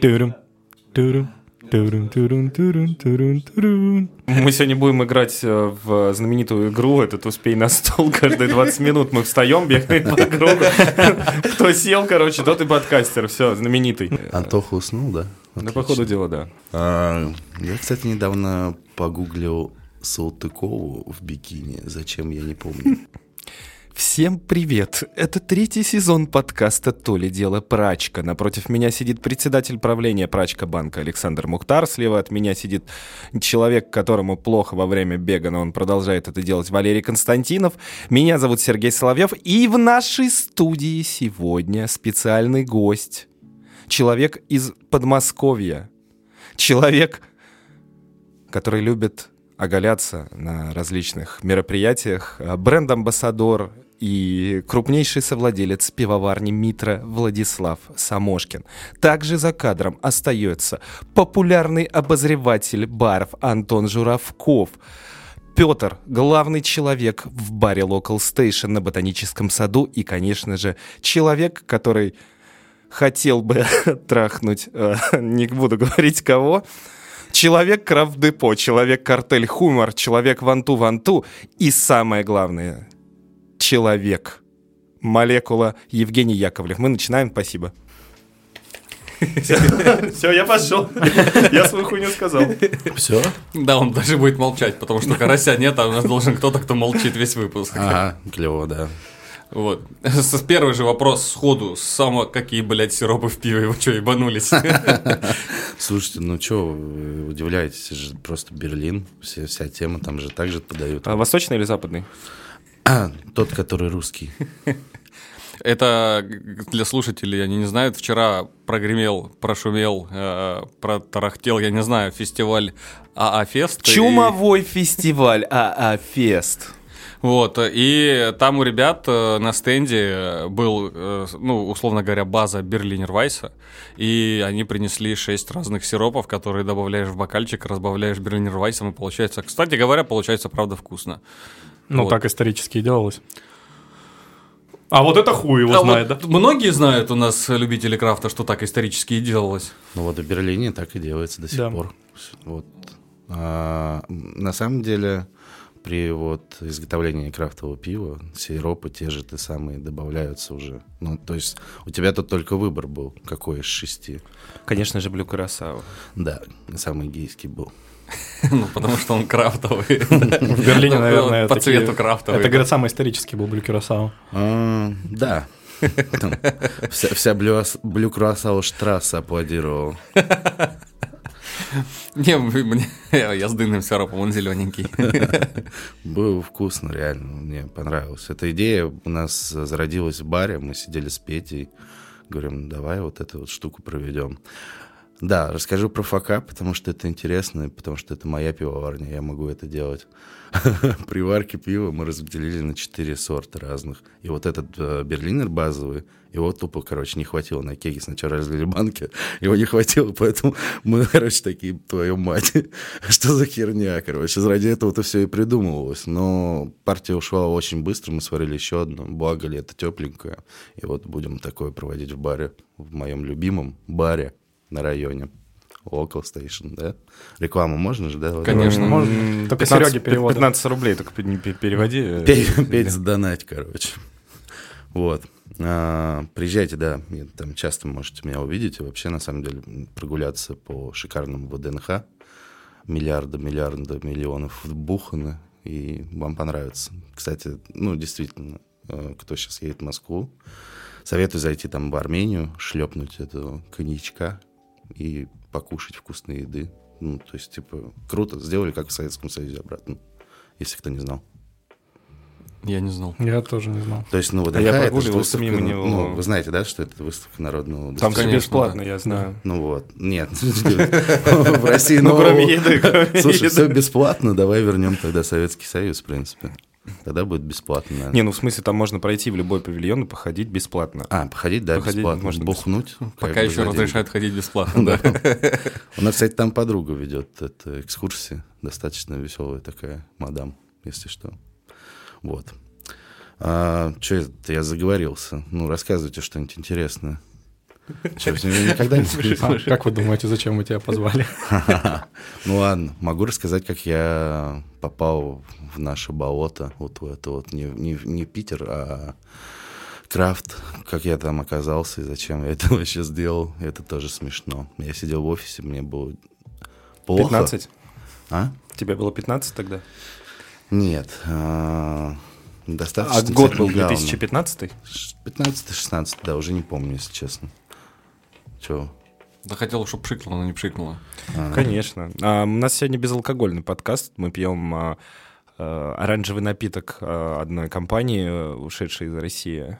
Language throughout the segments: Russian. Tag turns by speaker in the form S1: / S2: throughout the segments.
S1: Тюрюм. Тюрюм. Тюрюм, тюрюм, тюрюм, тюрюм, тюрюм.
S2: Мы сегодня будем играть э, в знаменитую игру «Этот успей на стол». Каждые 20 минут мы встаем, бегаем по кругу. Кто сел, короче, тот и подкастер. Все, знаменитый.
S3: Антоха уснул, да?
S2: Да, по ходу дела, да.
S3: А, я, кстати, недавно погуглил Салтыкову в бикини. Зачем, я не помню.
S2: Всем привет! Это третий сезон подкаста «То ли дело прачка». Напротив меня сидит председатель правления прачка банка Александр Мухтар. Слева от меня сидит человек, которому плохо во время бега, но он продолжает это делать, Валерий Константинов. Меня зовут Сергей Соловьев. И в нашей студии сегодня специальный гость. Человек из Подмосковья. Человек, который любит оголяться на различных мероприятиях. А, Бренд-амбассадор и крупнейший совладелец пивоварни Митра Владислав Самошкин. Также за кадром остается популярный обозреватель баров Антон Журавков. Петр, главный человек в баре Local Station на Ботаническом саду и, конечно же, человек, который хотел бы трахнуть, э, не буду говорить кого, Человек Крафт-депо, человек картель Хумор, человек Ванту-Ванту и самое главное, человек. Молекула Евгений Яковлев. Мы начинаем, спасибо. Все, я пошел. Я свою хуйню сказал.
S3: Все?
S4: Да, он даже будет молчать, потому что карася нет, а у нас должен кто-то, кто молчит весь выпуск.
S3: Ага, клево, да.
S4: Вот. С- Первый же вопрос сходу. Само какие, блядь, сиропы в пиве, вы что, ебанулись?
S3: Слушайте, ну что, вы удивляетесь, это же просто Берлин, все, вся тема, там же так же подают.
S2: восточный или западный?
S3: А, тот, который русский.
S4: Это для слушателей, они не знают, вчера прогремел, прошумел, э, протарахтел, я не знаю, фестиваль АА-фест. и-
S2: Чумовой фестиваль А, АА-фест.
S4: Вот, и там у ребят э, на стенде э, был, э, ну, условно говоря, база Берлинер Вайса, и они принесли шесть разных сиропов, которые добавляешь в бокальчик, разбавляешь Берлинер Вайсом, и получается, кстати говоря, получается правда вкусно.
S1: Ну,
S4: Вот.
S1: так исторически и делалось. А вот это хуй его
S4: А
S1: знает,
S4: вот
S1: да?
S4: Многие знают у нас э, любители крафта, что так исторически и делалось.
S3: Ну вот в Берлине так и делается до сих
S1: Да.
S3: пор. Вот. А, м, на самом деле при вот изготовлении крафтового пива сиропы те же те самые добавляются уже. Ну, то есть у тебя тут только выбор был, какой из шести.
S2: Конечно же, Блю Карасава.
S3: Да, самый гейский был.
S4: Ну, потому что он крафтовый.
S1: В Берлине,
S4: Ну,
S1: наверное,
S4: По
S1: такие-
S4: цвету крафтовый.
S1: Это, говорят, самый исторический был Блюкерасау.
S3: А, да. Там вся, вся блюас- блюкруассау штрасса аплодировала.
S4: Не, вы- мне- я с дынным сиропом, он зелененький.
S3: Было вкусно, реально, мне понравилось. Эта идея у нас зародилась в баре, мы сидели с Петей, говорим, «Ну, давай вот эту вот штуку проведем. Да, расскажу про фака, потому что это интересно, и потому что это моя пивоварня, я могу это делать. При варке пива мы разделили на четыре сорта разных. И вот этот э, берлинер базовый, его тупо, короче, не хватило на кеги. Сначала разлили банки, его не хватило, поэтому мы, короче, такие, твою мать, что за херня, короче. Ради этого это все и придумывалось. Но партия ушла очень быстро, мы сварили еще одну. Благо лето тепленькое. И вот будем такое проводить в баре, в моем любимом баре на районе. Local Station, да? Рекламу можно же, да?
S4: Конечно.
S1: Можно? Только Сереге перевода.
S2: 15 рублей, только пе- не пе- переводи.
S3: Петь, петь задонать, короче. Вот. А, приезжайте, да, и там часто можете меня увидеть. И вообще, на самом деле, м, прогуляться по шикарному ВДНХ. Миллиарды, миллиарды, миллионов вбухано. И вам понравится. Кстати, ну, действительно, э, кто сейчас едет в Москву, советую зайти там в Армению, шлепнуть этого коньячка и покушать вкусной еды. Ну, то есть, типа, круто, сделали, как в Советском Союзе обратно, если кто не знал.
S4: Я не знал.
S1: Я тоже не знал.
S3: То есть, ну, вот
S2: А я
S3: это
S2: прогуливался
S3: же выставка,
S2: мимо
S3: ну,
S2: него.
S3: ну, вы знаете, да, что это выставка народного
S2: Там
S3: достижения?
S2: же
S4: Конечно,
S2: бесплатно,
S4: да.
S2: я знаю.
S3: Ну вот, нет, в России
S2: Ну,
S3: нового-
S2: кроме еды, кроме
S3: Слушай,
S2: еды.
S3: все бесплатно, давай вернем тогда Советский Союз, в принципе. Тогда будет бесплатно, наверное.
S2: Не, ну в смысле, там можно пройти в любой павильон и походить бесплатно.
S3: А, походить, да,
S2: Походить
S3: бесплатно,
S2: можно
S3: бухнуть. как
S4: Пока
S3: бы
S4: еще
S3: за деньги.
S4: разрешают ходить бесплатно, да.
S3: У нас, кстати, там подруга ведет это, экскурсии. Достаточно веселая такая мадам, если что. Вот. А, что это я заговорился? Ну, рассказывайте что-нибудь интересное. Черт, никогда не слышал.
S1: А Как вы думаете, зачем мы тебя позвали?
S3: Ну ладно, могу рассказать, как я попал в наше болото, вот в это вот, не, не, не Питер, а Крафт, как я там оказался и зачем я это вообще сделал, это тоже смешно. Я сидел в офисе, мне было плохо.
S5: 15?
S3: А?
S5: Тебе было 15 тогда?
S3: Нет.
S5: А
S3: а, достаточно.
S5: год был
S3: сеттлдаун.
S5: 2015?
S3: 15-16, да, уже не помню, если честно. Чего?
S4: Да хотел, чтобы пшикнуло, но не пшикнуло.
S2: Конечно. А, у нас сегодня безалкогольный подкаст. Мы пьем а, а, оранжевый напиток а, одной компании, а, ушедшей из России.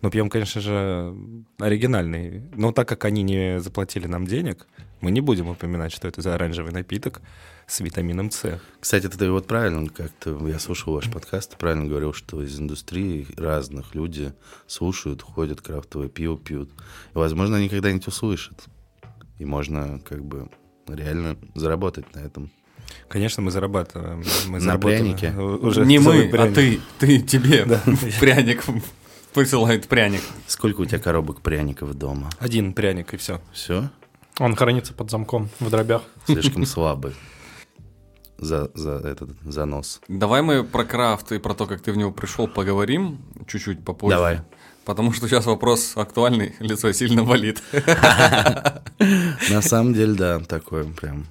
S2: Но пьем, конечно же, оригинальный. Но так как они не заплатили нам денег, мы не будем упоминать, что это за оранжевый напиток с витамином С.
S3: Кстати, ты вот правильно как-то, я слушал ваш подкаст, ты правильно говорил, что из индустрии разных люди слушают, ходят, крафтовое пиво пьют. И, возможно, они когда-нибудь услышат. И можно как бы реально заработать на этом.
S2: Конечно, мы зарабатываем. Мы
S3: На
S2: заработали
S3: прянике.
S2: Уже
S4: не
S2: целый
S4: мы, а
S2: пряник.
S4: ты, ты, тебе пряник присылает пряник.
S3: Сколько у тебя коробок пряников дома?
S2: Один пряник, и все.
S3: Все?
S1: Он хранится под замком в дробях.
S3: Слишком слабый. За, за этот занос.
S4: Давай мы про крафт и про то, как ты в него пришел, поговорим чуть-чуть попозже.
S3: Давай.
S4: Потому что сейчас вопрос актуальный, лицо сильно болит.
S3: На самом деле, да, такой прям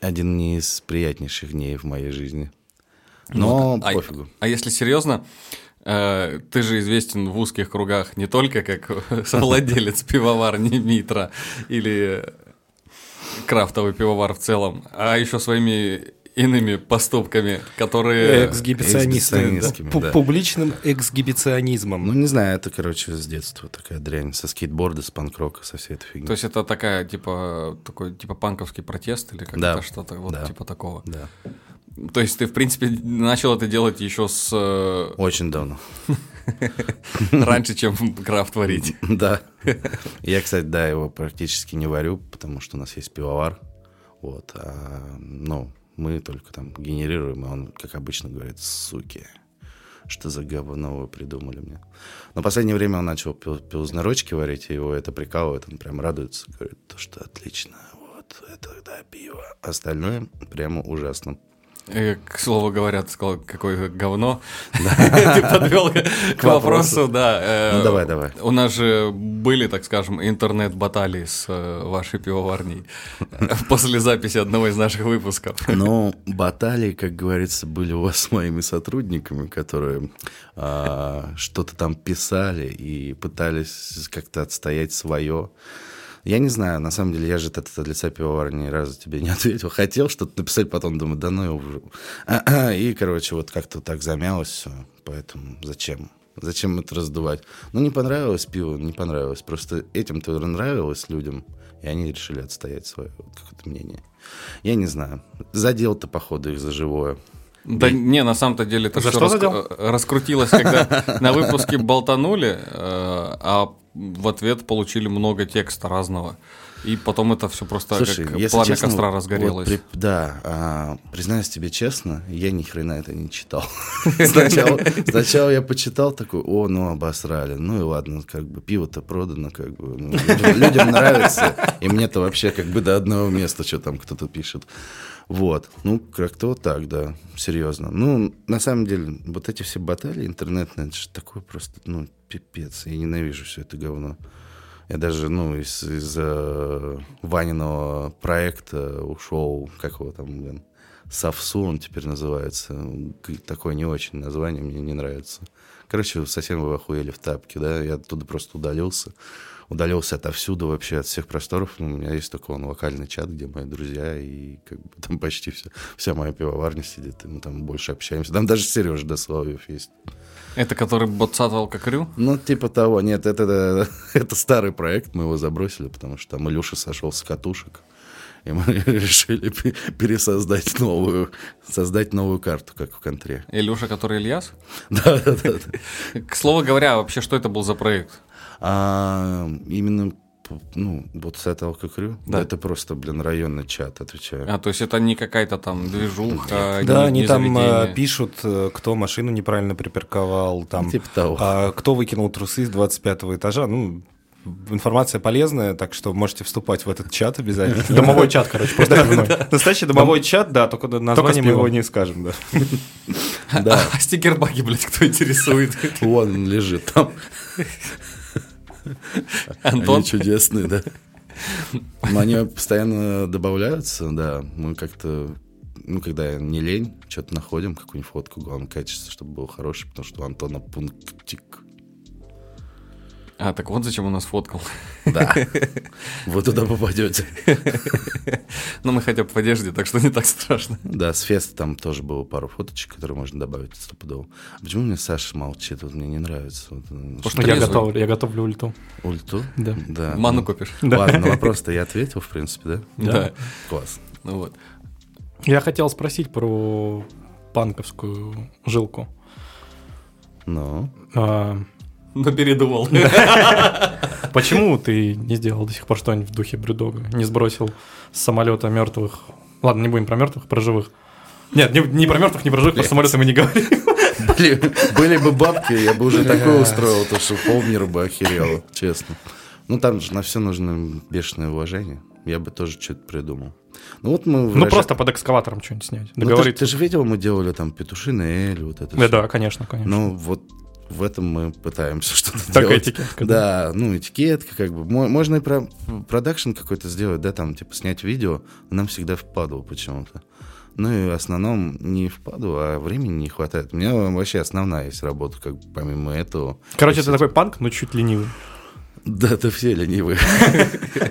S3: один из приятнейших дней в моей жизни.
S2: Ну,
S3: Но
S4: А-
S3: пофигу.
S4: А, если серьезно, э, ты же известен в узких кругах не только как совладелец пивоварни Митра или крафтовый пивовар в целом, а еще своими иными поступками, которые...
S2: Эксгибиционисты.
S3: эксгибиционистскими,
S2: Пу-
S3: да.
S2: Публичным
S3: Ну,
S2: эксгибиционизмом.
S3: не знаю, это, короче, с детства такая дрянь. Со скейтборда, с панк-рока, со всей этой фигни.
S4: То есть это такая, типа, такой, типа, панковский протест или как-то
S3: Да.
S4: что-то, вот
S3: Да.
S4: типа такого.
S3: Да.
S4: То есть ты, в принципе, начал это делать еще с э,
S3: Очень давно.
S4: раньше, чем крафт варить.
S3: Да. Я, кстати, да, его практически не варю, потому что у нас есть пивовар. Вот. а, ну, мы только там генерируем, и он, как обычно, говорит, суки, что за говно вы придумали мне. Но в последнее время он начал пил- пилзнерочки варить, и его это прикалывает, он прям радуется, говорит, то, что отлично, вот, это, да, пиво. Остальное прямо ужасно.
S4: Э, К слову говоря, ты сказал, какое говно. Ты подвел к вопросу, да. э,
S3: Ну, давай, давай.
S4: У нас же были, так скажем, интернет-баталии с э, вашей пивоварней э, после записи одного из наших выпусков.
S3: Но баталии, как говорится, были у вас с моими сотрудниками, которые а, что-то там писали и пытались как-то отстоять свое. Я не знаю, на самом деле, я же от, от лица пивовара ни разу тебе не ответил. Хотел что-то написать, потом думаю, да ну его в жопу. А-а, И, короче, вот как-то так замялось все. Поэтому зачем? Зачем это раздувать? Ну, не понравилось пиво, не понравилось. Просто этим-то нравилось людям, и они решили отстоять свое вот какое-то мнение. Я не знаю. Задел-то, походу, их за живое.
S4: Да не, на самом-то деле это
S1: За
S4: всё
S1: что
S4: раск-
S1: задел?
S4: э, раскрутилось, когда на выпуске болтанули, э, а в ответ получили много текста разного. И потом это все просто как пламя
S3: честно,
S4: костра
S3: вот
S4: разгорелось.
S3: при- да, а, признаюсь тебе честно, я ни хрена это не читал. сначала, сначала я почитал такой, о, ну обосрали, ну и ладно, как бы пиво-то продано, как бы ну, людям, людям нравится, и мне-то вообще как бы до одного места, что там кто-то пишет. Вот, ну как-то вот так, да, серьезно. Ну, на самом деле, вот эти все баталии интернетные, это же такое просто, ну, пипец, я ненавижу все это говно. Я даже, ну, из, из, э, Ваниного проекта ушел, как его там, блин, Совсу он теперь называется. Г- Такое не очень название, мне не нравится. Короче, совсем вы охуели в тапке, да? Я оттуда просто удалился. Удалился отовсюду вообще, от всех просторов. Ну, У меня есть такой он, локальный чат, где мои друзья, и как бы там почти все, вся моя пивоварня сидит, и мы там больше общаемся. Там даже Сережа Дословьев есть.
S4: Это который Ботсатал Кокрю?
S3: Ну, типа того. Нет, это, это, это старый проект, мы его забросили, потому что там Илюша сошел с катушек. И мы решили пе- пересоздать новую, создать новую карту, как в контре.
S4: Илюша, который Ильяс?
S3: Да, да, да.
S4: К слову говоря, вообще, что это был за проект?
S3: А, именно п- ну, вот с этого как крю,
S4: Да.
S3: это просто, блин, районный чат, отвечаю.
S4: А, то есть это не какая-то там движуха,
S2: Да,
S4: не-
S2: они
S4: не
S2: там э,
S4: заведение.
S2: пишут, э, кто машину неправильно припарковал, там,
S3: Типа того.
S2: а, кто выкинул трусы с 25 этажа. Ну, информация полезная, так что можете вступать в этот чат обязательно.
S5: Домовой чат, короче, просто прямой.
S2: Настоящий домовой чат, да, только название мы
S5: пивом.
S2: его не скажем, да.
S3: Да,
S4: А стикербаги, блядь, кто интересует?
S3: вон он лежит там.
S4: Антон?
S3: Они чудесные, да. Но они постоянно добавляются, да. Мы как-то, ну, когда не лень, что-то находим, какую-нибудь фотку, главное, качество, чтобы было хорошее, потому что у Антона пунктик.
S4: А, так вот зачем он нас фоткал.
S3: Да. Вы туда попадете.
S4: Ну, мы хотя бы в одежде, так что не так страшно.
S3: Да, с феста там тоже было пару фоточек, которые можно добавить стопудово. А Почему мне Саша молчит? Вот мне не нравится. Вот, э,
S4: Потому
S5: Ну, Я
S4: Трезвый.
S5: готов, я готовлю ульту.
S3: что- Ульту?
S5: Да.
S3: Да.
S4: Ману
S3: ну,
S4: купишь.
S3: Ладно, на вопрос-то я ответил, в принципе, да?
S4: Да.
S3: Класс.
S4: Ну вот.
S5: Я хотел спросить про панковскую жилку.
S3: Ну,
S5: А,
S4: Но передумал.
S5: Почему ты не сделал до сих пор что-нибудь в духе брюдога? Не сбросил с самолета мертвых. Ладно, не будем про мертвых, про живых. Нет, не, не про мертвых, не про живых, про самолеты мы не говорим.
S3: Были, были бы бабки, я бы уже такое устроил, то что полмира бы охерело, честно. Ну там же на все нужно бешеное уважение. Я бы тоже что-то придумал. Ну вот мы...
S5: Ну
S3: выража-
S5: просто под экскаватором что-нибудь снять.
S3: Ну, ты, ж-
S5: Договориться.
S3: ты же видел, мы делали там петушины, эль, вот это
S5: Да,
S3: всё.
S5: да, конечно, конечно.
S3: Ну вот в этом мы пытаемся что-то
S5: Такая
S3: делать.
S5: этикетка,
S3: Да, ну этикетка как бы. Мо- Можно и про продакшн какой-то сделать, да, там типа снять видео. Нам всегда впадло почему-то. Ну и в основном не впадло, а времени не хватает. У меня вообще основная есть работа, как бы помимо этого.
S5: Короче, это такой панк, но чуть ленивый.
S3: Да, это все ленивые.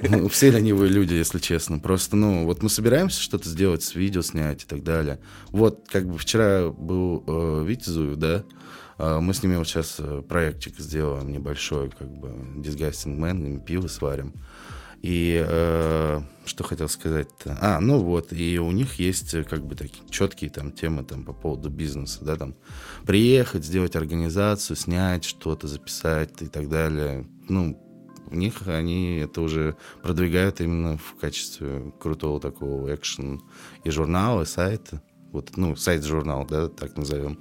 S3: Ну, Все ленивые люди, если честно. Просто, ну, вот мы собираемся что-то сделать, с видео снять и так далее. Вот, как бы вчера был э, Витя Зуев, да? Э, Мы с ними вот сейчас э, проектик сделаем небольшой, как бы, Disgusting Man, пиво сварим. И э, что хотел сказать-то? А, ну вот, и у них есть э, как бы такие четкие там темы там по поводу бизнеса, да, там приехать, сделать организацию, снять что-то, записать и так далее. Ну, у них они это уже продвигают именно в качестве крутого такого экшен и журнала, и сайта. Вот, ну, сайт-журнал, да, так назовем.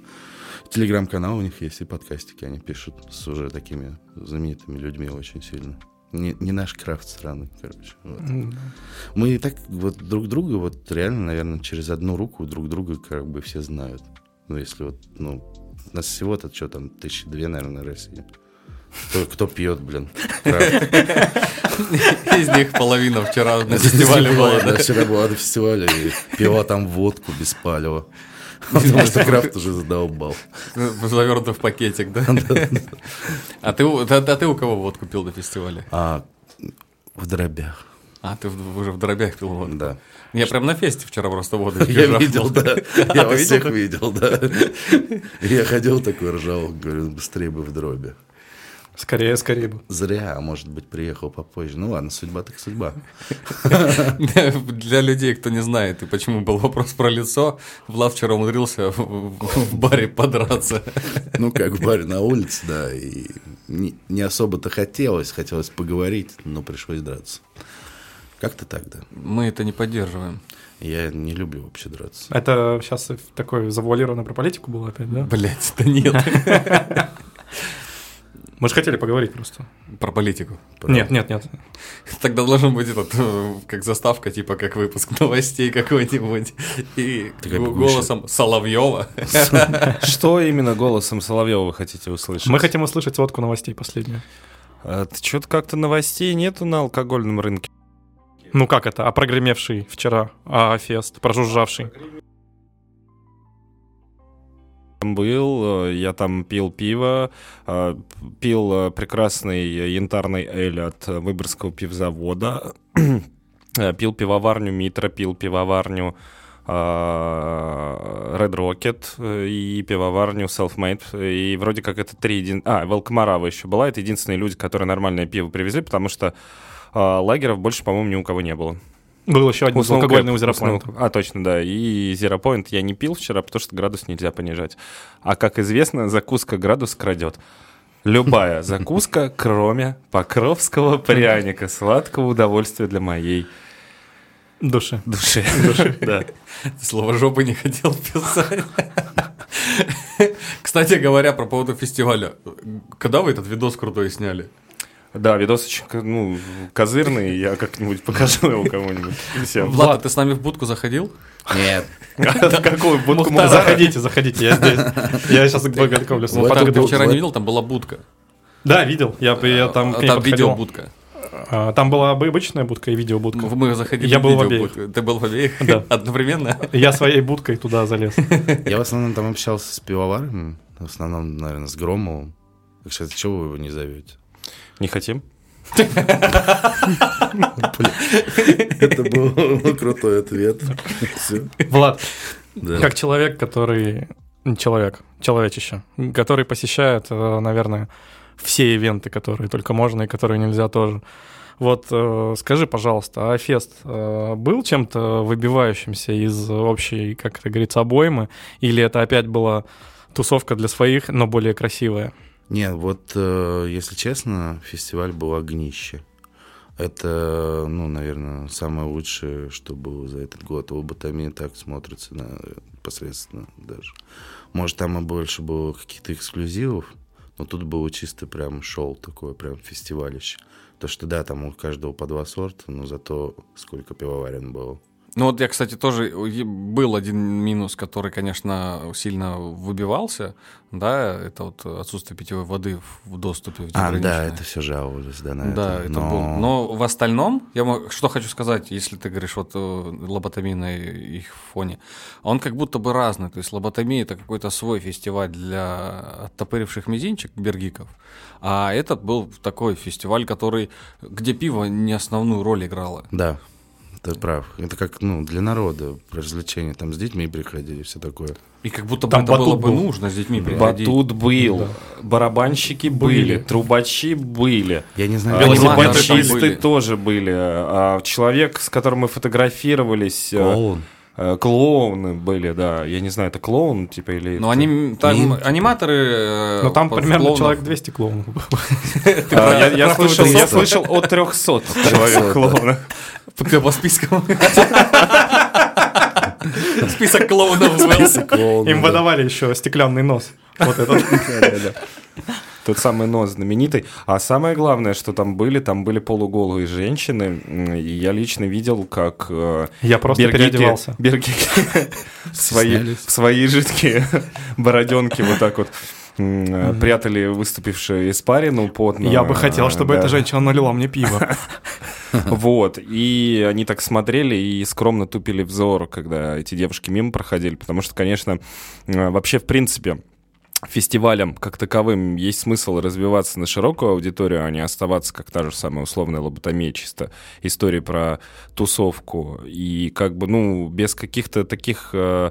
S3: Телеграм-канал у них есть, и подкастики они пишут с уже такими знаменитыми людьми очень сильно. Не, не наш крафт страны, короче. вот. Мы и так вот друг друга, вот реально, наверное, через одну руку друг друга как бы все знают. Ну, если вот, ну, нас всего-то что там, тысячи две, наверное, России. Кто, кто пьет, блин? крафт?
S4: Из них половина вчера на фестивале была, да?
S3: Да, вчера была на фестивале, и пила там водку без палева. Потому что крафт уже задолбал.
S4: Завернуто в пакетик, да? А ты, у- а- а ты у кого водку пил до фестиваля?
S3: А в дробях,
S4: А, ты в- уже в дробях пил водку.
S3: да.
S4: Я прям на фесте вчера просто воду
S3: Я
S4: жрал.
S3: видел, да. Я
S4: ты
S3: вас
S4: А, видел
S3: всех видел, да. И Я ходил такой, ржал, говорю, быстрее бы в дроби.
S5: Скорее, скорее бы.
S3: Зря, а может быть, приехал попозже. Ну ладно, судьба так судьба.
S4: Для для людей, кто не знает, и почему был вопрос про лицо, Влад вчера умудрился в- в в баре подраться.
S3: Ну, как в баре на улице, да. И не, не особо-то хотелось, хотелось поговорить, но пришлось драться. Как-то так, да.
S4: Мы это не поддерживаем.
S3: Я не люблю вообще драться.
S5: Это сейчас такое завуалированно про политику было опять, да?
S4: Блять, да нет.
S5: Мы же хотели поговорить просто.
S4: Про политику.
S3: Правда.
S5: Нет, нет, нет.
S4: Тогда должен быть этот, э, как заставка, типа, как выпуск новостей какой-нибудь. И
S3: Такая
S4: г-
S3: бегущая.
S4: голосом Соловьева.
S2: Что именно голосом Соловьева вы хотите услышать?
S5: Мы хотим услышать сводку новостей последнюю.
S2: Что-то как-то новостей нету на алкогольном рынке.
S5: Ну как это? А прогремевший вчера а, фест, прожужжавший.
S2: Там был, э, я там пил пиво, э, пил э, прекрасный янтарный эль от э, Выборгского пивзавода, Э, пил пивоварню Митра, пил пивоварню э, Red Rocket э, и пивоварню Selfmade. И вроде как это три... един- А, Волкомарава еще была. Это единственные люди, которые нормальное пиво привезли, потому что э, лагеров больше, по-моему, ни у кого не было.
S5: Был еще один
S2: Уснул
S5: алкогольный у
S2: крепко,
S5: Зеропланета.
S2: уснул. А, точно, да. И зеропоинт я не пил вчера, потому что градус нельзя понижать. А, как известно, закуска градус крадет. Любая закуска, кроме покровского пряника. Сладкого удовольствия для моей
S5: Души.
S2: души. Да.
S4: Слово жопы не хотел писать. Кстати говоря, про поводу фестиваля. Когда вы этот видос крутой сняли?
S2: Да, видос очень к- ну, козырный, я как-нибудь покажу его кому-нибудь. Всем.
S4: Влад, а ты с нами в будку заходил?
S3: Нет,
S2: В какую будку
S5: Мухтар,
S2: Мухтара?
S5: заходите, заходите, я здесь. Я сейчас готовлю.
S4: Вот
S5: Потом-
S4: так ты вчера
S3: вот.
S4: не видел, там была будка.
S5: Да, видел. Я, я там к ней
S4: Там
S5: подходил.
S4: видеобудка.
S5: А, Там была бы обычная будка и видеобудка.
S4: Мы заходили
S5: Я
S4: в
S5: был в
S4: видеобудку. Ты был в обеих?
S5: Да.
S4: Одновременно?
S5: Я своей будкой туда залез.
S3: я в основном там общался с пивоварами, в основном, наверное, с Громовым. Так что, чего вы его не зовете?
S2: Не хотим?
S3: Это был крутой ответ. Всё.
S5: Влад,
S3: Да.
S5: как человек, который... не Человек, человечище, который посещает, э, наверное, все ивенты, которые только можно и которые нельзя тоже. Вот э, скажи, пожалуйста, а фест э, был чем-то выбивающимся из общей, как это говорится, обоймы? Или это опять была тусовка для своих, но более красивая?
S3: Нет, вот э, если честно, фестиваль был огнище. Это, ну, наверное, самое лучшее, что было за этот год. Лоботомия так смотрится на, посредственно даже. Может, там и больше было каких-то эксклюзивов, но тут было чисто прям шоу такое, прям фестивалище. То, что да, там у каждого по два сорта, но зато сколько пивоварен было.
S4: Ну вот я, кстати, тоже е- был один минус, который, конечно, сильно выбивался, да, это вот отсутствие питьевой воды в- в доступе. в
S3: А, да,
S4: неограниченной.
S3: это все жаловались, да, на
S4: Да,
S3: это.
S4: это был. Но в остальном, я мо- что хочу сказать, если ты говоришь вот э, лоботомия и их фоне, он как будто бы разный. То есть лоботомия это какой-то свой фестиваль для оттопыривших мизинчик бергиков, а этот был такой фестиваль, который, где пиво не основную роль играло.
S3: Да, ты прав. Это как, ну, для народа развлечения. Там с детьми приходили, все такое.
S4: И как будто бы
S5: Там
S4: это было
S5: батут
S4: бы
S5: был.
S4: нужно с детьми приходить.
S2: Батут был, барабанщики были, трубачи были.
S3: Я не знаю,
S2: А,
S3: как
S4: Велосипед-
S3: это
S4: Велосипедисты
S2: Велосипедисты
S4: были.
S2: тоже были. А, человек, с которым мы фотографировались, э,
S3: Клоун.
S2: э, клоуны были, да. Я не знаю, это клоун, типа, или...
S4: Но
S2: это-
S4: Ну, они, там, аниматоры... э,
S5: Но Ну, там
S4: под
S5: примерно
S4: клоунов.
S5: человек 200 клоунов было.
S2: А, я, я
S4: Про
S2: слышал, я
S4: 300.
S2: слышал от 300 человек клоунов.
S4: По, по спискам. Список клоунов был.
S3: клоун,
S5: Им
S3: да.
S5: выдавали еще стеклянный нос. Вот этот.
S2: Тот самый нос знаменитый. А самое главное, что там были, там были полуголые женщины. М, И я лично видел, как... э,
S5: Я просто
S2: Бергики-
S5: переодевался.
S2: Бергики в свои,
S3: Стеснялись.
S2: в свои жидкие бороденки вот так вот м, э, прятали выступившую испарину потно. Э,
S5: Я бы хотел, чтобы
S2: Да.
S5: эта женщина налила мне пиво.
S2: Вот, и они так смотрели и скромно тупили взор, когда эти девушки мимо проходили, потому что, конечно, э, вообще, в принципе, фестивалям как таковым есть смысл развиваться на широкую аудиторию, а не оставаться как та же самая условная лоботомия, чисто истории про тусовку. И как бы, ну, без каких-то таких э,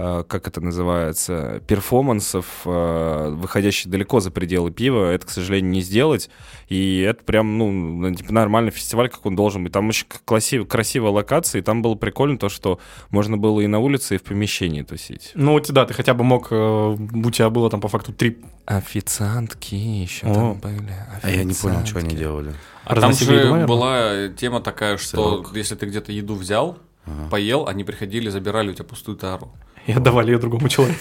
S2: э, как это называется, перформансов, э, выходящих далеко за пределы пива, это, к сожалению, не сделать. И это прям, ну, ну, типа нормальный фестиваль, как он должен быть. Там очень к- классив- красивая локация, и там было прикольно то, что можно было и на улице, и в помещении тусить.
S5: Ну, у тебя ты хотя бы мог, э, у тебя было там по факту три
S2: Официантки еще
S5: О.
S2: там были.
S3: А я не понял, что они
S2: официантки.
S3: делали.
S4: А там
S5: разносили еду,
S4: же
S5: наверное?
S4: была тема такая, что
S3: Сырок.
S4: если ты где-то еду взял, поел, они приходили, забирали у тебя пустую тару.
S5: и отдавали ее другому человеку.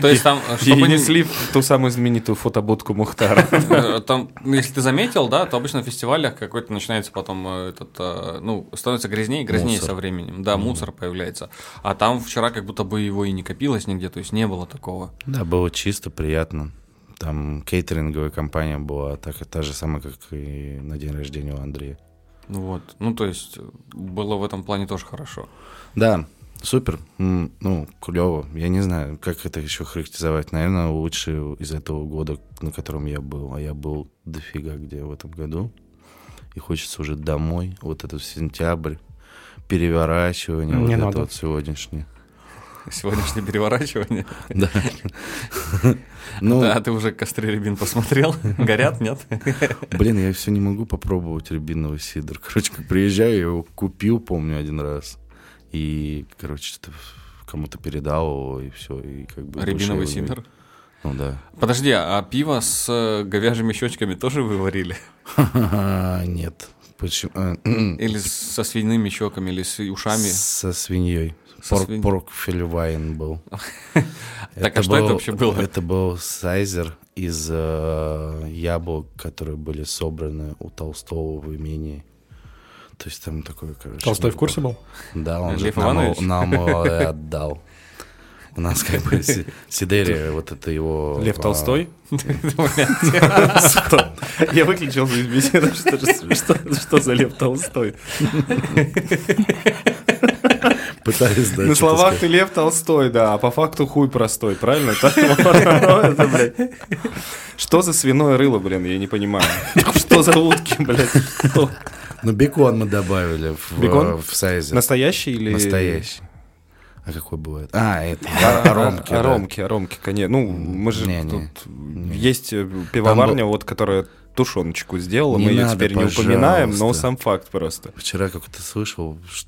S4: То есть там, э,
S2: И
S4: чтобы не-
S2: несли в ту самую знаменитую фотобудку Мухтара.
S4: э, там, ну, если ты заметил, да, то обычно на фестивалях какой-то начинается потом э, этот, э, ну, становится грязнее и грязнее
S3: Мусор.
S4: со временем. Да, мусор появляется. А там вчера как будто бы его и не копилось нигде, то есть не было такого.
S3: Да, было чисто, приятно. Там кейтеринговая компания была так, та же самая, как и на день рождения у Андрея.
S4: Ну Вот. Ну, то есть, э, было в этом плане тоже хорошо.
S3: Да, супер. М, Ну, клево. Я не знаю, как это еще характеризовать. Наверное, лучший из этого года, на котором я был. А я был дофига где в этом году. И хочется уже домой. Вот этот сентябрь, переворачивание,
S5: Не
S3: вот это
S5: надо.
S3: вот сегодняшнее.
S4: Сегодняшнее переворачивание.
S3: Да. Ну,
S4: Да, ты уже костры рябин посмотрел? Горят, нет?
S3: Блин, я все не могу попробовать рябиновый сидр. Короче, как приезжаю, я его купил, помню, один раз. И, короче, что-то кому-то передал его, и все. И как бы больше
S4: Рябиновый
S3: я его не-
S4: сидр.
S3: Ну да.
S4: Подожди, а пиво с э, говяжьими щечками тоже выварили?
S3: А, Нет. Почему? А,
S4: Или со свиными щеками, или с ушами?
S3: Со свиньей.
S4: Со
S3: Порк,
S4: свинь-
S3: поркфельвайн был.
S4: Так, а что это
S3: был-
S4: вообще было?
S3: Это был сайзер из э, яблок, которые были собраны у Толстого в имении. То есть там такое, короче...
S5: Толстой в курсе был?
S3: Да, он же
S4: Лев
S3: нам,
S4: Иванович?
S3: его- нам его и отдал. У нас как бы Си- Сидерия, вот это его...
S2: Лев
S3: а,
S2: Толстой? Я выключил жизнь Что, же- что- что за Лев Толстой?
S3: Пытались, да,
S2: На
S3: что-то
S2: словах
S3: Э, сказать.
S2: ты Лев Толстой, да, а по факту хуй простой, правильно? Так вот оно, это, блядь. Что за свиное рыло, блин, я не понимаю. Что за утки, блядь? Что?
S3: Ну, бекон мы добавили в,
S2: Бекон?
S3: э, в сайзер.
S2: Настоящий или...
S3: Настоящий. А какой бывает? А, это а- аромки. да.
S2: А, Ромки, аромки, конечно. Ну, мы же
S3: Не, не,
S2: тут... Есть э, пивоварня, вот, которая тушеночку сделала,
S3: Не
S2: мы ее
S3: надо,
S2: теперь не упоминаем, но
S3: пожалуйста.
S2: сам факт просто.
S3: Вчера как-то слышал ш-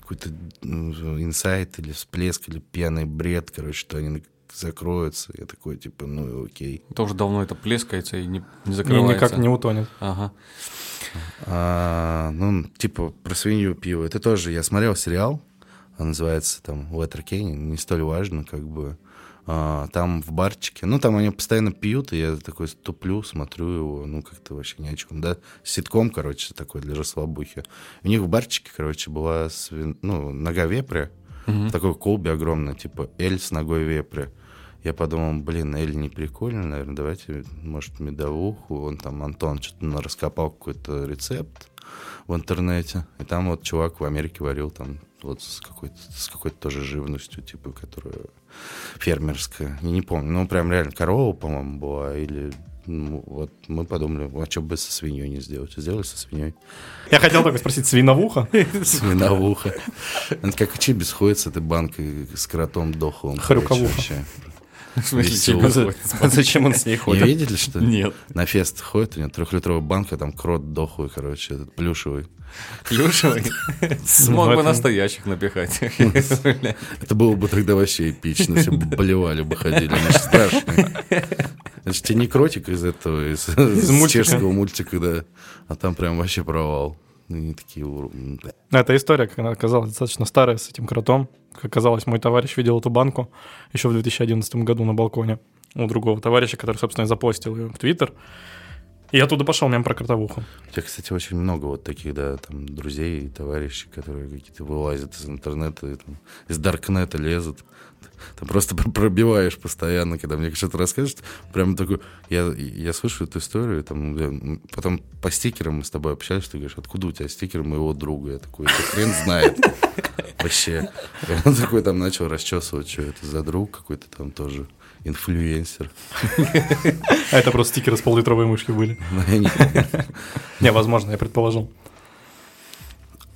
S3: какой-то ну, инсайт или всплеск, или пьяный бред, короче, что они закроются. Я такой, типа, ну и окей.
S4: Это уже давно это плескается и не, не
S5: И
S4: закрывается.
S5: никак не утонет.
S4: Ага.
S3: А, ну, типа, про свинью пиво. Это тоже, я смотрел сериал, он называется там Letter не столь важно, как бы. А, там в барчике, ну, там они постоянно пьют, и я такой туплю, смотрю его, ну, как-то вообще ни о чем, да. Ситком, короче, такой для расслабухи. У них в барчике, короче, была свин- ну, нога вепря, в такой колбе огромной, типа, эль с ногой вепря. Я подумал, блин, Эль не прикольно, наверное, давайте, может, медовуху. Он там, Антон, что-то раскопал какой-то рецепт в интернете. И там вот чувак в Америке варил там вот с какой-то, с какой-то тоже живностью, типа, которая фермерская. Я не помню, ну, прям реально корова, по-моему, была, или ну, вот мы подумали, а что бы со свиньей не сделать? Сделали со свиньей.
S5: Я хотел только спросить, свиновуха?
S3: Свиновуха. Это как чибис ходит с этой банкой с кротом дохлым.
S5: Хрюковуха.
S3: короче, вообще.
S4: В смысле,
S3: Весело.
S4: тебе свой?
S2: Зачем он с ней
S3: Не
S2: ходит?
S3: видели, что ли?
S4: Нет.
S3: На фест ходит, у него трехлитровая банка, там крот дохлый, короче, этот плюшевый.
S4: Плюшевый. Смог бы настоящих напихать.
S3: Это было бы тогда вообще эпично, если бы болевали бы ходили, они же страшные. Это же тебе не кротик из этого, из, из
S5: мультика.
S3: чешского мультика, да. А там прям вообще провал. Ну, Они такие... ур- да.
S5: Эта история, как она оказалась, достаточно старая с этим кротом. Как оказалось, мой товарищ видел эту банку еще в 2011 году на балконе у другого товарища, который, собственно, и запостил ее в Твиттер. И я оттуда пошел мем про кротовуху.
S3: У тебя, кстати, очень много вот таких, да, там, друзей и товарищей, которые какие-то вылазят из интернета, и там, из даркнета лезут. Там просто пр- пробиваешь постоянно, когда мне что-то расскажешь, прям такой... Я, я слышу эту историю, там, да, м, потом по стикерам мы с тобой общались, ты говоришь, откуда у тебя стикер моего друга? Я такой, «Да хрен знает. Вообще. И он такой там начал расчесывать, что это за друг какой-то там тоже инфлюенсер.
S5: А это просто стикеры с поллитровой мышки были.
S3: Но я не помню.
S5: Не, возможно, я предположил.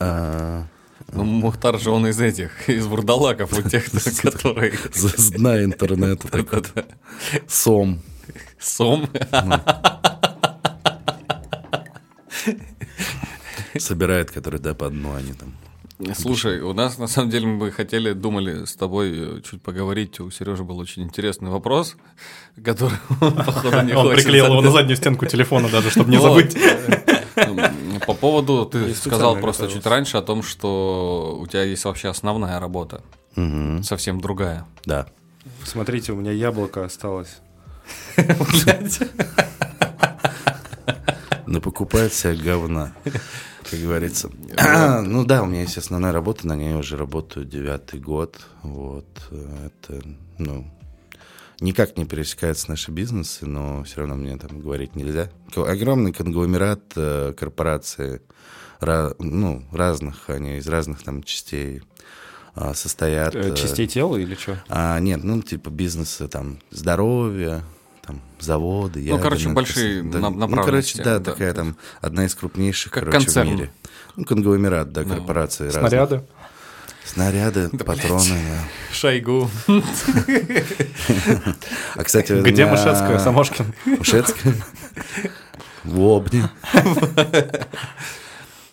S3: А,
S4: Ну, Мухтар же он из этих, из вурдалаков, у тех, которые...
S3: за- с дна интернета. такой.
S4: Да-да-да.
S3: Сом.
S4: Сом.
S3: собирает, который да по дну они там.
S4: Слушай, у нас на самом деле мы хотели, думали с тобой э, чуть поговорить. У Сережи был очень интересный вопрос, который он, походу, не
S5: Он
S4: хочет
S5: приклеил его на
S4: задать.
S5: заднюю стенку телефона даже, чтобы не
S4: Вот.
S5: забыть.
S4: М, По поводу, ты сказал
S2: специально
S4: просто чуть
S2: готовился.
S4: раньше о том, что у тебя есть вообще основная работа, совсем другая.
S3: Да.
S2: Смотрите, у меня яблоко осталось.
S3: Но покупает себе говна, как говорится. ну да, у меня есть основная работа, на ней уже работаю девятый год. Вот. э, Это, ну, никак не пересекаются наши бизнесы, но все равно мне там говорить нельзя. Ко- Огромный конгломерат э, корпораций, ра- ну, разных, они из разных там частей а, состоят.
S2: Э,
S3: э,
S2: Частей тела или что?
S3: А, нет, ну, типа бизнесы, там, здоровье, там, заводы.
S4: Ну, короче,
S3: ядерные,
S4: большие
S3: то есть,
S4: на-
S3: Ну, короче,
S4: направленности,
S3: да,
S4: да,
S3: такая там одна из крупнейших,
S4: Как
S3: короче,
S4: концерн.
S3: в мире. Ну, конгломерат, да,
S4: Ну,
S3: корпорации разных.
S5: Снаряды.
S3: Снаряды,
S4: Да,
S3: патроны, да.
S4: Шойгу.
S3: А, кстати...
S5: Где
S3: на-
S5: Мышецкая, Самошкин?
S3: Мышецкая. В Обне.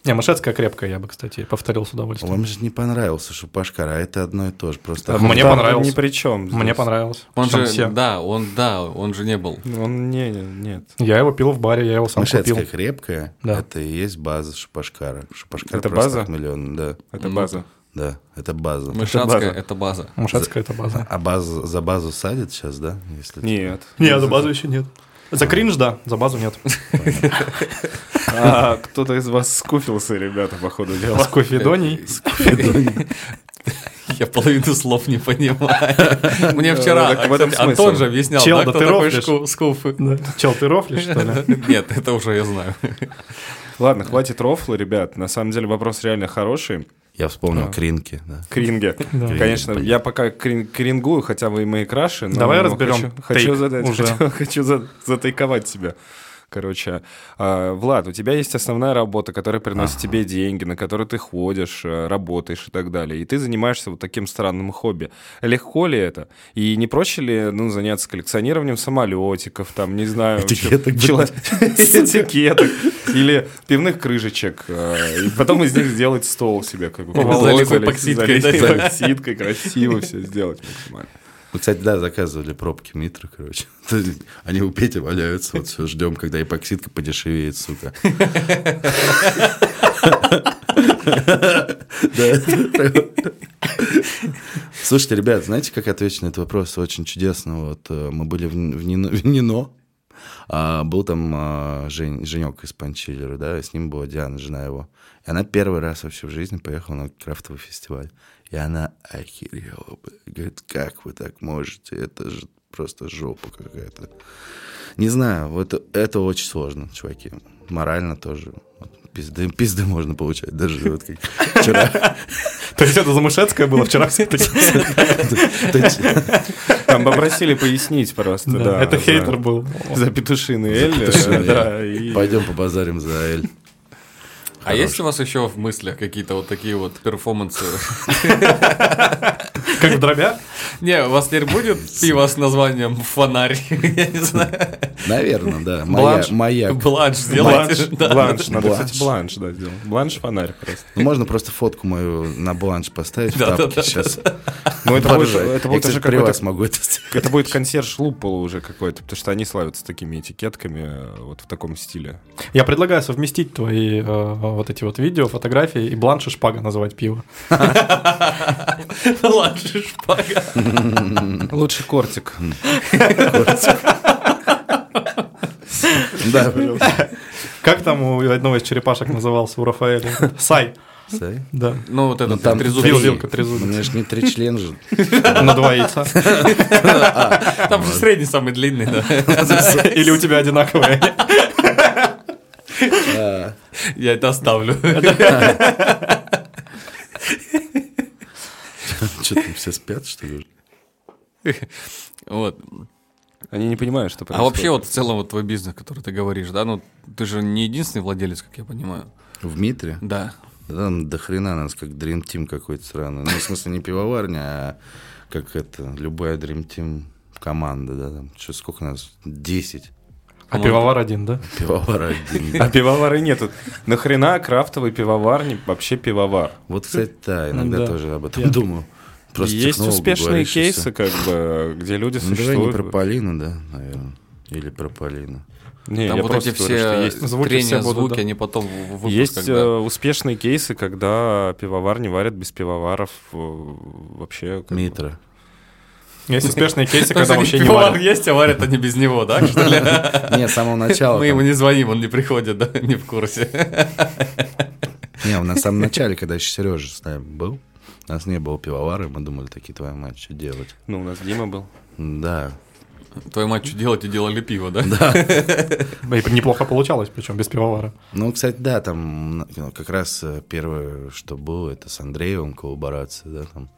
S5: Не, Мышецкая крепкая, я бы, кстати, повторил с удовольствием.
S3: Вам же не понравился Шупашкара, это одно и то же. Просто
S5: А мне
S2: Там
S5: понравился.
S2: Ни при чем.
S5: Мне понравилось.
S4: Он
S5: Там
S4: же,
S5: все.
S4: да, он, да, он же не был.
S2: Он не, нет.
S5: Я его пил в баре, я его сам
S3: Мышецкая
S5: купил.
S3: крепкая,
S5: Да.
S3: это и есть база Шупашкара. Шупашкар
S2: Это
S3: просто
S2: база?
S3: миллион, да.
S2: Это
S4: Ну,
S2: база.
S3: Да, это база.
S4: Мышацкая —
S2: база.
S4: это база.
S5: Мышецкая это база.
S3: А базу, за базу садят сейчас, да? Если
S2: Нет.
S5: Нет, за базу еще нет. За кринж, да, за базу нет.
S2: А, кто-то из вас скуфился, ребята, по ходу дела.
S5: С кофедоней.
S4: Я половину слов не понимаю. Мне вчера
S2: Ну, так в этом
S4: кстати, Антон
S2: смысл.
S4: же объяснял,
S5: Чел,
S4: да,
S5: да
S4: кто
S5: ты
S4: такой
S5: рофлишь.
S4: шку- скуфы.
S5: Чел, ты рофлишь, что ли?
S4: Нет, это уже я знаю.
S2: Ладно, хватит рофла, ребят. На самом деле вопрос реально хороший.
S3: Я вспомнил Кринки, да.
S2: Кринге.
S5: Да.
S2: Конечно, я пока крин- крингую, хотя вы и мои краши. но ну,
S5: Давай разберем
S2: Хочу, хочу
S5: тейк
S2: задать,
S5: уже.
S2: хочу, хочу за- затайковать тебя. Короче, а, Влад, у тебя есть основная работа, которая приносит тебе деньги, на которую ты ходишь, э, работаешь и так далее. И ты занимаешься вот таким странным хобби. Легко ли это? И не проще ли ну, заняться коллекционированием самолетиков, там, не знаю,
S3: Этикеток,
S2: чел- чел- этикеток или пивных крышечек, э, и потом из них сделать стол себе, как бы
S4: О,
S2: Залить
S4: залить эпоксидкой, да?
S2: эпоксидкой, красиво все сделать максимально.
S3: Мы, кстати, да, заказывали пробки Митра, короче. То есть Они у Пети валяются, вот все ждем, когда эпоксидка подешевеет, сука. Да. Слушайте, ребят, знаете, как отвечу на этот вопрос? Очень чудесно. Вот э, мы были в Н- в Нино- в Нино, а, был там а, Жень- Женек из Панчиллера, да, и с ним была Диана, жена его. И она первый раз вообще в жизни поехала на крафтовый фестиваль. И она охерела, блядь. Говорит, как вы так можете? Это же просто жопа какая-то. Не знаю, вот это очень сложно, чуваки. Морально тоже. Вот Пизды, пизды можно получать, даже вот как вчера.
S5: То есть это за Мышецкая было вчера все-таки?
S2: Там попросили пояснить просто, да.
S5: Это
S2: за-
S5: хейтер был.
S2: За петушиный эль, э,
S3: петушиный
S2: да, и-
S3: Пойдем побазарим за Эль.
S4: А есть у вас еще в мыслях какие-то вот такие вот перформансы?
S5: Как в дробя?
S4: Не, у вас теперь будет пиво с названием «Фонарь»? Я не знаю.
S3: Наверное, да.
S2: Бланш.
S3: Моя.
S4: Бланш сделайте.
S2: Бланш,
S4: да.
S2: бланш, надо,
S3: Бланш.
S2: кстати, бланш, да, сделал. Бланш-фонарь просто.
S3: Ну, можно просто фотку мою на бланш поставить в
S4: Да-да-да-да.
S3: тапке сейчас.
S2: Ну, это будет,
S3: Поржать.
S2: это
S3: Я,
S2: будет
S3: кстати,
S2: уже
S3: при
S2: какой-то...
S3: вас могу это сделать.
S2: Это будет консьерж лупола уже какой-то, потому что они славятся такими этикетками э, вот в таком стиле.
S5: Я предлагаю совместить твои э, вот эти вот видео, фотографии и бланш и шпага называть пиво.
S4: Бланш и шпага.
S2: Лучше кортик.
S3: Да.
S5: Как там у одного из черепашек назывался у Рафаэля? Сай.
S3: Сай.
S5: Да.
S4: Ну, вот
S3: Ну,
S4: этот
S3: там
S4: трезуб.
S3: три.
S5: Вилка, трезубец.
S3: У меня же не три член же.
S5: На два яйца.
S4: Там же средний самый длинный, да.
S5: Или у тебя одинаковые.
S3: А,
S4: Я это оставлю.
S3: Что там, все спят, что ли?
S4: Вот.
S2: Они не понимают, что
S4: А
S2: происходит.
S4: вообще вот в целом вот твой бизнес, который ты говоришь, да, ну ты же не единственный владелец, как я понимаю.
S3: В Митре?
S4: Да.
S3: Да там до хрена нас, как Dream Team какой-то сраный. Ну, в смысле, не пивоварня, а как это, любая Dream Team команда, да, там, чё, сколько нас? 10
S5: А пивовар один, да?
S3: пивовара один.
S2: А пивовары нету. Нахрена крафтовый пивовар, не- вообще пивовар?
S3: Вот, кстати, да, иногда
S5: Да.
S3: тоже об этом
S5: Я-
S3: думаю. Просто
S2: Есть
S3: технологу
S2: успешные
S3: говоришь, и всё.
S2: кейсы, как бы, где люди
S3: Ну, давай не
S2: существуют.
S3: про Полину, да, наверное. Или про Полину.
S2: Не,
S4: Там
S2: я
S4: вот
S2: просто
S4: эти
S2: говорю, что
S4: все
S2: есть.
S5: Звуки все
S4: трения,
S5: будут,
S4: звуки,
S5: да.
S4: они потом в в
S2: Есть
S4: выпусках,
S2: э,
S4: да.
S2: успешные кейсы, когда пивовар не варят без пивоваров э, вообще. как бы.
S3: Митра.
S5: Есть успешные кейсы,
S4: То есть
S5: когда
S4: у них
S5: вообще не
S4: пивовар
S5: варят.
S4: есть, а варят они без него, да? что ли?
S3: Нет, с самого начала.
S4: Мы
S3: там-
S4: ему не звоним, он не приходит, да, не в курсе.
S3: Не, у нас в самом начале, когда еще Сережа с нами был, у нас не было пивовара, и мы думали, такие твои мать, что делать.
S2: Ну, у нас Дима был.
S3: Да.
S4: Твою мать, что делать, и делали пиво, да?
S5: И неплохо получалось, причем без пивовара.
S3: Ну, кстати, да, там ну, как раз э, первое, что было, это с Андреевым коллаборация, да, там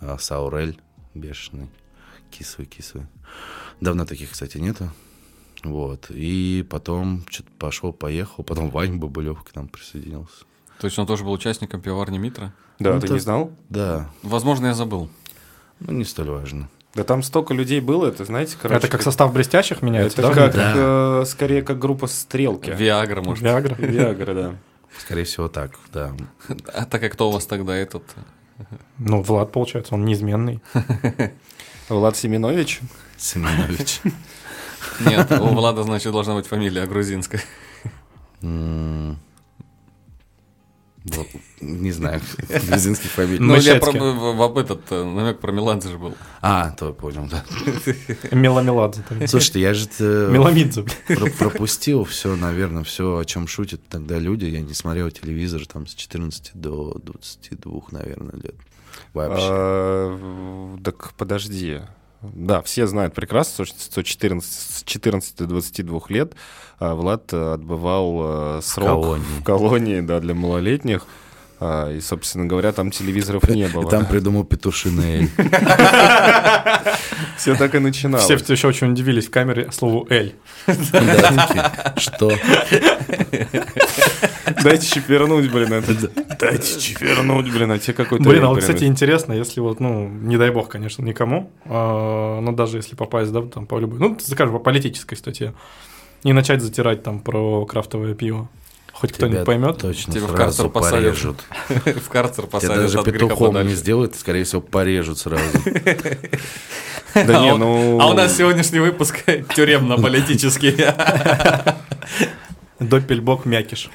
S3: а, Саурель бешеный, кислый-кислый. Давно таких, кстати, нету. Вот. И потом что-то пошел, поехал. Потом Вань Бабулев к нам присоединился.
S4: То есть он тоже был участником пивоварни Митра?
S2: Да,
S3: Ну,
S2: ты
S3: это-
S2: не знал?
S3: Да,
S4: Возможно, я забыл.
S3: ну не столь важно.
S2: Да там столько людей было, это знаете, короче.
S5: это как состав блестящих меняется, да?
S2: это как, э, скорее как группа стрелки.
S4: Виагра, может.
S5: Виагра.
S2: Виагра, да.
S3: Скорее всего, так, да.
S4: А так как кто у вас тогда этот?
S5: Ну, Влад, получается, он неизменный.
S2: Влад Семенович?
S3: Семенович.
S4: Нет, у Влада, значит, должна быть фамилия грузинская.
S3: М, вот, Не знаю, грузинских фамилий.
S4: Ну, я
S5: Мещерский.
S4: про- в- в- этот э, намек про Меладзе же был.
S3: А, то понял, да.
S5: Меламеладзе. там.
S3: Слушайте, я же э,
S5: Меламидзе.
S3: про- пропустил все, наверное, все, о чем шутят тогда люди. Я не смотрел телевизор там с 14 до 22, наверное, лет. Вообще.
S2: А, в- Так подожди. Да, все знают прекрасно, что 14, с 14 до 22 лет а, Влад э, отбывал э, срок
S3: Колонии.
S2: в колонии да, для малолетних. А, И, собственно говоря, там телевизоров
S4: А,
S2: не
S3: И
S2: было.
S3: там придумал петушиный эль.
S2: Все так и начиналось.
S5: Все еще очень удивились в камере слову «Эль».
S3: Да, такие, Что?
S2: Дайте чепернуть, блин, это. Дайте чепернуть, блин, а тебе какой-то...
S5: Блин, а
S2: эль,
S5: вот, кстати, интересно, если вот, ну, не дай бог, конечно, никому, а, но даже если попасть, да, там по любой, ну, скажем, по политической статье, и начать затирать там про крафтовое пиво, хоть кто-нибудь
S3: Тебя
S5: поймет.
S3: Точно
S4: Тебя в
S3: сразу
S4: карцер посадят.
S3: порежут.
S4: В карцер
S3: Тебя
S4: посадят
S3: даже
S4: от греха
S3: петухом не
S4: подальше.
S3: сделают, скорее всего, порежут сразу.
S2: Да не,
S4: А у-
S2: ну...
S4: А у нас сегодняшний выпуск тюремно-политический.
S5: Доппельбок мякиш.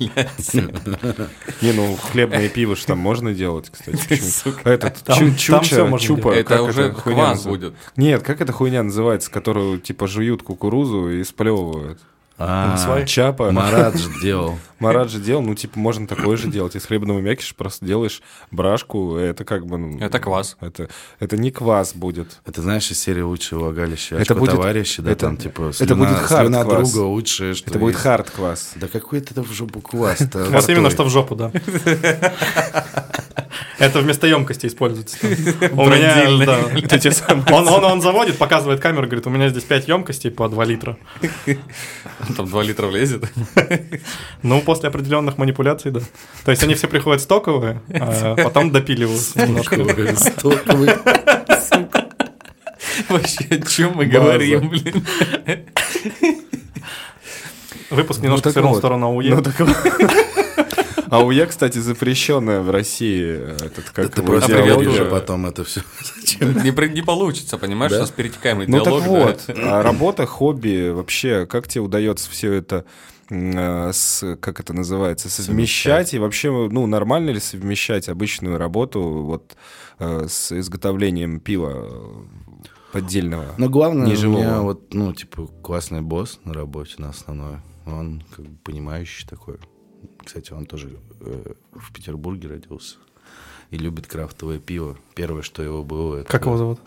S2: Не, ну хлебное пиво же там можно делать, кстати. почему-
S4: Сука.
S2: Этот,
S5: Там-
S2: чу-
S5: там
S2: чуча,
S5: всё можно
S2: чупа,
S5: делать.
S2: как
S4: Это уже
S2: эта хуйня
S4: квас
S2: называется?
S4: будет.
S2: Нет, как эта хуйня называется, которую типа жуют кукурузу и сплевывают?
S3: А,
S5: Свай.
S2: Чапа.
S3: Марат же делал.
S2: Марат же делал, ну типа можно такое же делать. Из хлебного мякиша просто делаешь брашку, это как бы... ну,
S4: Это квас.
S2: Это, это не квас будет.
S3: Это знаешь из серии лучшего влагалища.
S2: Это
S3: Это
S2: будет-
S3: будет товарищи, да,
S2: это-
S3: там типа
S2: это будет хард
S3: слюна
S2: класс.
S3: друга лучшее, что
S2: это будет
S3: есть.
S2: хард-квас.
S3: Да какой ты в жопу квас
S5: Вот именно что в жопу, да. Это вместо емкости используется. там. У
S4: Бродильный.
S5: меня, да. Он- Он он заводит, показывает камеру, говорит, у меня здесь 5 емкостей по 2 литра.
S4: Там 2 литра влезет.
S5: Ну, после определенных манипуляций, да. То есть они все приходят стоковые, а потом допиливаются немножко.
S3: ну
S4: Вообще, о чем мы
S3: База.
S4: говорим, блин?
S5: Выпуск немножко
S2: так
S5: свернул в
S2: вот.
S5: сторону АУЕ.
S2: Ну, так вот. А у я, кстати, запрещенная в России. э, Этот, как
S3: Ты
S2: его,
S3: просто
S4: привет
S2: идеология.
S4: уже.
S3: уже потом это все.
S4: Не при- не получится, понимаешь,
S3: Да?
S4: у нас перетекаемый
S2: Ну так
S4: диалог.
S2: вот,
S4: да.
S2: а работа, хобби, вообще, как тебе удается все это м, а, с, как это называется, совмещать? И вообще, ну, нормально ли совмещать обычную работу вот э, с изготовлением пива э, поддельного?
S3: Но главное, у
S2: Неживого.
S3: меня вот, ну, типа, классный босс на работе, на основной. Он как бы понимающий такой. Кстати, он тоже э, в Петербурге родился. И любит крафтовое пиво. Первое, что его было, это
S5: Как его зовут?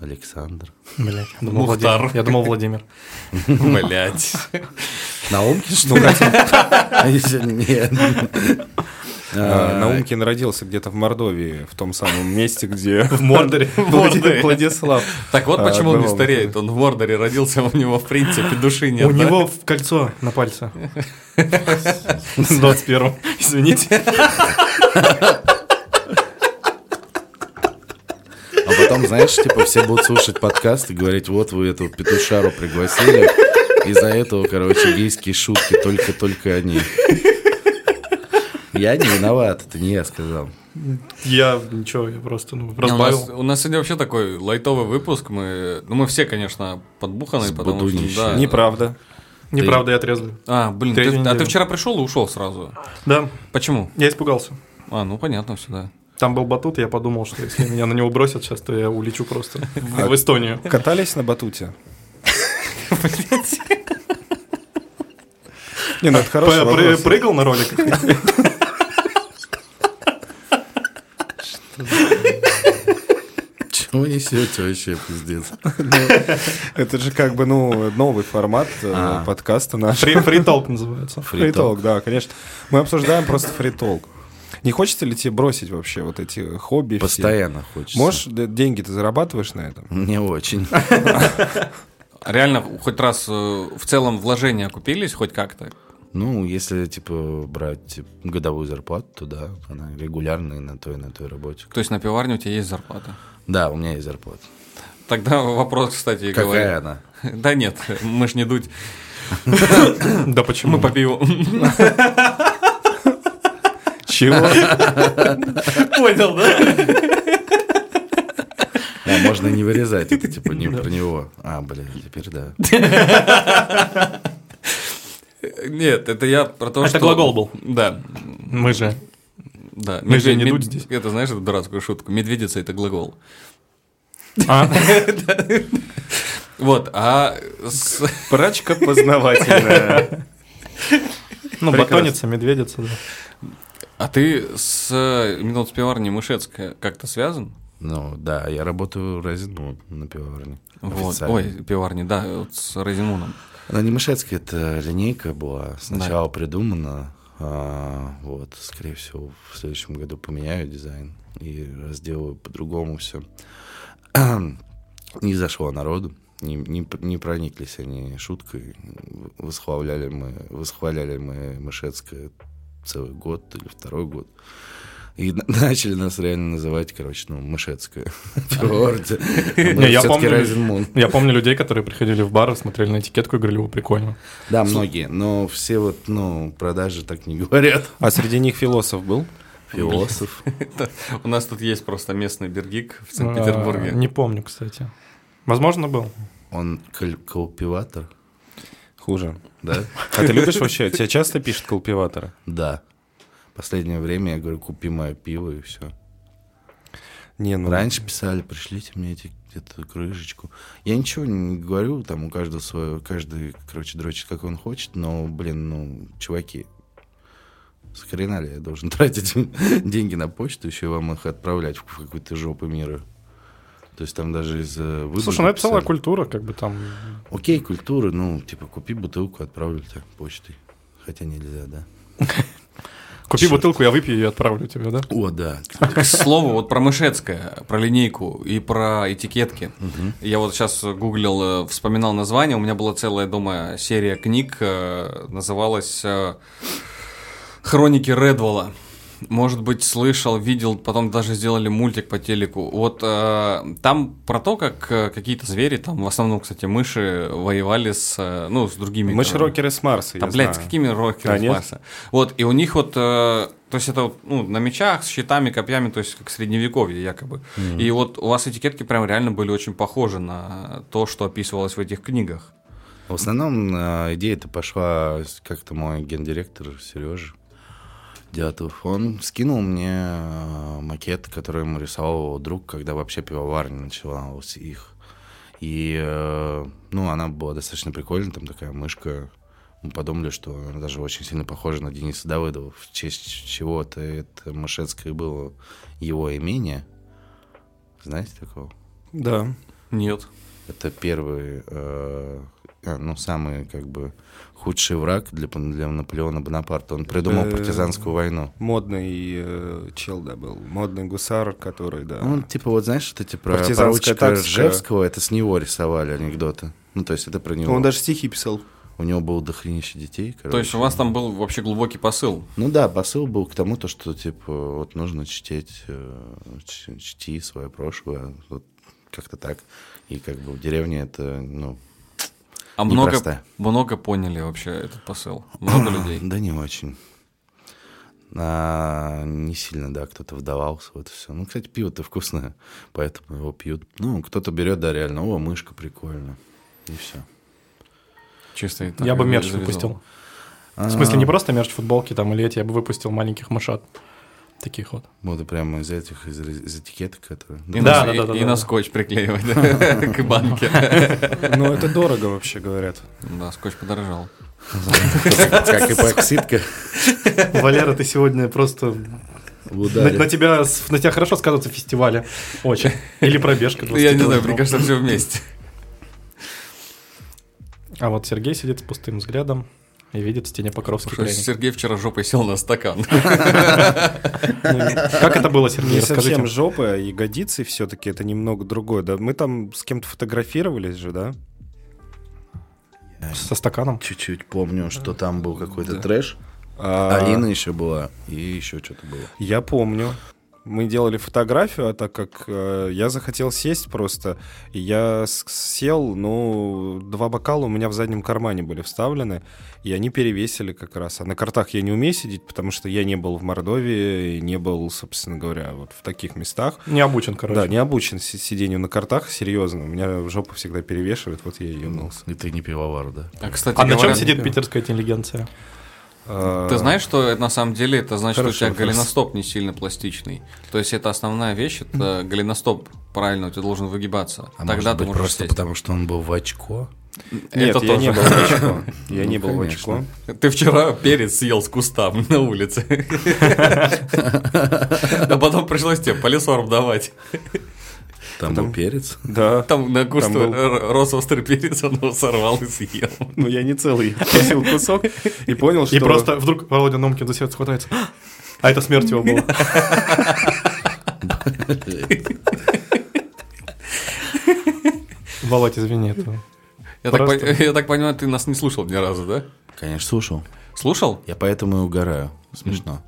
S3: Александр.
S5: Блять, я думал
S4: Мухтар.
S5: Владимир. Я думал Владимир.
S4: Блять.
S3: Наумкин, что ли? Если Нет.
S2: А, Наумкин родился где-то в Мордовии, в том самом месте, где...
S5: В Мордоре.
S4: Мордоре.
S2: Владислав.
S4: Так вот
S2: А,
S4: почему он не
S2: бывало.
S4: стареет. Он в Мордоре родился, у него, в принципе, души нет.
S5: У
S4: да?
S5: него в кольцо на пальце. С 21 Извините.
S3: А потом, знаешь, типа все будут слушать подкаст и говорить, вот вы этого петушару пригласили. Из-за этого, короче, гейские шутки, только-только они. Я не виноват, это не я сказал.
S5: Я ничего, я просто ну,
S4: Не, у, нас,
S5: разбавил.
S4: у нас сегодня вообще такой лайтовый выпуск. Мы, ну, мы все, конечно, подбуханы, потому
S3: Сбудунища.
S4: что... Да.
S2: Неправда.
S5: Неправда, я отрезали.
S4: А, блин, ты-
S5: Третью
S4: а ты
S5: неделю.
S4: вчера пришел и ушел сразу.
S5: Да,
S4: Почему?
S5: я испугался.
S4: А, ну понятно, всегда.
S5: Там был батут, и я подумал, что если меня на него бросят сейчас, то я улечу просто в в Эстонию.
S2: Катались на батуте? Не, ну это хороший
S5: Пр- пры-
S2: вопрос.
S5: Прыгал на роликах?
S3: Чего несете вообще, пиздец?
S2: Это же как бы, ну, новый формат э,
S3: А.
S2: подкаста нашего.
S5: Фри- Фритолк называется.
S2: Фритолк, да, конечно. Мы обсуждаем просто фритолк. Не хочется ли тебе бросить вообще вот эти хобби? все?
S3: Постоянно хочется.
S2: Можешь, д- деньги ты зарабатываешь на этом?
S3: Не очень.
S4: Реально, хоть раз э, в целом вложения окупились, хоть как-то.
S3: Ну, если, типа, брать типа, годовую зарплату, то да, она регулярная на той, на той работе.
S4: То есть на пиварне у тебя есть зарплата.
S3: Да, у меня есть зарплата.
S4: Тогда вопрос, кстати, и
S3: Какая
S4: говорит.
S3: она?
S4: Да нет, мы ж не дуть.
S5: Да почему?
S4: Мы по пиву.
S1: Чего?
S5: Понял, да?
S3: Да, можно не вырезать, это типа не про него. А, блин, теперь да.
S4: Нет, это я про то,
S5: Это
S4: что...
S5: глагол был.
S4: Да,
S5: Мы же.
S4: да.
S5: Мы же не
S4: Медве-
S5: дуть
S4: мед-
S5: здесь.
S4: Это, знаешь, это дурацкую шутку. Медведица — это глагол.
S5: А?
S4: Вот, а... с-
S1: Прачка познавательная.
S5: Ну,
S1: Прекрасно.
S5: батоница, медведица, да.
S4: А ты с э, минут с пивоварней Мышецкая как-то связан?
S3: Ну, да, я работаю в Розину на пивоварне.
S4: Вот.
S3: Официально.
S4: Ой, пиварни, да, вот с Разимуном.
S3: Она не Мышецкая, это линейка была. Сначала придумана. а, вот, скорее всего, в следующем году поменяю дизайн и разделаю по-другому все. Не зашло народу. Не, не пр- не прониклись они шуткой. Восхваляли мы, восхваляли мы Мышецкое целый год или второй год. И на- начали нас реально называть, короче, ну, Мышецкое. Пиорте.
S5: Не, я помню.
S3: Райзенмун.
S5: Я помню людей, которые приходили в бар, смотрели на этикетку и говорили, о, прикольно.
S3: Да, многие, но все вот, ну, продажи так не говорят.
S1: А среди них философ был?
S3: Философ.
S4: У нас тут есть просто местный бергик в
S5: А,
S4: Санкт-Петербурге.
S5: Не помню, кстати. Возможно, был.
S3: Он каль- колпиватор,
S1: Хуже.
S3: да?
S1: А ты любишь вообще? Тебя часто пишут колпиваторы?
S3: Да. Последнее время я говорю, купи мое пиво и все.
S1: Не, ну...
S3: Раньше писали, пришлите мне эти эту крышечку. Я ничего не говорю, там у каждого свое, каждый, короче, дрочит, как он хочет, но, блин, ну, чуваки, сохрена ли я должен тратить деньги на почту, еще и вам их отправлять в какую-то жопу мира. То есть там даже из э, выборки
S5: Слушай, ну это целая
S3: писали.
S5: культура, как бы там.
S3: Окей, культура, ну, типа, купи бутылку, отправлю тебе почтой. Хотя нельзя, да.
S5: Купи
S3: Чёрт.
S5: бутылку, я выпью и отправлю тебе, да?
S3: О, да.
S4: К слову, вот про Мышецкое, про линейку и про этикетки. Я вот сейчас гуглил, э, вспоминал название. У меня была целая дома серия книг, э, называлась э, «Хроники Редвелла». Может быть, слышал, видел, потом даже сделали мультик по телеку. Вот э, там про то, как э, какие-то звери, там в основном, кстати, мыши воевали с, э, ну, с другими.
S1: Мы ж
S4: короче,
S1: рокеры с Марса,
S4: Там,
S1: я
S4: блядь, с
S1: знаю.
S4: какими рокерами
S1: А,
S4: с
S1: нет?
S4: Марса? Вот, и у них вот, э, то есть это вот, ну, на мечах, с щитами, копьями, то есть как средневековье якобы. И вот у вас этикетки прям реально были очень похожи на то, что описывалось в этих книгах.
S3: В основном э, идея-то пошла, с- как-то мой гендиректор Сережа Дятов, он скинул мне э, макет, который ему рисовал его друг, когда вообще пивоварня началась их. И, э, ну, она была достаточно прикольная, там такая мышка. Мы подумали, что она даже очень сильно похожа на Дениса Давыдова, в честь чего-то это Мышецкое было его имение. Знаете такого?
S1: Да.
S4: Нет.
S3: Это первый, э, а, ну, самый, как бы, худший враг для, Пон- для Наполеона Бонапарта. Он придумал
S1: Э,
S3: партизанскую войну.
S1: Модный э, чел, да, был. Модный гусар, который, да.
S3: Ну, типа, вот знаешь, что эти про
S1: Партизанская
S3: поручика
S1: тактика.
S3: Ржевского, это с него рисовали анекдоты. Ну, то есть это про него.
S1: Он даже стихи писал.
S3: У него было дохренище детей, короче.
S4: То есть у вас там был вообще глубокий посыл.
S3: Ну да, посыл был к тому, то, что, типа, вот нужно чтеть, э, ч- чти свое прошлое, вот как-то так. И как бы в деревне это, ну,
S4: А много,
S3: Непростая.
S4: много поняли вообще этот посыл? Много людей?
S3: Да не очень. А, не сильно, да, кто-то вдавался в это все. Ну, кстати, пиво-то вкусное, поэтому его пьют. Ну, кто-то берет, да, реально, о, мышка, прикольно. И все.
S4: Чисто и так
S5: Я бы мерч
S4: завязал.
S5: выпустил. В смысле, не просто мерч футболки там или эти, я бы выпустил маленьких мышат. Таких вот.
S3: Буду прямо из этих, из, из этикеток, которые...
S4: И,
S3: Ну,
S5: Да,
S4: на,
S5: да,
S4: и-
S5: да, да,
S4: и
S5: да.
S4: на скотч приклеивать да, к банке.
S1: Ну, это дорого вообще, говорят.
S4: Да, скотч подорожал.
S3: Как эпоксидка
S5: Валера, ты сегодня просто...
S3: в
S5: На, на
S3: ударе.
S5: тебя, с- на тебя хорошо сказываются фестивали. Очень. Или пробежка. 20
S4: Я не знаю, мне
S5: километров.
S4: кажется, все вместе.
S5: А вот Сергей сидит с пустым взглядом и видит в стене Покровский
S4: Слушай,
S5: пряник.
S4: Сергей вчера жопой сел на стакан.
S5: Ну, Как это было, Сергей?
S1: Не
S5: Расскажите.
S1: совсем жопа, а ягодицы все-таки это немного другое. Да, мы там с кем-то фотографировались же, да?
S5: Со стаканом?
S3: Чуть-чуть помню, что там был какой-то трэш.
S1: А,
S3: Алина еще была, и еще что-то было.
S1: Я помню.
S2: мы делали фотографию, а так как э, я захотел сесть просто, и я с- сел, ну, два бокала у меня в заднем кармане были вставлены, и они перевесили как раз. А на картах я не умею сидеть, потому что я не был в Мордовии, и не был, собственно говоря, вот в таких местах.
S5: Не обучен,
S2: Да,
S5: короче.
S2: не обучен си- сидению на картах, серьезно. У меня жопа всегда перевешивает, вот я и ебнулся.
S3: И ты не пивовар, да?
S4: А, кстати,
S5: А на чем
S4: говоря,
S5: сидит питерская интеллигенция?
S4: Ты знаешь, что это на самом деле это значит,
S2: А. Хороший
S4: что у тебя
S2: вопрос.
S4: голеностоп не сильно пластичный. То есть это основная вещь, это голеностоп правильно у тебя должен выгибаться.
S3: А
S4: Тогда
S3: может
S4: ты
S3: быть,
S4: можешь
S3: просто
S4: сесть.
S3: потому, что он был в очко?
S2: Нет,
S4: это
S2: я не
S4: тоже.
S2: был в очко. Я
S3: Ну,
S2: не был в
S3: конечно.
S2: очко.
S4: Ты вчера перец съел с куста на улице. А потом пришлось тебе полисорб давать.
S3: Там был перец?
S2: Да.
S4: Там на куст
S2: Там был-
S4: р- рос острый перец, он его сорвал и съел.
S2: Ну, я не целый. Я просил кусок и понял, что...
S5: И просто вдруг Володя Номкин за сердце хватается. А это смерть его была. Володь, извини, это
S4: Я так,
S5: Просто.
S4: пон- я так понимаю, ты нас не слушал ни разу, да?
S3: Конечно, слушал.
S4: Слушал?
S3: Я поэтому и угораю. Смешно.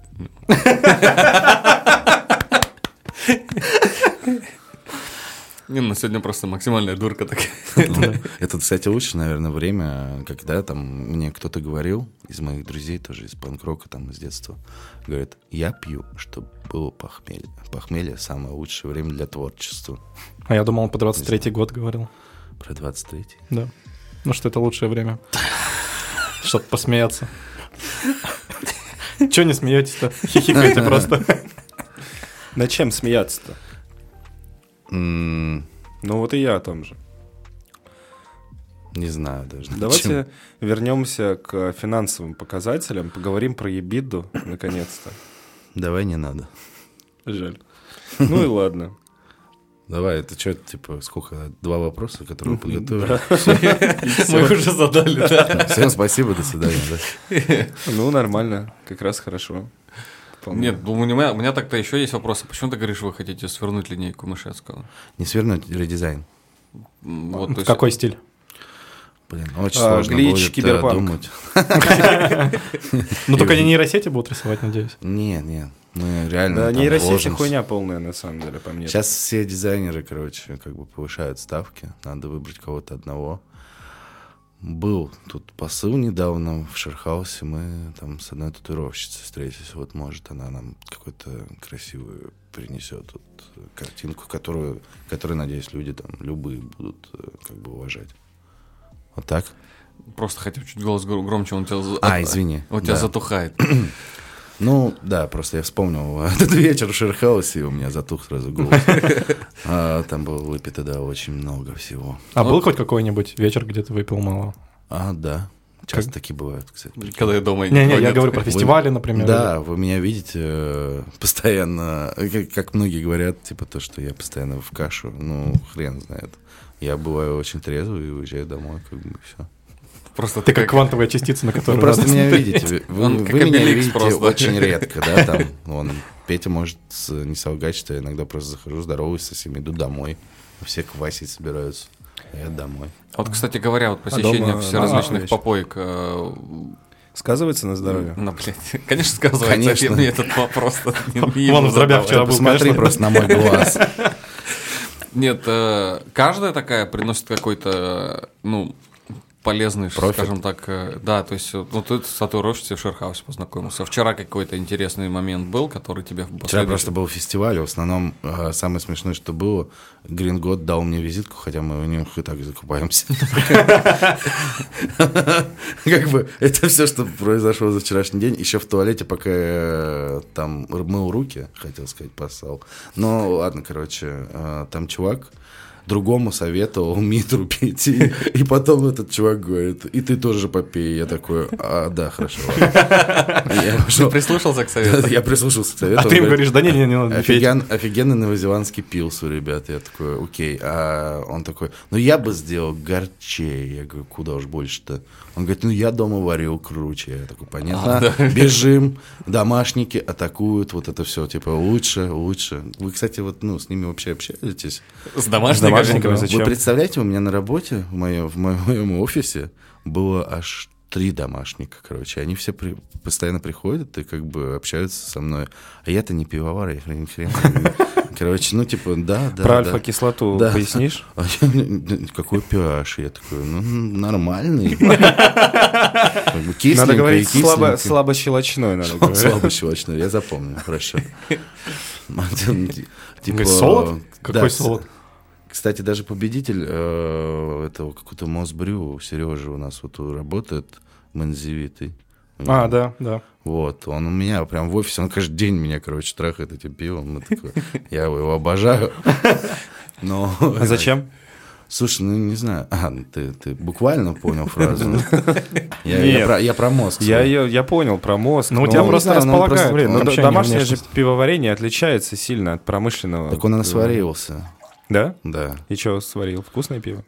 S4: Не, ну сегодня просто максимальная дурка такая.
S2: Ну
S3: Это, кстати, лучше, наверное, время, когда там мне кто-то говорил, из моих друзей тоже, из панк-рока там с детства, говорит, я пью, чтобы было похмелье. Похмелье – самое лучшее время для творчества.
S5: А я думал, он по 23-й год говорил.
S3: Про 23-й.
S5: Да. Ну что, это лучшее время. Чтоб посмеяться. Че не смеетесь-то? Хихикаете просто.
S2: На чем смеяться-то?
S3: М,
S2: Ну, вот и я о том же.
S3: Не знаю даже.
S2: Давайте вернемся к финансовым показателям, поговорим про ебиду, наконец-то.
S3: Чем. Давай не надо.
S2: Жаль. Ну и ладно.
S3: Давай, это что, типа, сколько? Два вопроса, которые подготовили.
S4: Мы их уже задали, да.
S3: Ну, Всем спасибо, до свидания. да.
S2: Ну, нормально, как раз хорошо. Вполне.
S4: Нет, ну, у меня, у меня так-то еще есть вопросы. Почему ты говоришь, вы хотите свернуть линейку Мышецкого?
S3: Не свернуть редизайн.
S4: М, Вот, Ну, то
S5: В
S4: есть-
S5: какой стиль?
S3: Блин, очень
S2: А,
S3: сложно
S2: глич,
S3: будет, э,
S2: киберпанк.
S3: думать.
S5: Ну только не нейросети будут рисовать, надеюсь.
S3: Не, не, мы реально
S2: Да,
S3: там
S2: нейросети
S3: вложимся.
S2: хуйня полная, на самом деле, по мне.
S3: Сейчас все дизайнеры, короче, как бы повышают ставки. Надо выбрать кого-то одного. Был тут посыл недавно в Шерхаусе. Мы там с одной татуировщицей встретились. Вот может она нам какую-то красивую принесет вот, э, картинку, которую, которую, надеюсь, люди там любые будут э, как бы уважать. Вот так?
S4: Просто хотел чуть голос гро- громче, он у тебя... за-
S3: А, извини.
S4: У тебя
S3: Да.
S4: затухает.
S3: Ну, да, просто я вспомнил э, этот вечер в Шерхаусе, и у меня затух сразу голос. А, Там было выпито, да, очень много всего.
S5: А
S4: Ну,
S5: был хоть какой-нибудь вечер, где ты выпил мало?
S3: А, да. Часто такие бывают, кстати.
S4: Когда я дома
S5: Не-не, я
S4: ходит.
S5: говорю про фестивали, например.
S3: Да, вы меня видите э, постоянно, э, как, как многие говорят, типа то, что я постоянно в кашу. Ну, хрен знает. Я бываю очень трезвый и уезжаю домой, как бы все.
S4: Просто
S5: Ты как квантовая частица, на
S3: Вы
S5: которую
S3: просто
S5: надо
S3: меня
S5: смотреть.
S3: видите. Вы,
S4: Он
S3: вы
S4: как
S3: меня
S4: Обеликс
S3: видите
S4: просто.
S3: очень редко, да, там. Вон, Петя может с- не солгать, что я иногда просто захожу, здороваюсь со всеми, иду домой. Все квасить собираются. а Я домой.
S4: Вот, кстати говоря,
S5: А
S4: вот посещение
S2: дома
S4: все
S2: на
S4: различных
S2: вечер.
S4: попоек... э,
S2: Сказывается на здоровье?
S4: Ну, блядь, конечно, сказывается,
S3: Конечно.
S4: я мне этот вопрос не- не
S5: Вон
S4: ему
S5: в дробях
S4: задавай.
S5: вчера был,
S3: Э, Посмотри
S5: конечно.
S3: просто на мой глаз.
S4: Нет, э, каждая такая приносит какой-то, э, ну, полезный, ш-
S3: Профит.
S4: скажем так, э, да, то есть, э, ну, ты с татуировщицей в Шерхаусе познакомился. Вчера какой-то интересный момент был, который тебе...
S3: Вчера просто был фестиваль, в основном э, самое смешное, что было, Green God дал мне визитку, хотя мы у них и так закупаемся. Как бы это все, что произошло за вчерашний день. Еще в туалете, пока я там мыл руки, хотел сказать, поссал. Ну ладно, короче, э, там чувак другому советовал Митру пить. И, и потом этот чувак говорит, и ты тоже попей. Я такой, а, да, хорошо. ладно». Я пошел.
S4: прислушался к совету.
S3: Я прислушался к совету.
S5: А
S3: он
S5: ты им
S3: говорит,
S5: говоришь, да не, не, не надо не петь.
S3: Офиген, офигенный новозеландский пилсу, ребят. Я такой, окей. А он такой, ну я бы сделал горчее. Я говорю, куда уж больше-то. Он говорит, ну я дома варил круче. Я такой, понятно. Бежим, домашники атакуют, вот это все, типа, лучше, лучше. Вы, кстати, вот, ну, с ними вообще общаетесь?
S4: С
S5: С
S4: домашними.
S5: домашниками
S3: А Вы
S5: зачем?
S3: представляете, у меня на работе, в моем, в моем офисе, было аж три домашника, короче. Они все при- постоянно приходят и как бы общаются со мной. А я-то не пивовар, я хрен хрен. Короче, ну типа, да, да.
S2: Про
S3: да.
S2: альфа-кислоту
S3: Да.
S2: пояснишь?
S3: А я, ну, какой pH? Я такой, ну, нормальный. Как бы кисленько
S2: Надо
S3: и
S2: говорить слабо,
S3: кисленько.
S2: слабощелочной, надо говорить.
S3: Слабо щелочной, я запомню, хорошо. Типа,
S5: Говорит, солод?
S3: да,
S5: Какой
S3: с-
S5: солод?
S3: Кстати, даже победитель э, этого какого-то Мосбрю, Сережа у нас вот работает, Манзевитый.
S5: А, да, да.
S3: Вот, он у меня прям в офисе, он каждый день меня, короче, трахает этим пивом. и такой, Я его обожаю. Но... э,
S2: А зачем?
S3: Слушай, ну не знаю. А, ну, ты, ты буквально понял фразу. Я, я
S2: Нет.
S3: про, я про мозг.
S2: Я,
S3: свой.
S2: ее- я понял про мозг.
S5: Ну, у тебя
S2: но-
S5: просто
S3: не знаю, ну,
S5: располагает.
S3: просто, блин,
S2: Ну,
S5: ну,
S2: д-
S5: общение
S2: домашнее же
S5: внешность.
S2: пивоварение отличается сильно от промышленного.
S3: Так он и сварился.
S2: Да?
S3: Да.
S2: И что сварил? Вкусное пиво?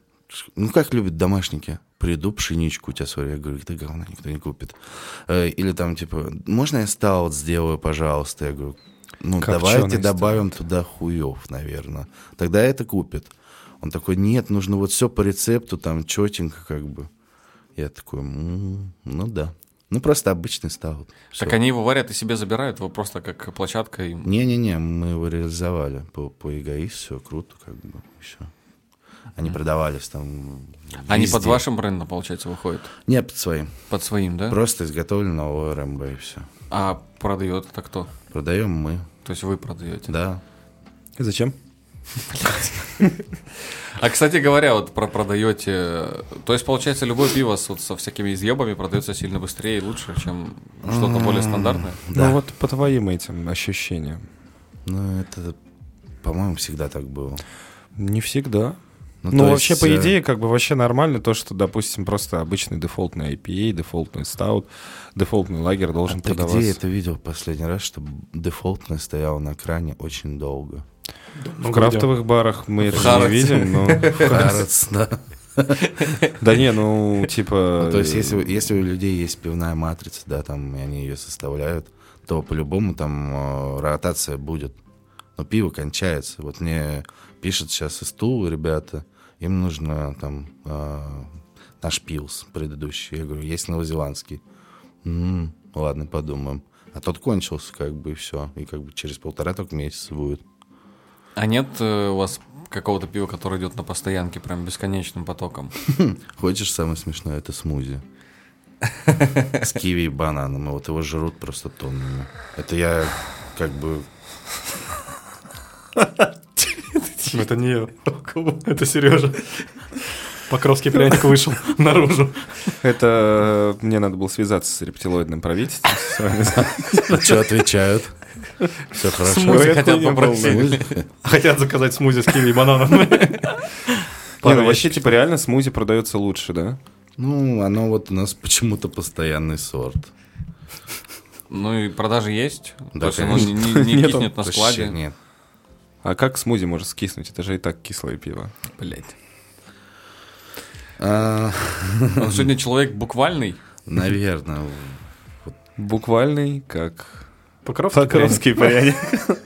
S3: Ну, как любят домашники? Приду, пшеничку у тебя, сори, я говорю, да говно никто не купит. Э, Или там, типа, можно я стаут сделаю, пожалуйста? Я говорю, ну,
S2: Копчёный
S3: давайте
S2: стаут.
S3: добавим туда хуев, наверное. Тогда это купит. Он такой, нет, нужно вот все по рецепту, там, четенько как бы. Я такой, «М, ну да. Ну, просто обычный стаут.
S4: Так а они его варят и себе забирают, его просто как площадка им.
S3: Не-не-не, мы его реализовали по, по эгоист, все круто, как бы, все. Они продавались там
S4: Они
S3: везде.
S4: под вашим брендом, получается, выходят?
S3: Не, под своим.
S4: Под своим, да?
S3: Просто изготовленного РМБ и все.
S4: А продает это кто?
S3: Продаем мы,
S4: То есть вы продаете.
S3: да.
S2: Зачем?
S4: А кстати говоря, вот про продаете. э, То есть, получается, любое пиво с, вот со всякими изъебами продается сильно быстрее и лучше, чем что-то более стандартное.
S2: Ну вот по твоим этим ощущениям.
S3: Ну, это, по-моему, всегда так было.
S2: Не всегда. Ну,
S3: то
S2: вообще,
S3: есть,
S2: по
S3: э,
S2: идее, как бы вообще нормально то, что, допустим, просто обычный дефолтный IPA, дефолтный стаут, дефолтный лагерь должен
S3: а ты
S2: продаваться.
S3: где это видел последний раз, что дефолтный стоял на кране очень долго?
S5: Ну,
S2: В крафтовых барах мы это не
S4: Харроds.
S2: видим, но...
S3: Харроds, да.
S2: Да не, ну, типа...
S3: Ну, то есть, если, у- если у людей есть пивная матрица, да, там, и они ее составляют, то по-любому там э, ротация будет. Но пиво кончается. Вот мне пишет сейчас из Тулы ребята, им нужно там э, наш пилс предыдущий. Я говорю, есть новозеландский. «М, ладно, подумаем. А тот кончился, как бы, и все. И как бы через полтора только месяца будет.
S4: А нет э, у вас какого-то пива, которое идет на постоянке прям бесконечным потоком?
S3: Хочешь самое смешное? Это смузи. С киви и бананом. И вот его жрут просто тоннами. Это я как бы...
S5: Это не я. Это Сережа. Покровский пряник вышел наружу.
S2: Это э, мне надо было связаться с рептилоидным правительством. с вами.
S3: Что отвечают? Все хорошо.
S2: Говорят,
S4: хотят
S2: хуйня
S4: попросить.
S2: полная.
S3: Смузи?
S5: Хотят заказать смузи с киви и бананом.
S2: Не, ну вообще, типа, реально смузи продается лучше, да?
S3: Ну, оно вот у нас почему-то постоянный сорт.
S4: Ну и продажи есть?
S3: Да,
S4: То есть оно не,
S3: конечно.
S4: не- не
S2: Нет,
S4: киснет на
S3: Вообще
S4: складе?
S3: Нет.
S2: А как смузи может скиснуть? Это же и так кислое пиво.
S4: Блять.
S3: А,
S4: Он сегодня человек буквальный.
S3: Наверное.
S2: Буквальный, как...
S5: Покровский пряник.
S2: пряник.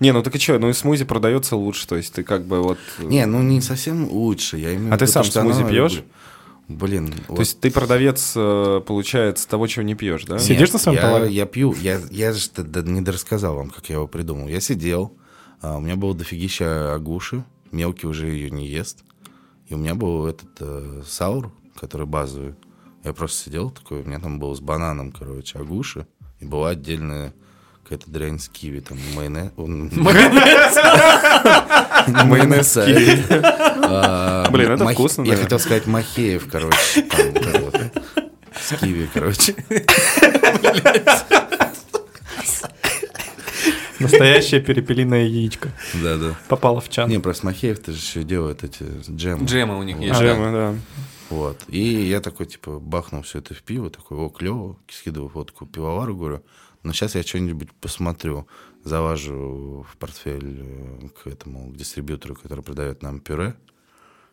S2: Не, ну так и что, ну и смузи продается лучше, то есть ты как бы вот... э,
S3: Не, ну не совсем лучше. Я имею в
S2: А ты
S3: виду,
S2: сам
S3: что оно-
S2: смузи пьешь?
S3: Блин, вот
S2: То есть ты продавец, э, получается, того, чего не пьешь, да?
S5: Си- Сидишь на своем
S3: я,
S5: товаре?
S3: Я пью. Я, я же т- д- не дорассказал вам, как я его придумал. Я сидел, а, у меня было дофигища агуши, мелкий уже ее не ест. И у меня был этот э, саур, который базовый. Я просто сидел такой, у меня там было с бананом, короче, агуши. И была отдельная какая-то дрянь с киви, там майонез. Майонез а, с киви.
S2: Блин, это вкусно,
S3: Я
S2: наверное.
S3: хотел сказать Махеев, короче. там, да, вот. С киви, короче.
S5: Настоящее перепелиное яичко.
S3: Да-да.
S5: Попало в чан.
S3: Не, просто Махеев ты же еще делает эти джемы.
S4: Джемы у них есть. да.
S2: Джемы, да.
S3: Вот. И я такой, типа, бахнул все это в пиво, такой, о, клево, скидываю фотку пивовару, говорю, но сейчас я что-нибудь посмотрю. Завожу в портфель э, к этому, к дистрибьютору, который продает нам пюре.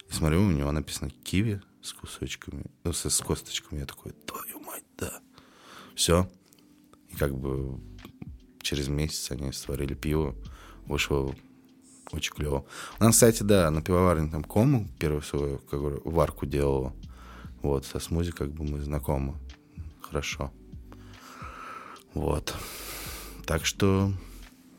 S3: И смотрю, у него написано киви с кусочками, ну, с, с косточками. Я такой, твою мать, да. Все. И как бы через месяц они сварили пиво. Вышло очень клево. У нас, кстати, да, на пивоварне там кому первую свою как говорю, варку делала. Вот, со смузи как бы мы знакомы. Хорошо. Вот. Так что,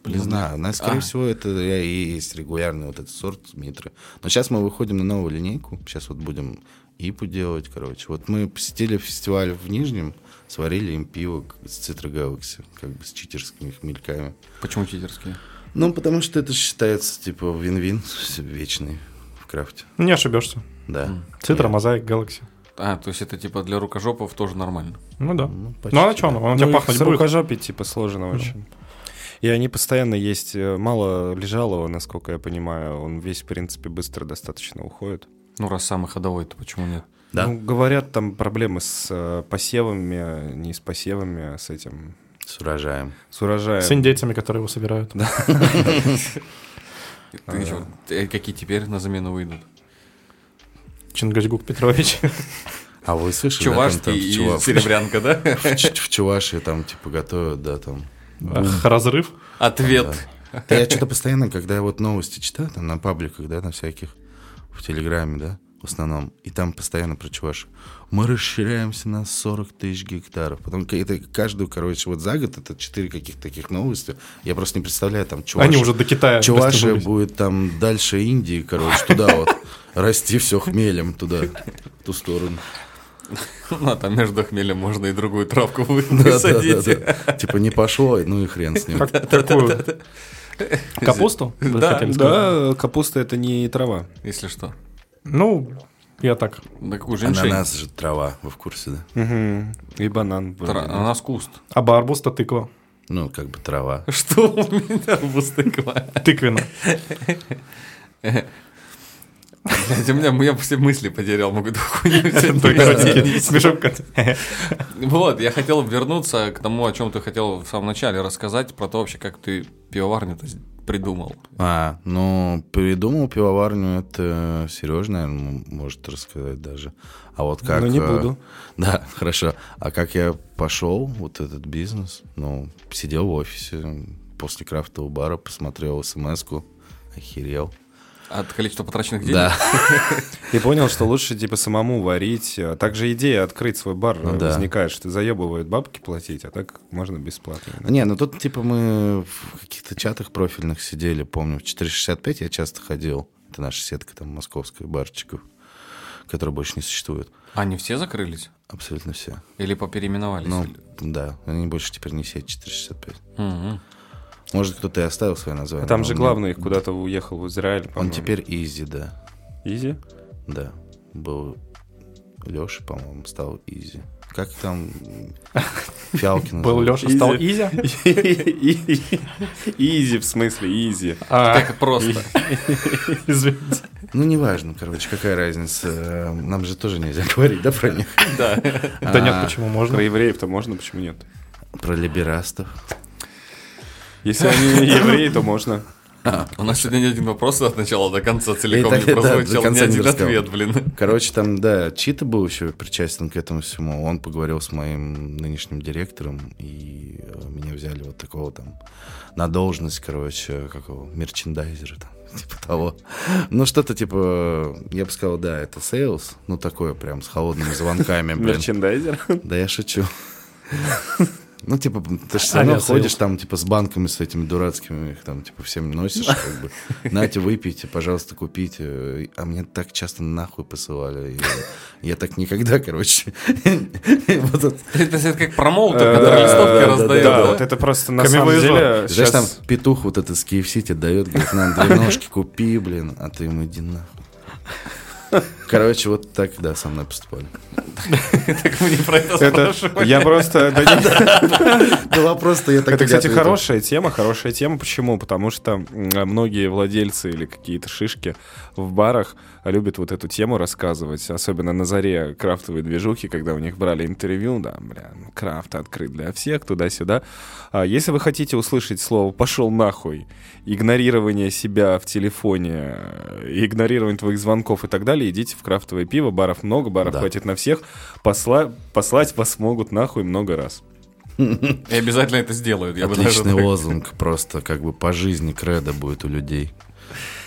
S3: не знаю, у нас, скорее всего, это и есть регулярный вот этот сорт Митры. Но сейчас мы выходим на новую линейку. Сейчас вот будем ипу делать, короче. Вот мы посетили фестиваль в Нижнем, сварили им пиво к- с Citra Galaxy, как бы с читерскими хмельками.
S4: Почему читерские?
S3: Ну, потому что это считается, типа, вин-вин вечный в крафте.
S5: Не ошибешься.
S3: Да.
S5: Цитра, мозаик, Galaxy.
S4: А, то есть это типа для рукожопов тоже нормально.
S5: Ну да.
S3: Ну, почти,
S5: Ну а что, он у тебя пахнуть будет? Ну.
S2: рукожопить, типа, сложно очень. И они постоянно есть, э, мало лежалого, насколько я понимаю, он весь, в принципе, быстро достаточно уходит.
S4: Ну, раз самый ходовой, то почему нет?
S3: Да.
S2: Ну, говорят, там проблемы с э, посевами, э, не с посевами, а с этим,
S3: С урожаем.
S2: с урожаем.
S5: С индейцами, которые его собирают.
S4: Ты
S3: А.
S4: чё, э, какие теперь на замену выйдут?
S5: Чингачгук Петрович.
S3: А вы слышали, да, там, там
S4: Чувашский
S3: в, Чува-
S4: и серебрянка, да?
S3: в Ч- в Чувашии там, типа, готовят, да, там.
S5: Ах, Разрыв.
S4: Ответ.
S3: Да. Я что-то постоянно, когда я вот новости читаю, там на пабликах, да, на всяких, в Телеграме, да, в основном, и там постоянно про Чуваши. Мы расширяемся на 40 тысяч гектаров. Потом к- это каждую, короче, вот за год это 4 каких-то таких новости. Я просто не представляю, там Чуваши.
S5: Они уже до Китая.
S3: Чувашия
S5: дотянулись.
S3: будет там дальше Индии, короче, туда вот. Расти все хмелем туда, в ту сторону.
S4: Ну, а там между хмелем можно и другую травку вы-
S5: Ну
S4: высадить.
S3: Да-да-да. Типа не пошло, ну и хрен с ним.
S5: Как- Какую? Капусту? Вы
S4: Да,
S5: хотели сказать?
S2: Да, капуста это не трава.
S4: Если что.
S5: Ну, я так.
S4: Да какую женщину?
S3: Ананас же трава, вы в курсе, да?
S2: И банан. вроде.
S4: Ананас куст.
S5: А барбуз-то тыква.
S3: Ну, как бы трава.
S4: Что у меня бустыква?
S5: Тыквина.
S4: Блядь, у меня я все мысли потерял, могу какую-нибудь
S5: Тыква. Смешок.
S4: Вот, я хотел вернуться к тому, о чем ты хотел в самом начале рассказать, про то вообще, как ты пивоварню-то с- придумал.
S3: А, ну, придумал пивоварню, это Сереж, наверное, может рассказать даже. А вот как...
S2: Ну, не
S3: э,
S2: буду.
S3: Да, хорошо. А как я пошел, вот этот бизнес, ну, сидел в офисе после крафтового бара, посмотрел смс-ку, охерел.
S4: От количества потраченных денег?
S3: Да,
S2: И понял, что лучше типа самому варить. А Также идея открыть свой бар
S3: Ну
S2: э,
S3: да.
S2: возникает, что заебывают бабки платить, а так можно бесплатно.
S3: Не, ну тут типа мы в каких-то чатах профильных сидели, помню, в 465 я часто ходил. Это наша сетка там московская, барчиков, которая больше не существует.
S4: Они все закрылись?
S3: Абсолютно все.
S4: Или попереименовались?
S3: Ну,
S4: Или-
S3: да, они больше теперь не сеть 465.
S4: Мгм.
S3: Может, кто-то и оставил свое название.
S2: Там
S3: но
S2: же
S3: он-
S2: главный их куда-то уехал в Израиль,
S3: Ну, Он
S2: по-моему.
S3: теперь Изи, да.
S2: Изи?
S3: Да. Был Леша, по-моему, стал Изи. Как там м, Фиалкин?
S5: Был
S3: зовут?
S5: Леша, стал Изя.
S2: Изи, в смысле, изи.
S5: А,
S4: Так просто.
S5: извините.
S3: Ну, неважно, короче, какая разница. Э, Нам же тоже нельзя говорить, да, про них?
S4: Да.
S5: Да
S3: А,
S5: нет, почему можно?
S2: Про евреев-то можно, почему нет?
S3: Про либерастов.
S2: Если они не евреи, то можно.
S4: У нас сегодня ни один вопрос от начала до конца целиком
S3: Я и
S4: не
S3: так, да, до
S4: прозвучал, ни
S3: конца не
S4: один
S3: рассказал.
S4: ответ, блин.
S3: Короче, там, да, Чита был еще причастен к этому всему. Он поговорил с моим нынешним директором, и э, меня взяли вот такого там на должность, короче, какого мерчендайзера там, типа того. Ну, что-то типа, я бы сказал, да, это сейлс, ну, такое прям с холодными звонками, блин.
S2: Мерчендайзер.
S3: Да я шучу. Ну, типа, ты же все равно
S5: Авиасейлс.
S3: ходишь там, типа, с банками, с этими дурацкими, их там, типа, всем носишь, как бы. Нате, выпейте, пожалуйста, купите. А мне так часто нахуй посылали. И Я так никогда, короче. Вот это-
S4: Это это как промоутер, который листовки раздает.
S2: Э, Да,
S4: да?
S2: вот это просто на самом
S5: Камевояжер.
S2: деле...
S3: Знаешь, там
S2: Э, щас-
S3: петух вот этот с KFC тебе дает, говорит, нам две ножки купи, блин, а ты ему иди нахуй. Короче, вот так, да, со мной поступали.
S4: Так мы не про это
S2: Это
S4: спрашивали.
S2: я просто... да не-
S3: Да вопрос-то я так
S2: Это,
S3: и не
S2: кстати,
S3: ответил.
S2: хорошая тема, хорошая тема. Почему? Потому что м, многие владельцы или какие-то шишки в барах любят вот эту тему рассказывать, особенно на заре крафтовой движухи, когда у них брали интервью, да, бля, ну, крафт открыт для всех, туда-сюда. А если вы хотите услышать слово «пошел нахуй», игнорирование себя в телефоне, э, игнорирование твоих звонков и так далее, идите в крафтовое пиво, баров много, баров
S3: Да.
S2: хватит на всех, Посла- послать вас могут нахуй много раз.
S4: И обязательно это сделают. я бы даже
S3: Отличный
S4: так-
S3: лозунг, просто как бы по жизни кредо будет у людей.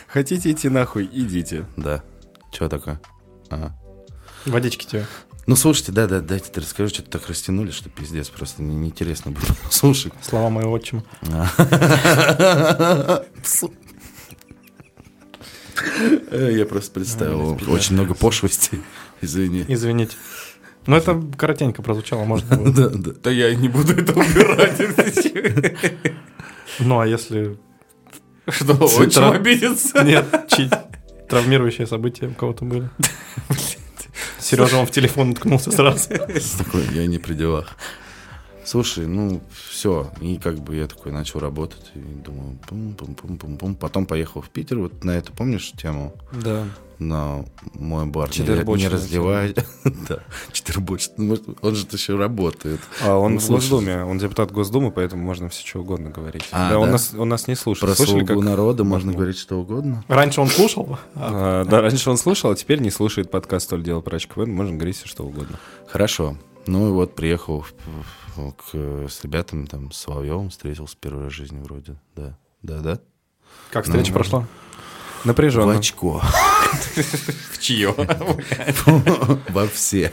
S2: Хотите идти нахуй, идите.
S3: Да. Че такое? А.
S5: Водички тебе.
S3: Ну, слушайте, да-да, дайте ты расскажу, что-то так растянули, что пиздец, просто не- неинтересно было слушать.
S5: Слова моего отчима.
S3: Су- Э, Я просто представил очень много пошлости. Извини.
S5: Извините. Ну, это коротенько прозвучало, может было.
S3: Да, да.
S4: Да я и не буду это убирать.
S5: Ну, а если...
S4: Что,
S5: очень
S4: обидится?
S5: Нет, чи- травмирующие события у кого-то были. Сережа, он в телефон уткнулся сразу.
S3: Такой, я не при делах. Слушай, ну все. И как бы я такой начал работать. И думаю, пум-пум-пум-пум-пум. Потом поехал в Питер. Вот на эту, помнишь, тему?
S6: Да.
S3: на мой бар не- не,
S6: Четырбочная
S3: разливай. Да, четырбочный. Ну, может, Он же еще работает.
S2: А он
S3: Ну,
S2: в
S3: слушай.
S2: Госдуме, он депутат Госдумы, поэтому можно все что угодно говорить.
S3: А,
S2: да, Он,
S3: да?
S2: нас, он нас не слушает.
S3: Про
S2: Слышали, как-
S3: слугу народа можно
S2: Ну.
S3: говорить что угодно.
S5: Раньше он слушал?
S2: А, да, раньше он слушал, а теперь не слушает подкаст «Толь дело прачка». Поэтому можно говорить все что угодно.
S3: Хорошо. Ну и вот приехал в- в- к, э, с ребятами, там, с Соловьевым встретился первый раз в жизни вроде. Да, да, да.
S5: Как встреча
S3: Ну,
S5: прошла?
S3: В
S2: Напряженно.
S3: очко.
S4: В чье?
S3: Во все.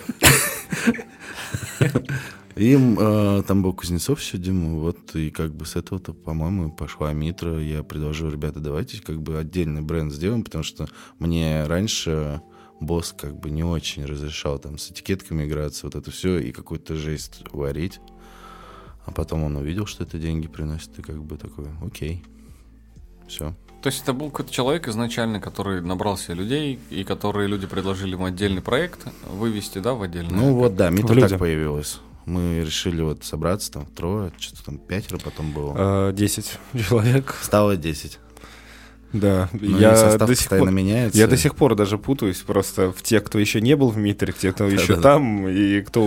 S3: Им э, там был Кузнецов еще, Дима, вот, и как бы с этого-то, по-моему, и пошла Митра. Я предложил, ребята, давайте как бы отдельный бренд сделаем, потому что мне раньше босс как бы не очень разрешал там с этикетками играться, вот это все, и какую-то жесть варить. А потом он увидел, что это деньги приносит, и как бы такой, окей, все.
S4: То есть это был какой-то человек изначально, который набрал себе людей, и которые люди предложили ему отдельный проект вывести, да, в отдельный?
S3: Ну вот, да, Митра
S2: В люди.
S3: так появилась. Мы решили вот собраться там трое, что-то там пятеро потом было.
S2: А, 10 человек.
S3: Стало 10.
S2: Да.
S3: Ну, и
S2: я
S3: состав
S2: до сих
S3: постоянно
S2: пор...
S3: меняется.
S2: Я до сих пор даже путаюсь просто в тех, кто еще не был в Митре, те, кто еще
S3: да.
S2: там, и кто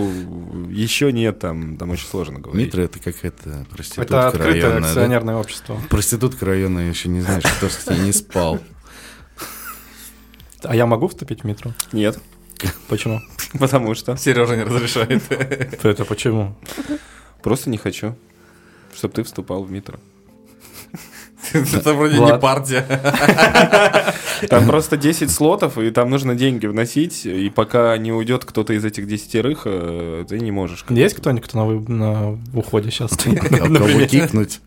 S2: еще нет там. Там очень сложно говорить.
S3: Митра это какая-то проститутка
S5: Это открытое
S3: районная. да?
S5: акционерное общество.
S3: Проститутка районная, еще не знаешь, кто с ней не спал.
S5: А я могу вступить в метро?
S2: Нет,
S5: Почему?
S2: потому что
S4: Сережа не разрешает.
S5: Это почему?
S2: просто не хочу, чтобы ты вступал в Митро.
S4: Это вроде не
S5: Влад.
S4: партия.
S2: Там просто 10 слотов, и там нужно деньги вносить, и пока не уйдет кто-то из этих десятерых, э, ты не можешь.
S5: Есть кто-нибудь, кто на, вы- на уходе сейчас?
S3: А
S2: ну,
S3: Кого кикнуть?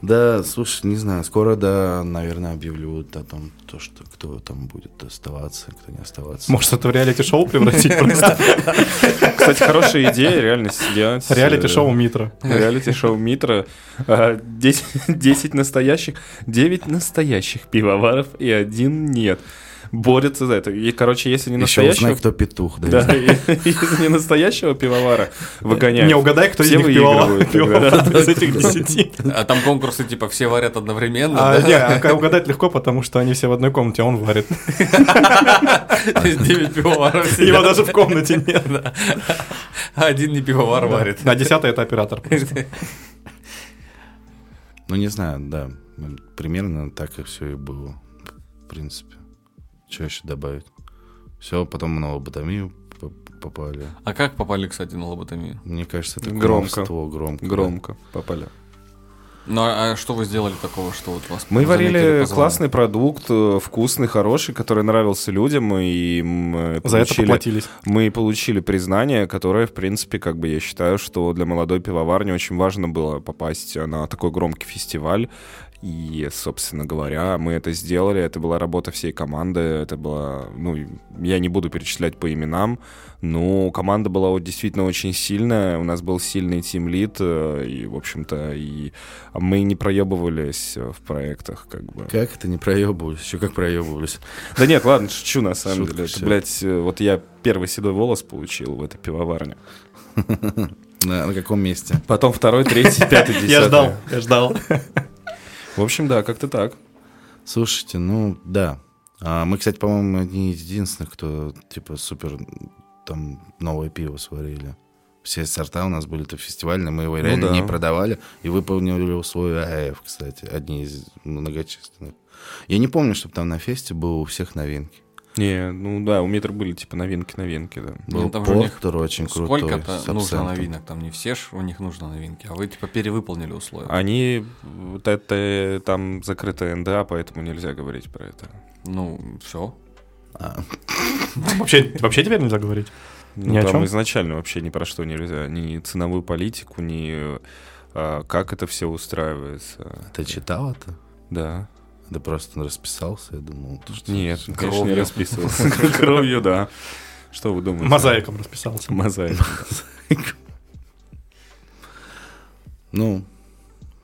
S3: Да, слушай, не знаю, скоро, да, наверное, объявлю о том, то, что кто там будет оставаться, кто не оставаться.
S5: Может, это в реалити-шоу превратить просто?
S2: Кстати, хорошая идея, реально сидеть.
S5: Реалити-шоу Митра.
S2: Реалити-шоу Митра. А, 10, 10 настоящих, 9 настоящих пивоваров и один нет. Борются за это. И, короче, если не
S3: Еще узнай,
S2: настоящего...
S3: кто петух. да,
S2: Да, и- если не настоящего пивовара выгоняют.
S5: Не угадай, кто из
S2: Все
S5: них
S2: выигрывают тогда,
S5: пивовар из этих десяти.
S4: А там конкурсы типа все варят одновременно,
S5: А,
S4: да?
S5: не, а угадать легко, потому что они все в одной комнате, а он варит.
S4: Девять пивоваров
S5: Его
S4: сидят,
S5: даже в комнате нет.
S4: а один не пивовар варит.
S5: А десятый это оператор.
S3: Ну, не знаю, да. Ну, Примерно так и все и было. В принципе. Что еще добавить? Все, потом на лоботомию п- попали.
S4: А как попали, кстати, на лоботомию?
S3: Мне кажется, это
S2: Громко.
S3: колдовство, громко. да.
S2: Громко попали.
S4: Ну, а а что вы сделали такого, что вот вас
S2: Мы
S4: заметили,
S2: варили
S4: позвали?
S2: классный продукт, э, вкусный, хороший, который нравился людям, и мы
S5: За это
S2: получили-
S5: поплатились.
S2: мы получили признание, которое, в принципе, как бы я считаю, что для молодой пивоварни очень важно было попасть на такой громкий фестиваль. И, собственно говоря, мы это сделали. Это была работа всей команды. Это была, ну, я не буду перечислять по именам, но команда была вот действительно очень сильная. У нас был сильный тимлид, э, и, в общем-то, и мы не проебывались э, в проектах, как бы.
S3: Как это не проебывались? Еще как проебывались?
S2: Да нет, ладно, шучу на самом
S3: Шутка
S2: деле. Это,
S3: всё.
S2: блядь, э, вот я первый седой волос получил в этой пивоварне.
S3: На, на каком месте?
S2: Потом второй, третий, пятый, десятый.
S5: Я ждал, я ждал.
S2: В общем, да, как-то так.
S3: Слушайте, ну да. А мы, кстати, по-моему, одни из единственных, кто типа супер там новое пиво сварили. Все сорта у нас были-то фестивальные, мы его
S4: Ну
S3: реально
S2: да.
S3: не продавали и выполнили условия АЭФ, кстати, одни из многочисленных. Я не помню, чтобы там на фесте было у всех новинки.
S2: Не, ну да, у Митра были типа новинки-новинки, да.
S3: Был
S4: там же у них
S3: Портер очень крутой.
S4: Сколько-то
S3: с
S4: нужно
S3: абсентом.
S4: новинок? Там не все ж у них нужно новинки, а вы типа перевыполнили условия.
S2: Они, вот это, там закрытая НДА, поэтому нельзя говорить про это.
S4: Ну, все.
S3: А,
S5: Вообще, вообще теперь нельзя говорить.
S2: Ну,
S5: Ни о
S2: там
S5: чем?
S2: изначально вообще ни про что нельзя. Ни ценовую политику, ни а, как это все устраивается.
S3: Ты читал это?
S2: Да.
S3: Да просто расписался, я думал. то, что-
S2: Нет,
S3: что-
S2: конечно, не расписывался. Кровью, да. Что вы думаете?
S5: Мозаиком расписался.
S2: Мозаика.
S3: Ну,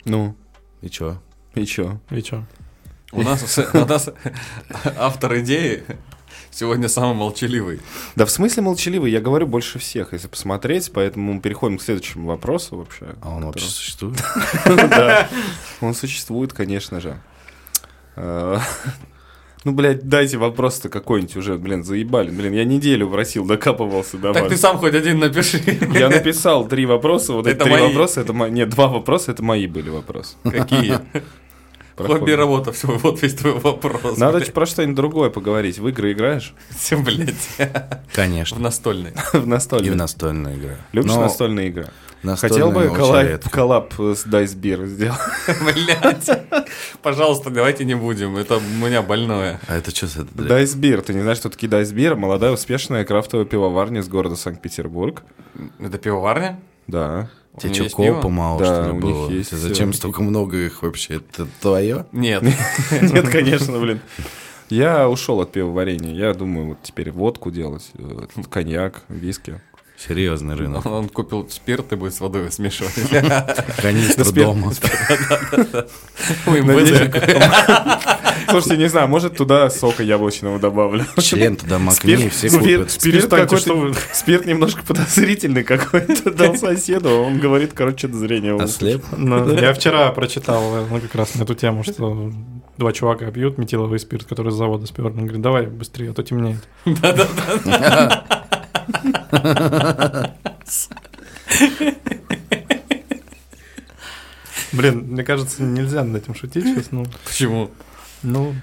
S2: Ну,
S3: и чё?
S2: и чё?
S5: И чё?
S4: У нас, у нас автор идеи сегодня самый молчаливый.
S2: Да в смысле молчаливый? Я говорю больше всех, если посмотреть, поэтому переходим к следующему вопросу вообще.
S3: А он вообще существует?
S2: Он существует, конечно же. Э, Ну, блядь, дайте вопрос-то какой-нибудь уже, блин, заебали. Блин, я неделю просил, докапывался до
S4: Так ты
S2: вас.
S4: сам хоть один напиши.
S2: Я написал три вопроса, вот эти
S4: Это
S2: три
S4: мои.
S2: вопроса, это мои, нет, два вопроса, это мои были вопросы.
S4: Какие?
S2: Проходим.
S4: Хобби и работа, все, вот весь твой вопрос.
S2: Надо
S4: блядь.
S2: ч- про что-нибудь другое поговорить. В игры играешь?
S4: Всем, блядь, в
S3: Конечно.
S4: настольный.
S2: В
S3: И в
S2: настольные.
S3: настольная игра.
S2: Любишь
S3: Но
S2: настольные игры?
S3: настольная
S2: Хотел бы
S3: очень
S2: коллаб,
S3: редко.
S2: коллаб э, с Dice Beer сделать.
S4: Блядь. Пожалуйста, давайте не будем. Это у меня больное.
S3: А это что за дрянь?
S2: Dice Beer, ты не знаешь, что такие Dice Beer? Молодая, успешная крафтовая пивоварня из города Санкт-Петербург.
S4: Это пивоварня?
S2: Да.
S4: У
S3: Тебе
S4: меня
S3: что,
S4: есть пиво?
S3: копа мало,
S2: Да,
S3: что ли,
S2: у
S3: было?
S2: них есть
S3: Тебе зачем
S2: всё.
S3: столько много их вообще? Это твое?
S4: Нет.
S2: Нет, конечно, блин. Я ушел от пивоварения. Я думаю, вот теперь водку делать, э, коньяк, виски.
S3: Серьезный рынок.
S4: Он купил спирт и будет с водой смешивать.
S3: Канистра
S2: спе-
S3: дома.
S4: Ой,
S2: Надеюсь.
S4: бэдэ.
S2: Ну, Слушайте, не знаю, может туда сока яблочного добавлю.
S3: Член туда макни, все
S2: спирт,
S3: купят.
S2: спирт
S5: Перестаньте,
S2: какой-то-
S5: что вы-
S2: спирт немножко подозрительный какой-то дал соседу, а он говорит, короче, это зрение. у-
S3: Ослеп?
S5: Ну, Я вчера прочитал э, ну, как раз на эту тему, что два чувака пьют метиловый спирт, который с завода спер. Он говорит, давай быстрее, а то темнеет. Блин, мне кажется, нельзя над этим шутить сейчас. Ну,
S4: Почему?
S5: ну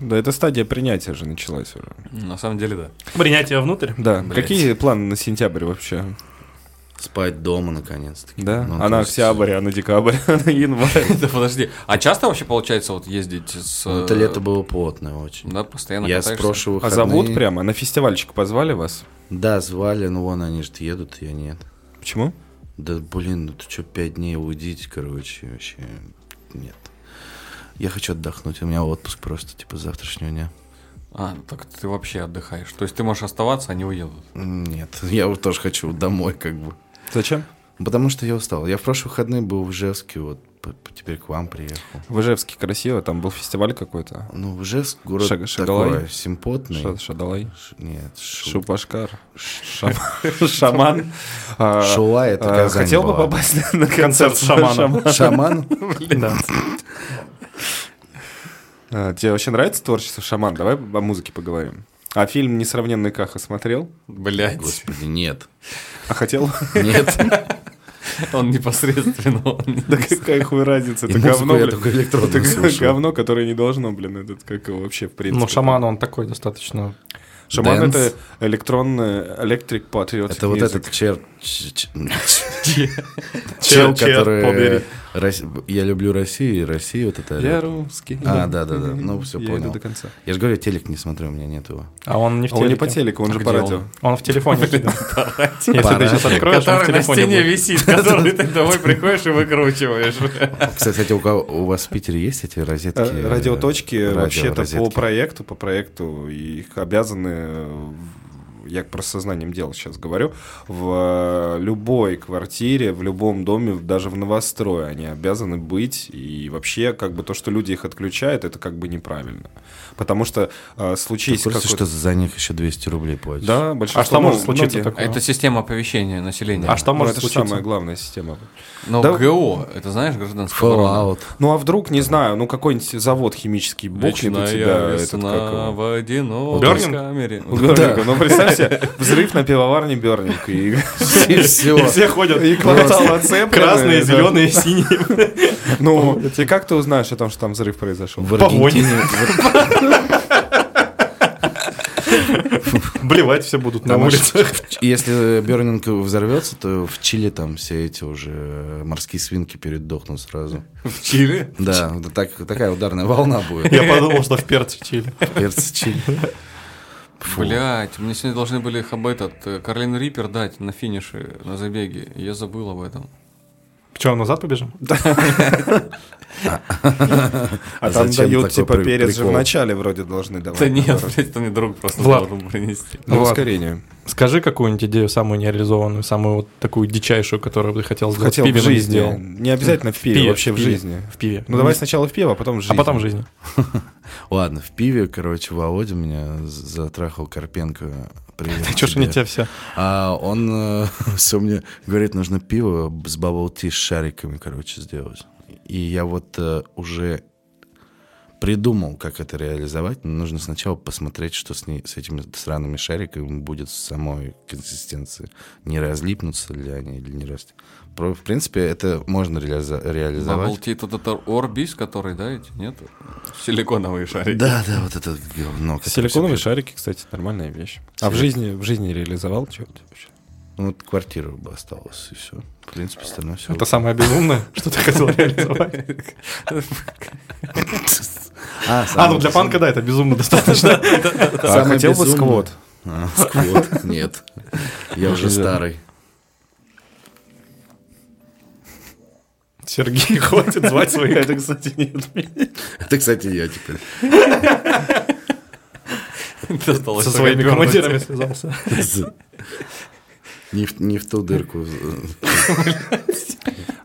S2: Да, это стадия принятия же началась уже.
S4: На самом деле, да.
S5: принятие внутрь.
S2: Да.
S4: Блядь.
S2: Какие планы на сентябрь вообще?
S3: Спать дома, наконец-таки.
S2: Да?
S3: Ну, то
S2: она
S3: есть-
S2: октябрь, она декабрь, она январь.
S4: Да подожди. А часто вообще получается вот ездить с...
S3: Ну,
S4: э,
S3: Это лето было плотное очень.
S4: Да, постоянно
S3: Я с
S4: катаешься?
S3: прошлых
S2: А зовут
S3: выходных-
S2: прямо? На фестивальчик позвали вас?
S3: Да, звали, но вон они же едут, я нет.
S2: Почему?
S3: Да блин, ну ты что, пять дней уйдите, короче, вообще нет. Я хочу отдохнуть, у меня отпуск просто, типа, с завтрашнего дня.
S4: А, так ты вообще отдыхаешь. То есть ты можешь оставаться, они уедут.
S3: Нет, я вот тоже хочу домой, как бы.
S2: Зачем?
S3: Потому что я устал. Я в прошлые выходные был в Ижевске, вот п- п- теперь к вам приехал.
S2: В Ижевске красиво, там был фестиваль какой-то.
S3: Ну, Ижевск город
S2: Шаг- Шагалай?
S3: такой симпотный.
S2: Ша- Шадалай.
S3: Ш- Нет, Шу-
S2: Шупашкар. Шам- Шаман. А,
S3: Шула это
S2: а,
S3: Казань
S2: Хотел бы
S3: была.
S2: попасть на- на концерт шамана.
S3: Шаман?
S5: Да.
S2: А, Тебе вообще нравится творчество шаман? Давай о музыке поговорим. А фильм «Несравненный Каха» смотрел?
S4: Блять,
S3: Господи, нет.
S2: А хотел?
S3: Нет.
S4: он непосредственно. он не-
S2: Да какая хуй разница, это
S3: Музыку
S2: говно,
S3: я
S2: блин.
S3: только электронную
S2: Это
S3: слушаю.
S2: говно, которое не должно, блин, это как его вообще в принципе.
S5: Ну, шаман, он такой достаточно...
S2: Шаман
S3: Дэнс.
S2: это электронный электрик патриот.
S3: Это вот этот чер... ч- ч-
S5: Чел,
S3: Чел, который... э,
S5: побери.
S3: Рос- Я люблю Россию, и Россию вот это...
S2: Я русский.
S3: э, А, да-да-да, ну все,
S2: Я иду
S3: понял.
S2: до конца.
S3: Я же говорю, телек не смотрю, у меня нет его.
S5: А он не в
S2: А он не
S5: телеке.
S2: по телеку, он же по
S4: где
S2: радио.
S4: он?
S5: Он в телефоне. Если ты сейчас откроешь, он в
S4: Который на
S5: телефоне
S4: стене
S5: будет.
S4: висит, который ты домой приходишь и выкручиваешь.
S3: Кстати, кстати, у, кого- у вас в Питере есть эти розетки?
S2: Э, Радиоточки
S3: Радио,
S2: вообще-то по
S3: розетки.
S2: проекту, по проекту их обязаны, э, в- я про сознанием дела сейчас говорю, в э, любой квартире, в любом доме, в- даже в новострое они обязаны быть. И вообще, как бы то, что люди их отключают, это как бы неправильно. Потому что э,
S3: Ты
S2: случись
S3: в курсе,
S2: какой-то-
S3: что за них еще 200 рублей платишь?
S2: Да, большинство...
S5: А что
S2: ну,
S5: может случиться
S2: многие-
S5: такое?
S4: Это система оповещения населения.
S5: А что
S2: Ну,
S5: может
S2: это же
S5: случиться?
S2: самая главная система.
S4: Но
S2: Да.
S4: ГО, это знаешь, гражданская оборона?
S3: Fallout.
S2: Ну а вдруг, не знаю, ну какой-нибудь завод химический бухнет у тебя.
S4: Вечная
S2: этот, как
S4: весна
S2: его?
S4: в одинокой
S5: Бернинг?
S4: камере.
S2: У Бёрнинга. Ну, представь себе, взрыв на пивоварне Бёрнинг. И,
S3: И все.
S5: Все ходят.
S2: и квартал оцепленный.
S5: Красные,
S2: да.
S5: зеленые, синие.
S2: Ну, и как ты узнаешь о том, что там взрыв произошел?
S3: В
S5: Погони.
S3: Аргентине. вот
S5: Блевать все будут на
S3: там аж-
S5: улице.
S3: Если Бернинг взорвется, то в Чили там все эти уже э, морские свинки передохнут сразу.
S4: В Чили?
S3: Да, вот так, такая ударная волна будет.
S5: Я подумал, что в перце чили.
S3: Перцы Чили. Фу.
S4: Блять, мне сегодня должны были их об этот э, Карлин Риппер дать на финише, на забеге. Я забыл об этом.
S5: Че, назад побежим?
S2: А
S3: А
S2: там
S3: зачем
S2: дают,
S3: такой
S2: типа,
S3: при-
S2: перец же в
S3: прикол?
S2: начале вроде должны давать. Ну,
S4: Да нет, блядь, это мне друг просто
S5: Влад.
S4: должен принести.
S2: Для
S5: Влад,
S2: ускорения.
S5: Скажи какую-нибудь идею, самую нереализованную, самую вот такую дичайшую, которую бы ты хотел сделать.
S2: Хотел в
S5: Пиве, но не
S2: жизни.
S5: сделал.
S2: Не обязательно в пиве,
S5: Пиве,
S2: вообще в
S5: пиве,
S2: жизни.
S5: В пиве.
S2: Ну давай сначала в пиво, а потом в жизнь.
S5: А потом в жизни.
S3: Ладно, в пиве, короче, Володя меня з- затрахал Карпенко. Привет.
S5: Чё ж они
S3: тебе.
S5: тебя все?
S3: А он все мне говорит, нужно пиво с бабл-ти с шариками, короче, сделать. И я вот э, уже придумал, как это реализовать, но нужно сначала посмотреть, что с, ней, с этими странными шариками будет с самой консистенции. Не разлипнутся ли они или не раз. Про- В принципе, это можно реализа- реализовать.
S4: Бабблти это это Орбис, который, да, эти, нет? Силиконовые шарики.
S3: Да, да, вот это говно. которое
S2: Силиконовые
S3: всё-
S2: шарики, кстати, нормальная вещь. А в жизни, в жизни реализовал что-то вообще?
S3: Ну, вот квартира бы осталась, и все. В принципе, остальное все.
S5: Это самое безумное, что ты хотел реализовать. А, ну для панка, да, это безумно достаточно.
S2: А хотел бы сквот?
S3: А, Сквот, нет. Я уже старый.
S5: Сергей, хватит звать своих. Это, кстати, нет.
S3: Это, кстати, я теперь.
S5: Со своими командирами связался.
S3: Не в, не в ту дырку.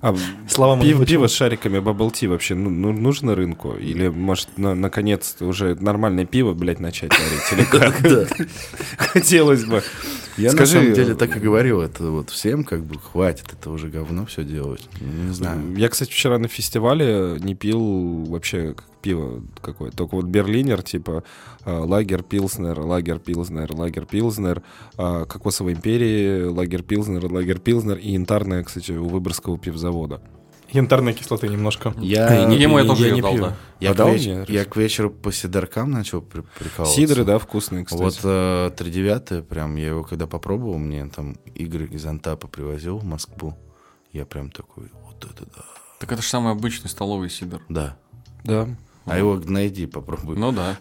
S2: А
S5: Слава моему
S2: пиво,
S5: бочку.
S2: пиво с шариками Bubble Tea вообще ну, ну, нужно рынку? Или, может, на- наконец уже нормальное пиво, блядь, начать варить? Или как?
S3: Да.
S2: Хотелось бы.
S3: Я
S2: Скажи,
S3: на самом
S5: э,
S3: деле так и говорил. Это вот всем как бы хватит, это уже говно все делать. Не знаю.
S2: Я, кстати, вчера на фестивале не пил вообще как пиво какое-то. Только вот берлинер, типа э, лагер пилснер, лагер пилснер, лагер пилснер, э, кокосовой империи, лагер пилснер, лагер пилснер и янтарная, кстати, у Выборгского пивзавода.
S5: Янтарной кислоты немножко.
S3: Я,
S5: Э,
S4: Ему я тоже
S2: я не
S4: её дал,
S2: пью.
S4: да.
S3: я,
S2: А
S3: к
S2: дал
S3: веч-
S2: мне,
S3: я к вечеру по сидаркам начал при- прикалываться.
S2: Сидры, да, вкусные, кстати.
S3: Вот э, 39 прям, я его когда попробовал, мне там игры из Антапа привозил в Москву. Я прям такой, вот это да.
S4: Так это же самый обычный столовый сидр.
S3: Да.
S2: Да.
S3: А его найди, попробуй.
S4: Ну да.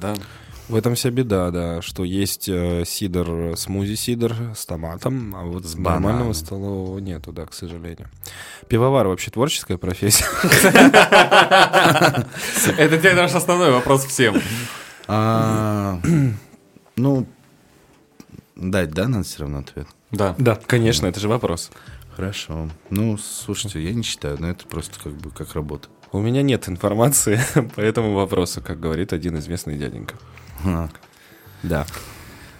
S4: Да.
S2: В этом вся беда, да, что есть э, сидр, э, смузи-сидр с томатом, а вот с
S3: бананом.
S2: нормального столового нету, да, к сожалению. Пивовар вообще творческая профессия.
S4: Это теперь наш основной вопрос всем.
S3: А, ну, дать, да, надо все равно ответ.
S4: Да.
S5: Да.
S2: Конечно, это же вопрос.
S3: Хорошо. Ну, слушайте, я не считаю, но это просто как бы как работа.
S2: У меня нет информации по этому вопросу, как говорит один известный дяденька.
S3: А.
S2: Да.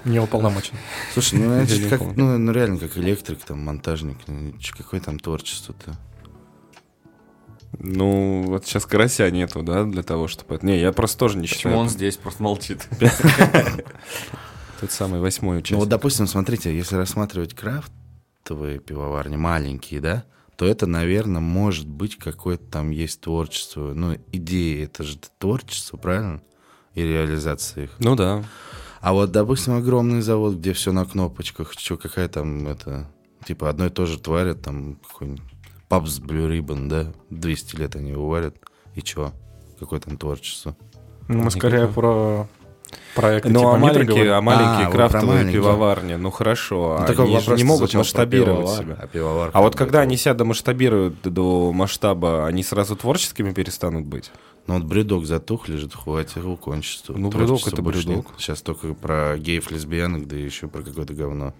S5: Не уполномочен.
S3: Слушай, ну, это
S2: Я
S3: же
S2: не
S3: как,
S2: помню.
S3: ну, ну, реально как электрик, там, монтажник. ну, чё, Какое там творчество-то?
S2: Ну, вот сейчас карася нету, да, для того, чтобы... это- Не, я просто тоже не считаю.
S4: Почему он здесь просто молчит?
S2: Тот самый восьмой
S3: Ну, вот,
S2: участник.
S3: допустим, смотрите, если рассматривать крафтовые пивоварни, маленькие, да, то это, наверное, может быть какое-то там есть творчество. Ну, идеи, это же творчество, правильно? И реализация их.
S2: Ну да.
S3: А вот, допустим, огромный завод, где все на кнопочках, что какая там это, типа одно и то же творят, там какой-нибудь Папс Блю Ribbon, да, 200 лет они его варят, и чё? Какое там творчество?
S5: Ну, мы скорее про проекты
S2: Ну,
S5: типа
S2: а маленькие,
S5: Митры
S2: а
S3: А,
S2: маленькие
S3: вот про
S2: крафтовые
S3: маленькие.
S2: пивоварни, ну хорошо, они же не могут масштабировать себя.
S3: А пивовар
S2: А вот
S3: как бы
S2: когда
S3: это-
S2: они себя домасштабируют до масштаба, они сразу творческими перестанут быть?
S3: Ну вот брюдок затух лежит, хватит его кончится.
S2: Ну, брюдок это брюдок.
S3: Сейчас только про геев, лесбиянок, да еще про какое-то говно.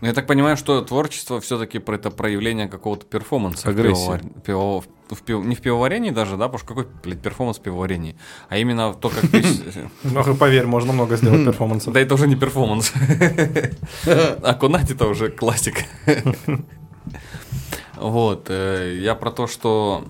S4: Ну, я так понимаю, что творчество все-таки про это проявление какого-то перформанса. в
S2: Агрессии.
S4: пивовар- пиво- в пиво- Не в пивоварении даже, да, потому что какой, блядь, перформанс в пивоварении, а именно то, как ты... с-
S5: Ну, поверь, можно много сделать перформансов.
S4: Да это уже не перформанс. А Кунать это уже классика. Вот, э, я про то, что,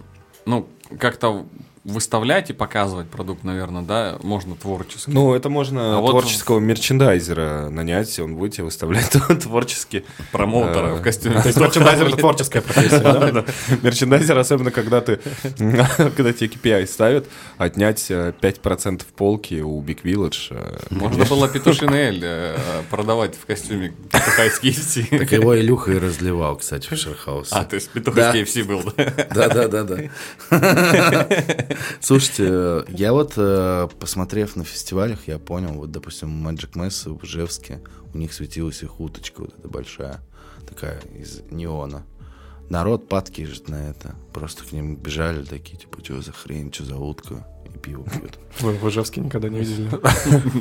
S4: ну, как-то выставлять и показывать продукт, наверное, да, можно творчески.
S2: Ну, это можно
S4: А вот-
S2: творческого мерчендайзера нанять, и он будет тебе выставлять творчески.
S4: Промоутера
S2: э,
S4: в костюме.
S5: То есть мерчендайзер это творческая профессия, да?
S2: Да-да. Мерчендайзер, особенно когда ты, когда тебе KPI ставят, отнять э, 5% полки у Big Village. э,
S4: Можно было петушиный эль э, продавать в костюме петуха из KFC.
S3: Так его Илюха и разливал, кстати, в Шерхаусе.
S4: А, то есть петух
S3: Да.
S4: из KFC был, да?
S3: Да-да-да-да. Слушайте, я вот, э, посмотрев на фестивалях, я понял, вот, допустим, Magic Mess в Ижевске, у них светилась их уточка вот эта большая, такая из неона. Народ падки лежит на это. Просто к ним бежали такие, типа, что за хрень, что за утка? И пиво пьют.
S5: Вы в Ижевске никогда не видели.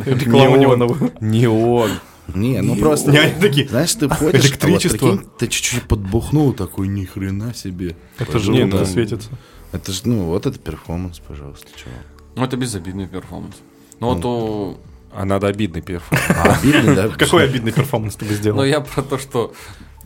S5: Рекламу Неонову.
S7: Не он.
S3: Не, ну просто...
S7: Не, они такие,
S3: Знаешь, ты ходишь,
S7: электричество.
S3: а вот прикинь, ты чуть-чуть подбухнул такой, ни хрена себе.
S5: Это же
S7: Не,
S5: лунка
S7: ну,
S5: светится.
S3: Это же, ну, вот это перформанс, пожалуйста, чего.
S4: Ну, это безобидный перформанс. Ну, вот у...
S2: А надо обидный перформанс.
S3: А, обидно, да?
S5: Какой обидный перформанс ты бы
S4: Но
S2: Ну.
S5: сделал?
S4: ну, я про то, что...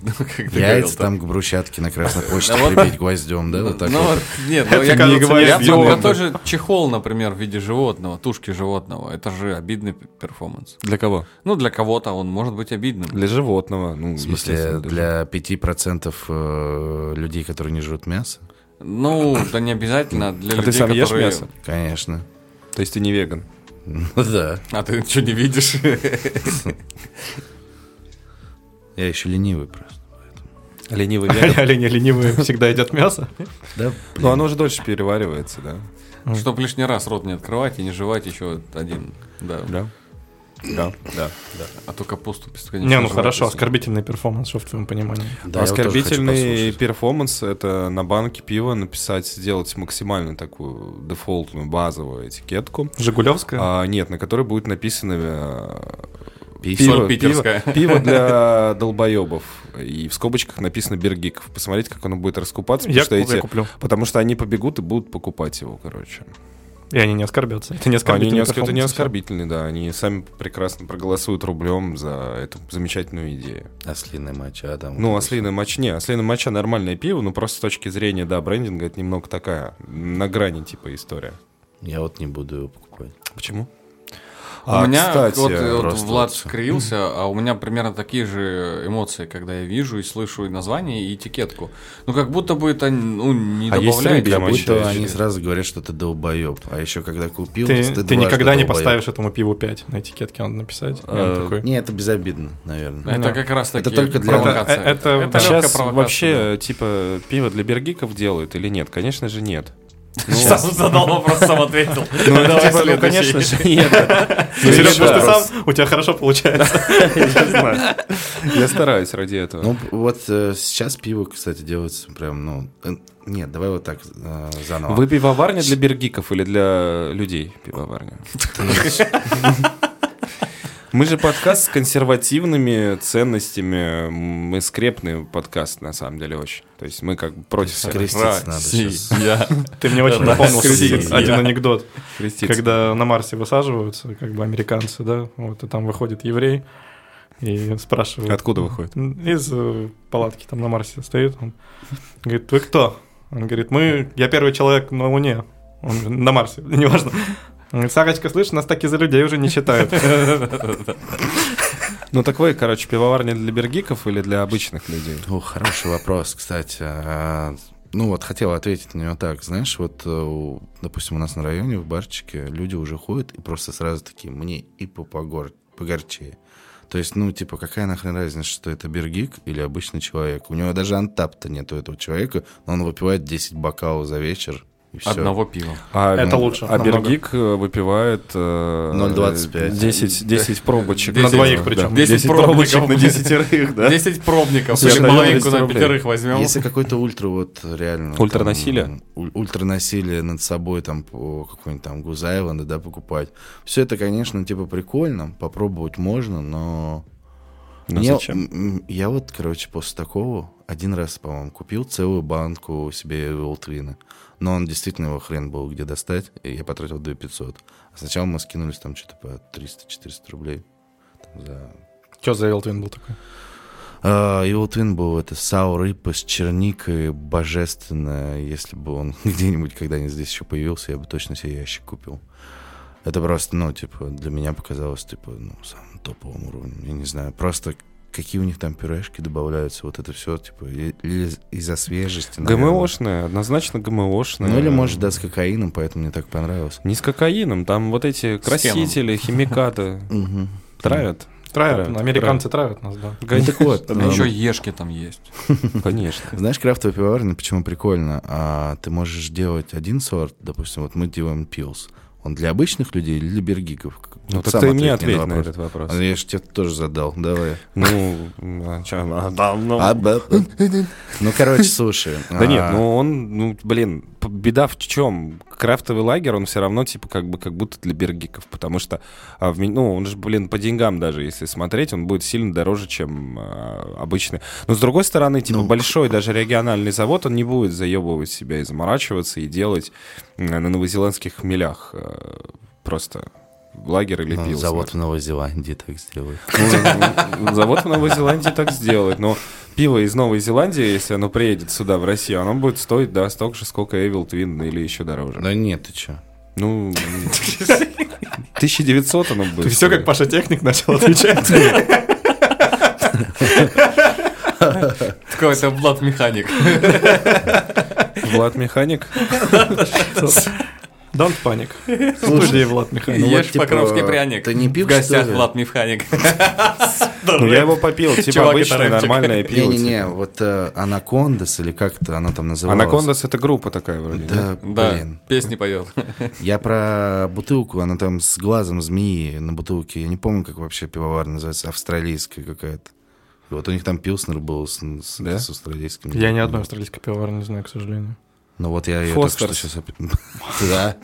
S4: Ну, как ты говорил,
S3: Яйца
S4: да.
S3: там к брусчатке на Красной почте
S4: Да вот.
S3: прибить гвоздем, да? Вот так
S4: ну,
S3: вот.
S4: вот, нет, ну,
S5: Это,
S4: я,
S5: кажется,
S4: я про- я
S5: необидно.
S4: про тот же чехол, например, в виде животного, тушки животного. Это же обидный п- перформанс.
S2: Для кого?
S4: Ну, для кого-то он может быть обидным.
S2: Для животного. Ну,
S3: В смысле,
S2: естественно,
S3: для 5% э, людей, которые не жрут мясо?
S4: Ну, да не обязательно. Для
S2: А
S4: людей,
S2: ты сам ешь
S4: которые-
S2: мясо?
S3: Конечно.
S2: То есть ты не веган?
S3: Ну да.
S4: А ты что, не видишь?
S3: Я еще ленивый просто.
S2: Ленивый веган.
S5: Олени ленивые всегда едят мясо.
S3: Да,
S2: Ну, оно же дольше переваривается, да?
S4: Чтоб лишний раз рот не открывать и не жевать еще один. Да.
S2: Да. Да, да.
S4: А то капусту, конечно,
S5: Не, ну
S4: жевать,
S5: хорошо,
S4: если-
S5: оскорбительный перформанс, что в твоем понимании?
S3: да, я вот тоже хочу
S2: Оскорбительный
S3: послушать.
S2: перформанс — это на банке пива написать, сделать максимально такую дефолтную базовую этикетку,
S5: Жигулевская?
S2: а, нет, на которой будет написано э,
S3: Пись-
S2: пиво,
S4: Соль питерская.
S2: пиво- пиво для долбоебов. И в скобочках написано «Бергиков». Посмотрите, как оно будет раскупаться, потому
S5: Я
S2: что,
S5: ку- я
S2: эти,
S5: куплю.
S2: потому что они побегут и будут покупать его, короче.
S5: И они не оскорбятся. Это не
S2: Они не,
S5: оскорбительный
S2: оск- это не
S5: перформанс.
S2: оскорбительный, да. Они сами прекрасно проголосуют рублем за эту замечательную идею.
S3: Ослиный матч, а там...
S2: Ну,
S3: вот
S2: ослиный матч не. Ослиный матча нормальное пиво, но просто с точки зрения, да, брендинга это немного такая на грани типа история.
S3: это. Я вот не буду его покупать.
S2: Почему?
S4: У
S2: А,
S4: меня вот, э, вот
S3: просто
S4: Влад
S3: вот всё.
S4: скривился, а у меня примерно такие же эмоции, когда я вижу и слышу и название, и этикетку. Ну, как будто бы это ну, не
S2: А есть
S4: добавляет.
S2: рыбья
S4: к
S2: моча?
S4: обычной
S2: Матч,
S3: Они
S4: жизни.
S3: сразу говорят, что ты долбоеб. А еще когда купил,
S5: Ты,
S3: ты
S5: ты никогда не
S3: дважды долбоёб.
S5: поставишь этому пиву 5 на этикетке, надо написать. И он
S2: Э,
S5: такой,
S3: Не, это безобидно, наверное.
S4: Это
S5: Да.
S4: как раз таки
S3: Это только для-
S4: провокация.
S5: Это- это- это
S4: лёгкая
S2: сейчас
S4: провокация,
S2: а вообще типа пиво для бергиков делают или нет? Конечно же нет.
S4: да. Сам задал вопрос, сам ответил.
S2: Ну, это
S4: Давай
S2: типа, ну,
S4: следующий.
S2: конечно же нет.
S5: Ну, Серёж,
S2: Ну,
S5: может, ты
S2: да.
S5: сам, у тебя хорошо получается.
S2: Я стараюсь ради этого.
S3: Ну, б- вот э, сейчас пиво, кстати, делается прям, ну... э, Нет, давай вот так э, заново.
S2: Вы пивоварня для бергиков или для людей пивоварня? Мы же подкаст с консервативными ценностями. Мы скрепный подкаст, на самом деле, очень. То есть мы как бы против всякого.
S3: Креститься надо сейчас.
S4: Я.
S5: Ты мне очень напомнил
S3: Креститься.
S5: один- один анекдот.
S2: Креститься.
S5: Когда на Марсе высаживаются, как бы американцы, да, вот, и там выходит еврей и спрашивает.
S2: Откуда выходит?
S5: Из э, палатки там на Марсе стоит. Он говорит, вы кто? Он говорит, мы, я первый человек на Луне. Он говорит, на Марсе, неважно. Он говорит, Сарочка, слышишь, нас так и за людей уже не считают.
S2: Ну так вы, короче, пивоварня для бергиков или для обычных людей?
S3: О, хороший вопрос, кстати. А, Ну вот, хотел ответить на него так. Знаешь, вот, э, у- допустим, у нас на районе в барчике люди уже ходят и просто сразу такие, мне и попогор- погорчее. То есть, ну, типа, какая нахрен разница, что это бергик или обычный человек? У него даже антап-то нет у этого человека, но он выпивает 10 бокалов за вечер, и все.
S4: Одного пива.
S2: А,
S5: Это
S2: ну,
S5: лучше,
S2: А
S5: намного.
S2: бергик э, выпивает... э,
S3: 0,25.
S2: 10, 10 пробочек.
S4: На
S5: двоих
S2: Да.
S5: причем.
S2: 10,
S4: 10
S2: пробочек
S4: пробников.
S2: на десятерых, да?
S4: 10 пробников.
S2: Слушай,
S4: Если
S2: наверное,
S4: половинку
S2: 200
S4: на
S2: рублей.
S4: пятерых возьмем.
S3: Если какой-то ультра, вот реально...
S2: Ультранасилие?
S3: там, уль- ультранасилие над собой, там, по какой-нибудь там Гузаева, да, покупать. Все это, конечно, типа прикольно, попробовать можно, но...
S2: Но
S3: Мне-
S2: зачем?
S3: м, м, Я вот, короче, после такого один раз, по-моему, купил целую банку себе Олтвина. Но он действительно его хрен был где достать, и я потратил 2500. А сначала мы скинулись там что-то по 300-400 рублей. Там за
S5: Что за Элтвин был такой?
S3: а, Его твин был это сау рыба с черникой божественная. Если бы он где-нибудь когда-нибудь здесь еще появился, я бы точно себе ящик купил. Это просто, ну, типа, для меня показалось, типа, ну, самым топовым уровнем. Я не знаю, просто какие у них там пюрешки добавляются, вот это все, типа, и- или из-за свежести. наверное.
S2: ГМОшная, однозначно ГМОшная.
S3: Ну, или, может, да, с кокаином, поэтому мне так понравилось.
S2: Не с кокаином, там вот эти красители, химикаты
S3: Мгм.
S2: травят.
S5: Травят, американцы травят нас, да.
S3: Ну, так вот,
S4: А
S3: эм,
S4: Еще ешки там есть.
S2: Конечно.
S3: Знаешь, крафтовая пивоварня, ну, почему прикольно? А, ты можешь делать один сорт, допустим, вот мы делаем пилс. Он для обычных людей или для бергиков?
S2: Ну,
S3: Вот
S2: так
S3: сам
S2: ты мне
S3: ответь
S2: ответь на
S3: вопрос.
S2: этот вопрос.
S3: А Я же тебе тоже задал, давай.
S2: Ну, а чё, а, да, ну.
S3: А, б, б. Ну, короче, слушай.
S2: Да нет,
S3: а,
S2: ну он, ну, блин, п- беда в чем? Крафтовый лагерь, он все равно, типа, как бы, как будто для бергиков, потому что, а, в мен- ну, он же, блин, по деньгам даже, если смотреть, он будет сильно дороже, чем а, обычный. Но, с другой стороны, типа,
S3: Ну.
S2: большой даже региональный завод, он не будет заебывать себя и заморачиваться и делать м, на новозеландских хмелях э, просто лагерь или
S3: ну,
S2: пилснер.
S3: Завод в Новой Зеландии так сделает.
S2: Ну, Завод в Новой Зеландии так сделает, но пиво из Новой Зеландии, если оно приедет сюда, в Россию, оно будет стоить, да, столько же, сколько Evil Twin или еще дороже.
S3: Да нет, ты чё?
S2: Ну, 1900 оно будет.
S5: Ты все как
S2: стоить.
S5: Паша Техник начал отвечать.
S4: Какой-то блат механик.
S2: Влад Механик.
S5: Don't паник. Студия Влад Михайлов.
S3: Ну, вот,
S4: Ешь
S3: типа,
S4: покровский пряник.
S3: ты не пил,
S4: В гостях
S3: что ли?
S4: Влад механик.
S2: Ну, я его попил, типа
S4: Чувак,
S2: обычное
S4: это рэпчик.
S2: нормальное пиво.
S3: Не-не-не,
S2: типа.
S3: вот э, Анакондас или как-то она там называлась.
S2: Анакондас — это группа такая вроде. нет?
S3: Да,
S4: Да,
S3: блин.
S4: песни поет.
S3: Я про бутылку, она там с глазом змеи на бутылке. Я не помню, как вообще пивовар называется, австралийская какая-то. И Вот у них там пилснер был с, с-
S2: Да?
S3: с австралийским.
S5: Я ни одной австралийской пивоварни не знаю, к сожалению.
S3: Ну вот я ее
S2: Фостерс.
S3: только что сейчас... Да.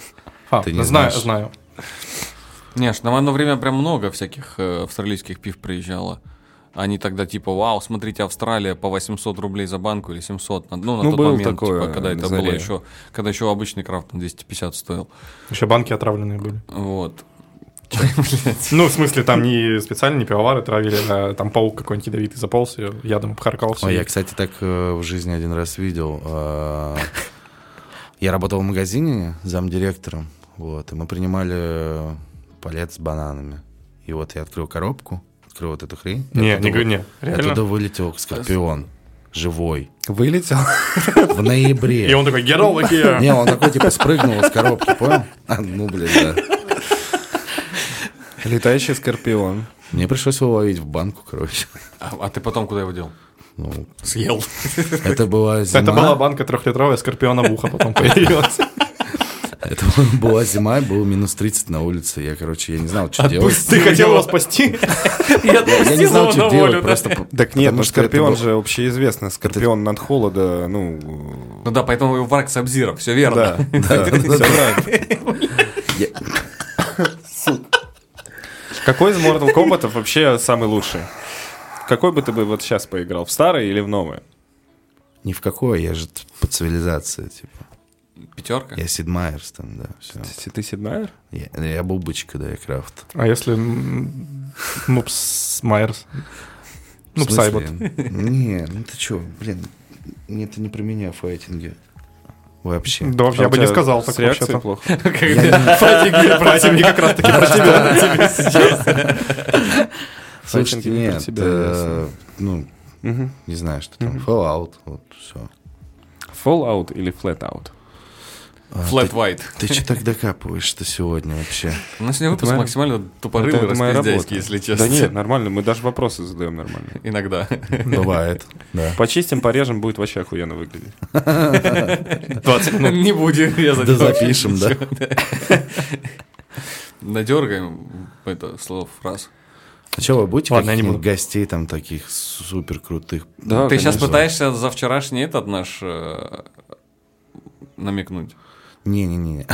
S5: А,
S3: Ты не
S5: знаю,
S3: знаешь?
S5: знаю.
S4: Не, ж, нам одно время прям много всяких э, австралийских пив приезжало. Они тогда типа, вау, смотрите, Австралия по 800 рублей за банку или 700. на- Ну, на
S2: Ну,
S4: тот
S2: было
S4: момент,
S2: такое
S4: типа, когда
S2: на
S4: это
S2: заре.
S4: было еще, когда еще обычный крафт на 250 стоил.
S5: Еще банки отравленные были.
S4: Вот.
S5: Ну, в смысле, там не специально не пивовары травили, а там паук какой-нибудь ядовитый заполз, и ядом обхаркался.
S3: Ой, я, кстати, так э, в жизни один раз видел. э, Я работал в магазине замдиректором, вот, и мы принимали э, палет с бананами. И вот я открыл коробку, открыл вот эту хрень. и
S5: Не,
S3: оттуда
S5: не,
S3: вы-
S5: говори, не,
S3: Оттуда
S5: реально.
S3: вылетел скорпион. Живой.
S2: Вылетел?
S3: В ноябре.
S5: И он такой, герология!
S3: Не, он такой, типа, спрыгнул из коробки, понял? А, Ну, блин, да.
S2: Летающий скорпион.
S3: Мне пришлось его ловить в банку, короче.
S4: А, а ты потом куда его дел?
S3: Ну,
S4: Съел.
S3: это была зима.
S5: Это была банка трехлитровая, скорпиона в ухо потом появилась.
S3: Это была зима, было минус 30 на улице. Я, короче, я не знал, что делать.
S5: Ты хотел его спасти?
S3: Я не знал, что делать. Просто... по-
S2: Так нет,
S3: потому
S2: ну
S3: что это
S2: скорпион
S3: был-
S2: же общеизвестно. Скорпион от холода, ну...
S4: Ну да, поэтому его враг Сабзира, все верно.
S2: Да, да, всё правильно. Какой из Mortal Kombat вообще самый лучший? Какой бы ты бы вот сейчас поиграл? В старый или в новый?
S3: Ни в какое, я же т- по цивилизации, типа.
S4: Пятерка.
S3: Я Сид Майерс там, да, все.
S2: Ты ты Седмайер?
S3: Я, я бубочка, да, я крафт.
S5: А если м, Мупс Майерс? Ну,
S3: В смысле?
S5: Псайбот.
S3: Не, ну ты чё, блин, не- это не про меня файтинги. Вообще.
S5: Да вообще,
S2: А
S5: я
S2: у
S5: бы не
S2: тебя
S5: сказал
S2: с
S5: так
S2: реакцией
S5: вообще-то.
S2: плохо.
S5: Файтинги как раз таки про тебя.
S3: Слушайте,
S2: файтинги не про
S3: нет,
S2: тебя,
S3: э, ну,
S2: Мгм.
S3: не знаю, что там. Fallout, вот, все.
S2: Fallout или Flatout? А,
S4: Флэт White.
S3: А, Ты что так докапываешь-то сегодня вообще?
S4: У нас сегодня выпуск
S2: моя-
S4: максимально тупорылый,
S2: Это моя работа.
S4: распиздяйский, если честно.
S2: Да нет, нормально, мы даже вопросы задаем нормально.
S4: Иногда.
S3: Бывает. Да.
S2: Почистим, порежем, будет вообще охуенно выглядеть.
S5: 20 минут.
S4: Не будем резать.
S3: Да запишем, да.
S4: Надергаем это слово фраз.
S3: А что, вы будете
S5: Ладно, я не
S3: каких-нибудь
S5: буду.
S3: гостей там таких ну, супер крутых?
S2: Да,
S4: Ты сейчас
S2: конечно.
S4: пытаешься за вчерашний этот наш э, намекнуть.
S3: Не-не-не.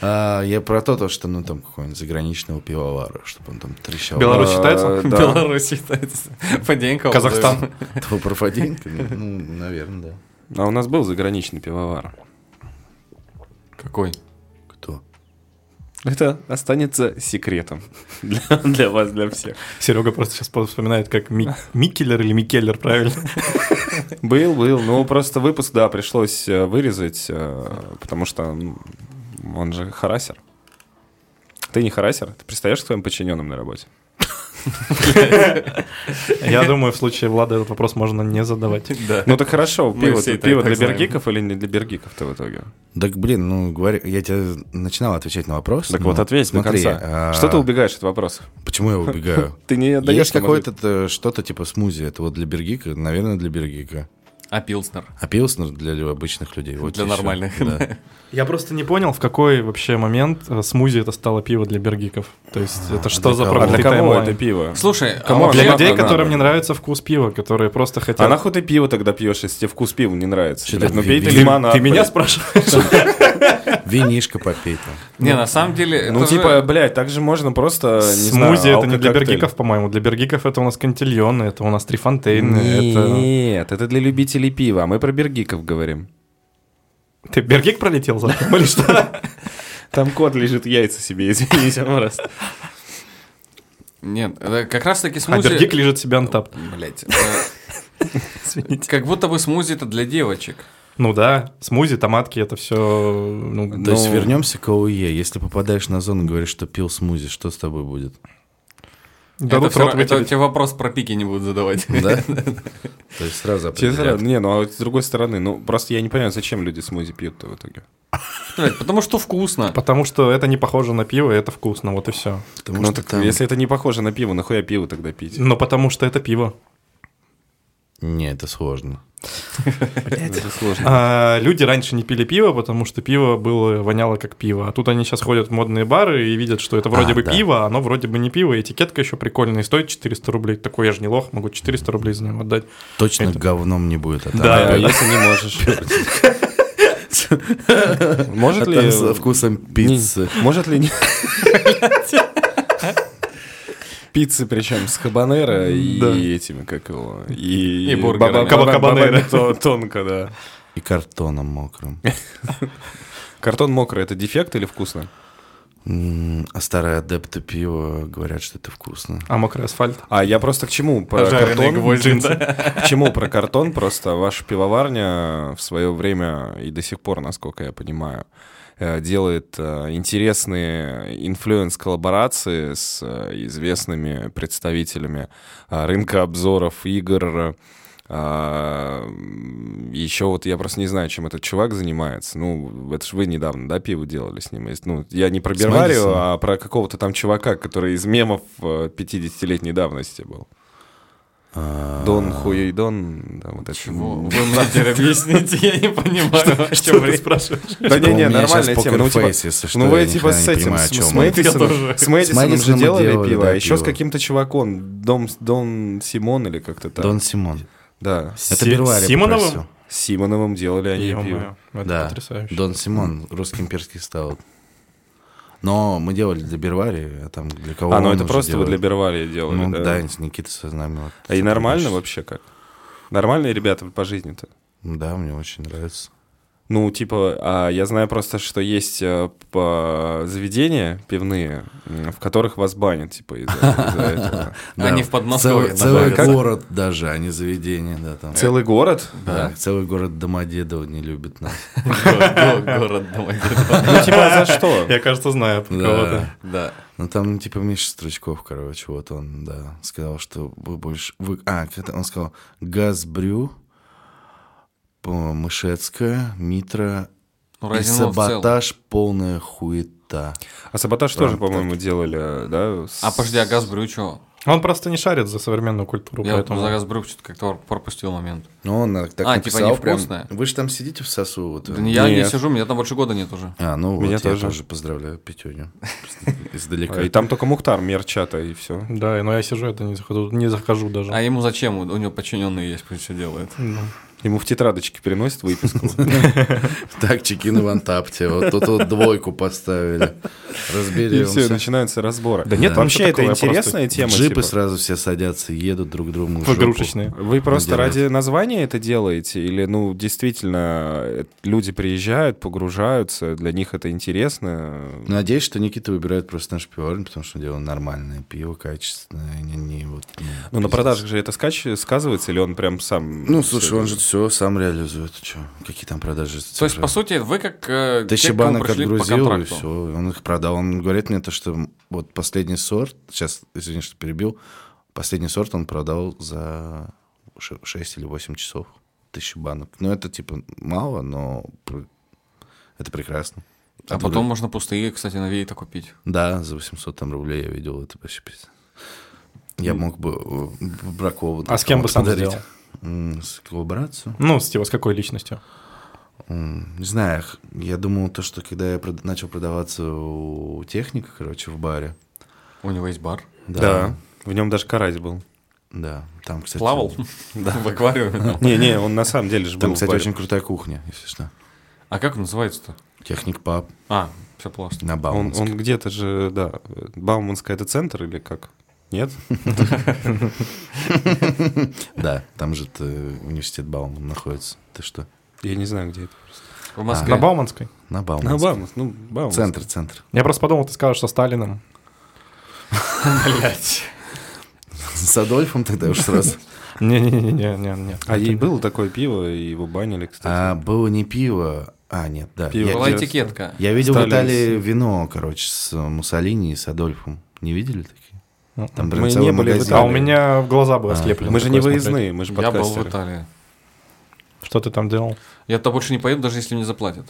S3: А, Я про то, то, что ну там какой-нибудь заграничного пивовара, чтобы он там трещал.
S5: Беларусь
S2: Э,
S5: считается?
S2: да.
S4: Беларусь считается. Фаденька.
S5: Казахстан.
S3: А, твой профодинка? Ну, наверное,
S2: А у нас был заграничный пивовар.
S4: Какой?
S3: да. Кто?
S2: Это останется секретом для, для вас, для всех.
S5: Серега просто сейчас вспоминает, как Ми- Микеллер или Микеллер, правильно?
S2: Был, был. Ну, просто выпуск, да, пришлось э, вырезать, э, потому что ну, он же харасер. Ты не харасер? Ты пристаешь к своим подчиненным на работе?
S5: Я думаю, в случае Влада этот вопрос можно не задавать.
S4: Да.
S2: Ну так хорошо, пиво,
S4: все и так
S2: пиво
S4: так
S2: для
S4: знаем.
S2: бергиков или не для бергиков-то в итоге?
S3: Так, блин, ну, говори, я тебе начинал отвечать на вопрос.
S2: Так
S3: но
S2: вот ответь на
S3: смотри,
S2: конца.
S3: а,
S2: Ну, э, Что ты убегаешь от вопроса?
S3: Почему я убегаю?
S2: Ты не отдаешь
S3: Есть
S2: нам
S3: какое-то э, что-то типа смузи. Это вот для Бергика, наверное, для Бергика.
S4: А Пилснер?
S3: А пилснер для лю- обычных людей. Вот
S4: Для
S3: ещё.
S4: нормальных.
S3: Да.
S5: Я просто не понял, в какой вообще момент э, смузи это стало пиво для бергиков. То есть это что
S3: для
S5: за
S3: кого?
S2: ответ. А
S5: проклятый
S2: для кого
S5: таймлайн?
S2: это пиво?
S4: Слушай, а
S2: Кому
S4: вообще-
S5: Для
S2: Для
S5: людей,
S2: кого
S5: которым
S2: надо?
S5: не нравится вкус пива, которые просто хотят...
S2: А нахуй ты пиво тогда пьешь, если тебе вкус пива не нравится?
S3: Что
S2: блядь?
S3: ты
S2: ну пей ты
S3: пиздишь?
S2: лимонад.
S5: Ты меня
S2: блядь.
S5: спрашиваешь?
S3: Винишко попей там.
S4: Не, на самом деле...
S2: Ну
S4: это же-
S2: типа, блядь, так же можно просто, не знаю,
S5: Смузи это не для
S2: алкококтейль.
S5: бергиков, по-моему. Для бергиков это у нас кантильоны, это у нас три фонтейны, это...
S2: Нет, это для любителей пива, а мы про бергиков говорим.
S5: Ты бергик пролетел за или что?
S2: Там кот лежит, яйца себе, извините, раз.
S4: Нет, это как раз-таки
S5: А
S4: смузи...
S5: бергик лежит себе антап.
S4: Блять. Как будто бы смузи это для девочек.
S5: Ну да, смузи, томатки, это ну, все...
S3: То
S2: Ну.
S3: есть вернемся к ОУЕ. Если попадаешь на зону и говоришь, что пил смузи, что с тобой будет?
S4: это
S5: дадут
S4: всё
S5: ну, рот
S4: ра- это
S5: вытереть.
S4: тебе вопрос про пики не будут задавать.
S3: Да? То есть сразу определят.
S2: Не, ну а вот с другой стороны, ну просто я не понимаю, зачем люди смузи пьют-то в итоге.
S4: Блядь, Потому что вкусно.
S5: Потому что это не похоже на пиво, и это вкусно, вот и все.
S3: Потому
S2: ну
S3: что
S2: так,
S3: там...
S2: если это не похоже на пиво, нахуя пиво тогда пить?
S5: Но потому что это пиво.
S3: Не, это сложно.
S2: Это сложно.
S5: А, люди раньше не пили пиво, потому что пиво было воняло как пиво. А тут они сейчас ходят в модные бары и видят, что это вроде
S3: А,
S5: бы
S3: да.
S5: пиво, а оно вроде бы не пиво. и Этикетка еще прикольная и стоит 400 рублей. Такой я же не лох, могу 400 рублей за него отдать.
S3: Точно говном не будет. а там-
S5: Да,
S2: Да,
S5: да.
S2: если не можешь.
S3: а
S2: Может
S3: там
S2: ли...
S3: со вкусом пиццы.
S2: Не, Может ли... не- Пиццы причем с хабанера и этими, как его... И,
S4: И бургерами.
S2: баба-
S5: Каба-
S2: баба-
S5: кабанеро.
S2: то- Тонко, да.
S3: И картоном мокрым.
S2: Картон мокрый, это дефект или вкусно?
S3: М, А старые адепты пива говорят, что это вкусно.
S5: А мокрый асфальт?
S2: А я просто к чему? Про
S4: Жареные
S2: картон?
S4: гвозди,
S2: Джинсы.
S4: да.
S2: К чему про картон? Просто ваша пивоварня в свое время и до сих пор, насколько я понимаю, э, делает э, интересные инфлюенс-коллаборации с э, известными представителями э, рынка обзоров игр. Еще вот я просто не знаю, чем этот чувак занимается. Ну, это же вы недавно, да, пиво делали с ним? Есть- Ну, я не про
S3: С
S2: Берварию,
S3: Мэдисоном?
S2: а про какого-то там чувака, который из мемов э, 50-летней давности был.
S3: А,
S2: Дон хуей дон, да, вот это.
S4: Чего? Вы мне теперь объясните, я не понимаю, о чем речь.
S2: Да
S3: Типа,
S2: не, не,
S3: у меня
S2: нормальная
S3: щас
S2: тема. Ну, типа,
S3: покерфейс, если
S2: ну
S3: что, я
S2: вы
S3: ни
S2: типа
S3: хрена
S2: с
S3: не
S2: этим,
S3: понимаю,
S2: с,
S3: о чём
S2: с
S3: он.
S2: Мэдисоном- с Мэдисоном
S3: Мэдисоном
S2: же
S3: мы
S2: делали
S3: делали,
S2: пиво,
S3: да,
S2: а еще с
S3: пиво.
S2: каким-то чуваком, Дом, Дон Симон или как-то так.
S3: Дон Симон.
S2: Да, с
S3: Это
S5: Си-
S3: Бервария
S5: Симоновым?
S3: попросил.
S2: Симоновым делали они пиво.
S5: Ё-моё, это
S3: Да.
S5: потрясающе.
S3: Дон Симон, русский имперский стаут. Но мы делали для Берварии, а там для кого
S2: А, ну
S3: он
S2: это
S3: уже
S2: просто вы для
S3: делает?
S2: Берварии делали,
S3: Ну, да,
S2: да?
S3: Никита со нами. вот
S2: А и нормально
S3: сотрудничает.
S2: вообще как? Нормальные ребята по жизни-то?
S3: Да, мне очень нравится.
S2: Ну, типа, а, я знаю просто, что есть э, п- заведения пивные, м, в которых вас банят, типа, из-за из-за этого.
S4: Они
S3: Да,
S4: в Подмосковье.
S3: Целый, целый
S4: находятся.
S3: город даже, а не заведение, да, там.
S2: Целый город?
S3: Да, целый город Домодедово не любит нас.
S4: Го- го- Город Домодедово.
S2: Ну, типа, за что?
S5: Я, кажется, знаю про
S3: Да.
S5: кого-то.
S4: Да.
S3: Ну там, ну, типа, Миша Стручков, короче, вот он, да, сказал, что вы больше... Вы... А, как это он сказал, Газбрю, по- Мышецкая, Митра
S4: Ну,
S3: и
S4: Разинов в целом.
S3: Саботаж полная хуета.
S2: А саботаж тоже, по-моему, делали, да? с-
S4: А подожди, а Газбрю чего?
S5: Он просто не шарит за современную культуру,
S4: Я
S5: Ну, поэтому...
S4: за Газбрю что-то как-то пропустил момент.
S3: Ну, он э, так
S4: А, типа,
S3: написал прям.
S4: невкусная?
S3: Вы же там сидите в сосу. Вот.
S4: Да не, я не
S2: Нет.
S4: сижу, меня там больше года нет уже.
S3: А, ну вот,
S2: Меня
S3: я
S2: тоже.
S3: тоже. поздравляю Петюню. Издалека.
S2: а, И там только Мухтар, мер чата, и все.
S5: Да, но я сижу, это не захожу, не захожу даже. Ну,
S4: А ему зачем? У у него подчиненные есть, пусть все делает.
S2: Ему в тетрадочке переносят выписку.
S3: Так, чекин в Антапте. Вот тут вот двойку поставили.
S2: И все,
S3: Разберемся.
S2: начинаются разборы.
S5: Да нет, там
S2: вообще
S5: что
S2: это
S5: такое, я
S2: интересная тема.
S3: Джипы
S2: типа.
S3: сразу все садятся, едут друг другу в
S5: В
S3: жопу.
S5: игрушечные.
S2: Вы просто
S3: Надирают.
S2: ради названия это делаете? Или, ну, действительно, э, люди приезжают, погружаются, для них это интересно?
S3: Надеюсь, что Никита выбирает просто наш пивоварню, потому что он делает нормальное пиво, качественное, не, не вот... ну,
S2: Ну, на
S3: пиздец.
S2: продажах же это скач- сказывается, или он прям сам...
S3: Ну, слушай,
S2: всё
S3: он
S2: это-
S3: же все сам реализует. Чё? Какие там продажи?
S4: То есть, по сути, вы как э, те,
S3: Тысяча
S4: к кому
S3: банок
S4: пришли по
S3: отгрузил, и
S4: контракту.
S3: все. Он их продал. Он говорит мне то, что вот последний сорт, сейчас, извини, что перебил, последний сорт он продал за 6 или 8 часов. Тысячу банок. Ну, это типа мало, но пр- Это прекрасно.
S4: А
S3: Оттуда-
S4: потом можно пустые, кстати, на Вейта купить.
S3: Да, за 800 там рублей я видел это вообще пиздец. Я мог бы э, Бракову...
S5: А с кем бы сам
S3: подарить.
S5: сделал?
S3: М, С коллаборацию?
S5: Ну, с, типа, с какой личностью?
S3: М, Не знаю, х- я думал то, что когда я прод- начал продаваться у техника, короче, в баре.
S4: У него есть бар.
S3: Да.
S2: Да. В нем даже карась был.
S3: Да. Там, кстати...
S4: Плавал в аквариуме. там.
S2: Не-не, он на самом деле же был
S3: Там,
S2: в
S3: кстати,
S2: баре.
S3: очень крутая кухня, если что.
S4: А как он называется-то?
S3: Техник паб
S4: А, все плавство.
S3: на
S2: Он,
S3: Бауманске.
S2: он где-то же, да. Бауманская это центр или как? Нет?
S3: Да, там же ты- университет Бауман находится. Ты что?
S2: Я не знаю, где это.
S4: В
S5: На
S4: Москве.
S5: Бауманской?
S3: На
S2: На
S3: Бауманске.
S2: Бауманс, ну, Бауманс.
S3: Центр, центр.
S5: Я просто подумал, ты скажешь, что Сталином. Блять.
S3: С Адольфом тогда уж сразу.
S5: Не-не-не-не-не.
S2: А ей было такое пиво, и его банили, кстати.
S3: А, было не пиво. А, нет, да.
S2: Пиво.
S3: Я-
S4: Была
S2: Я-
S4: этикетка.
S3: Я видел в
S2: Сталин.
S3: Италии вино, короче, с Муссолини и с Адольфом. Не видели такие?
S5: Ну,
S3: Там прям
S2: Мы
S3: целый
S2: не были в
S3: магазин.
S5: А у меня в глаза было
S3: А,
S5: слеплено.
S2: Мы же не
S5: такое смотреть.
S2: выездные, мы же
S4: Я был в
S2: подкастеры.
S4: Италии.
S5: Что ты там делал?
S4: Я-то больше не поеду, даже если мне заплатят.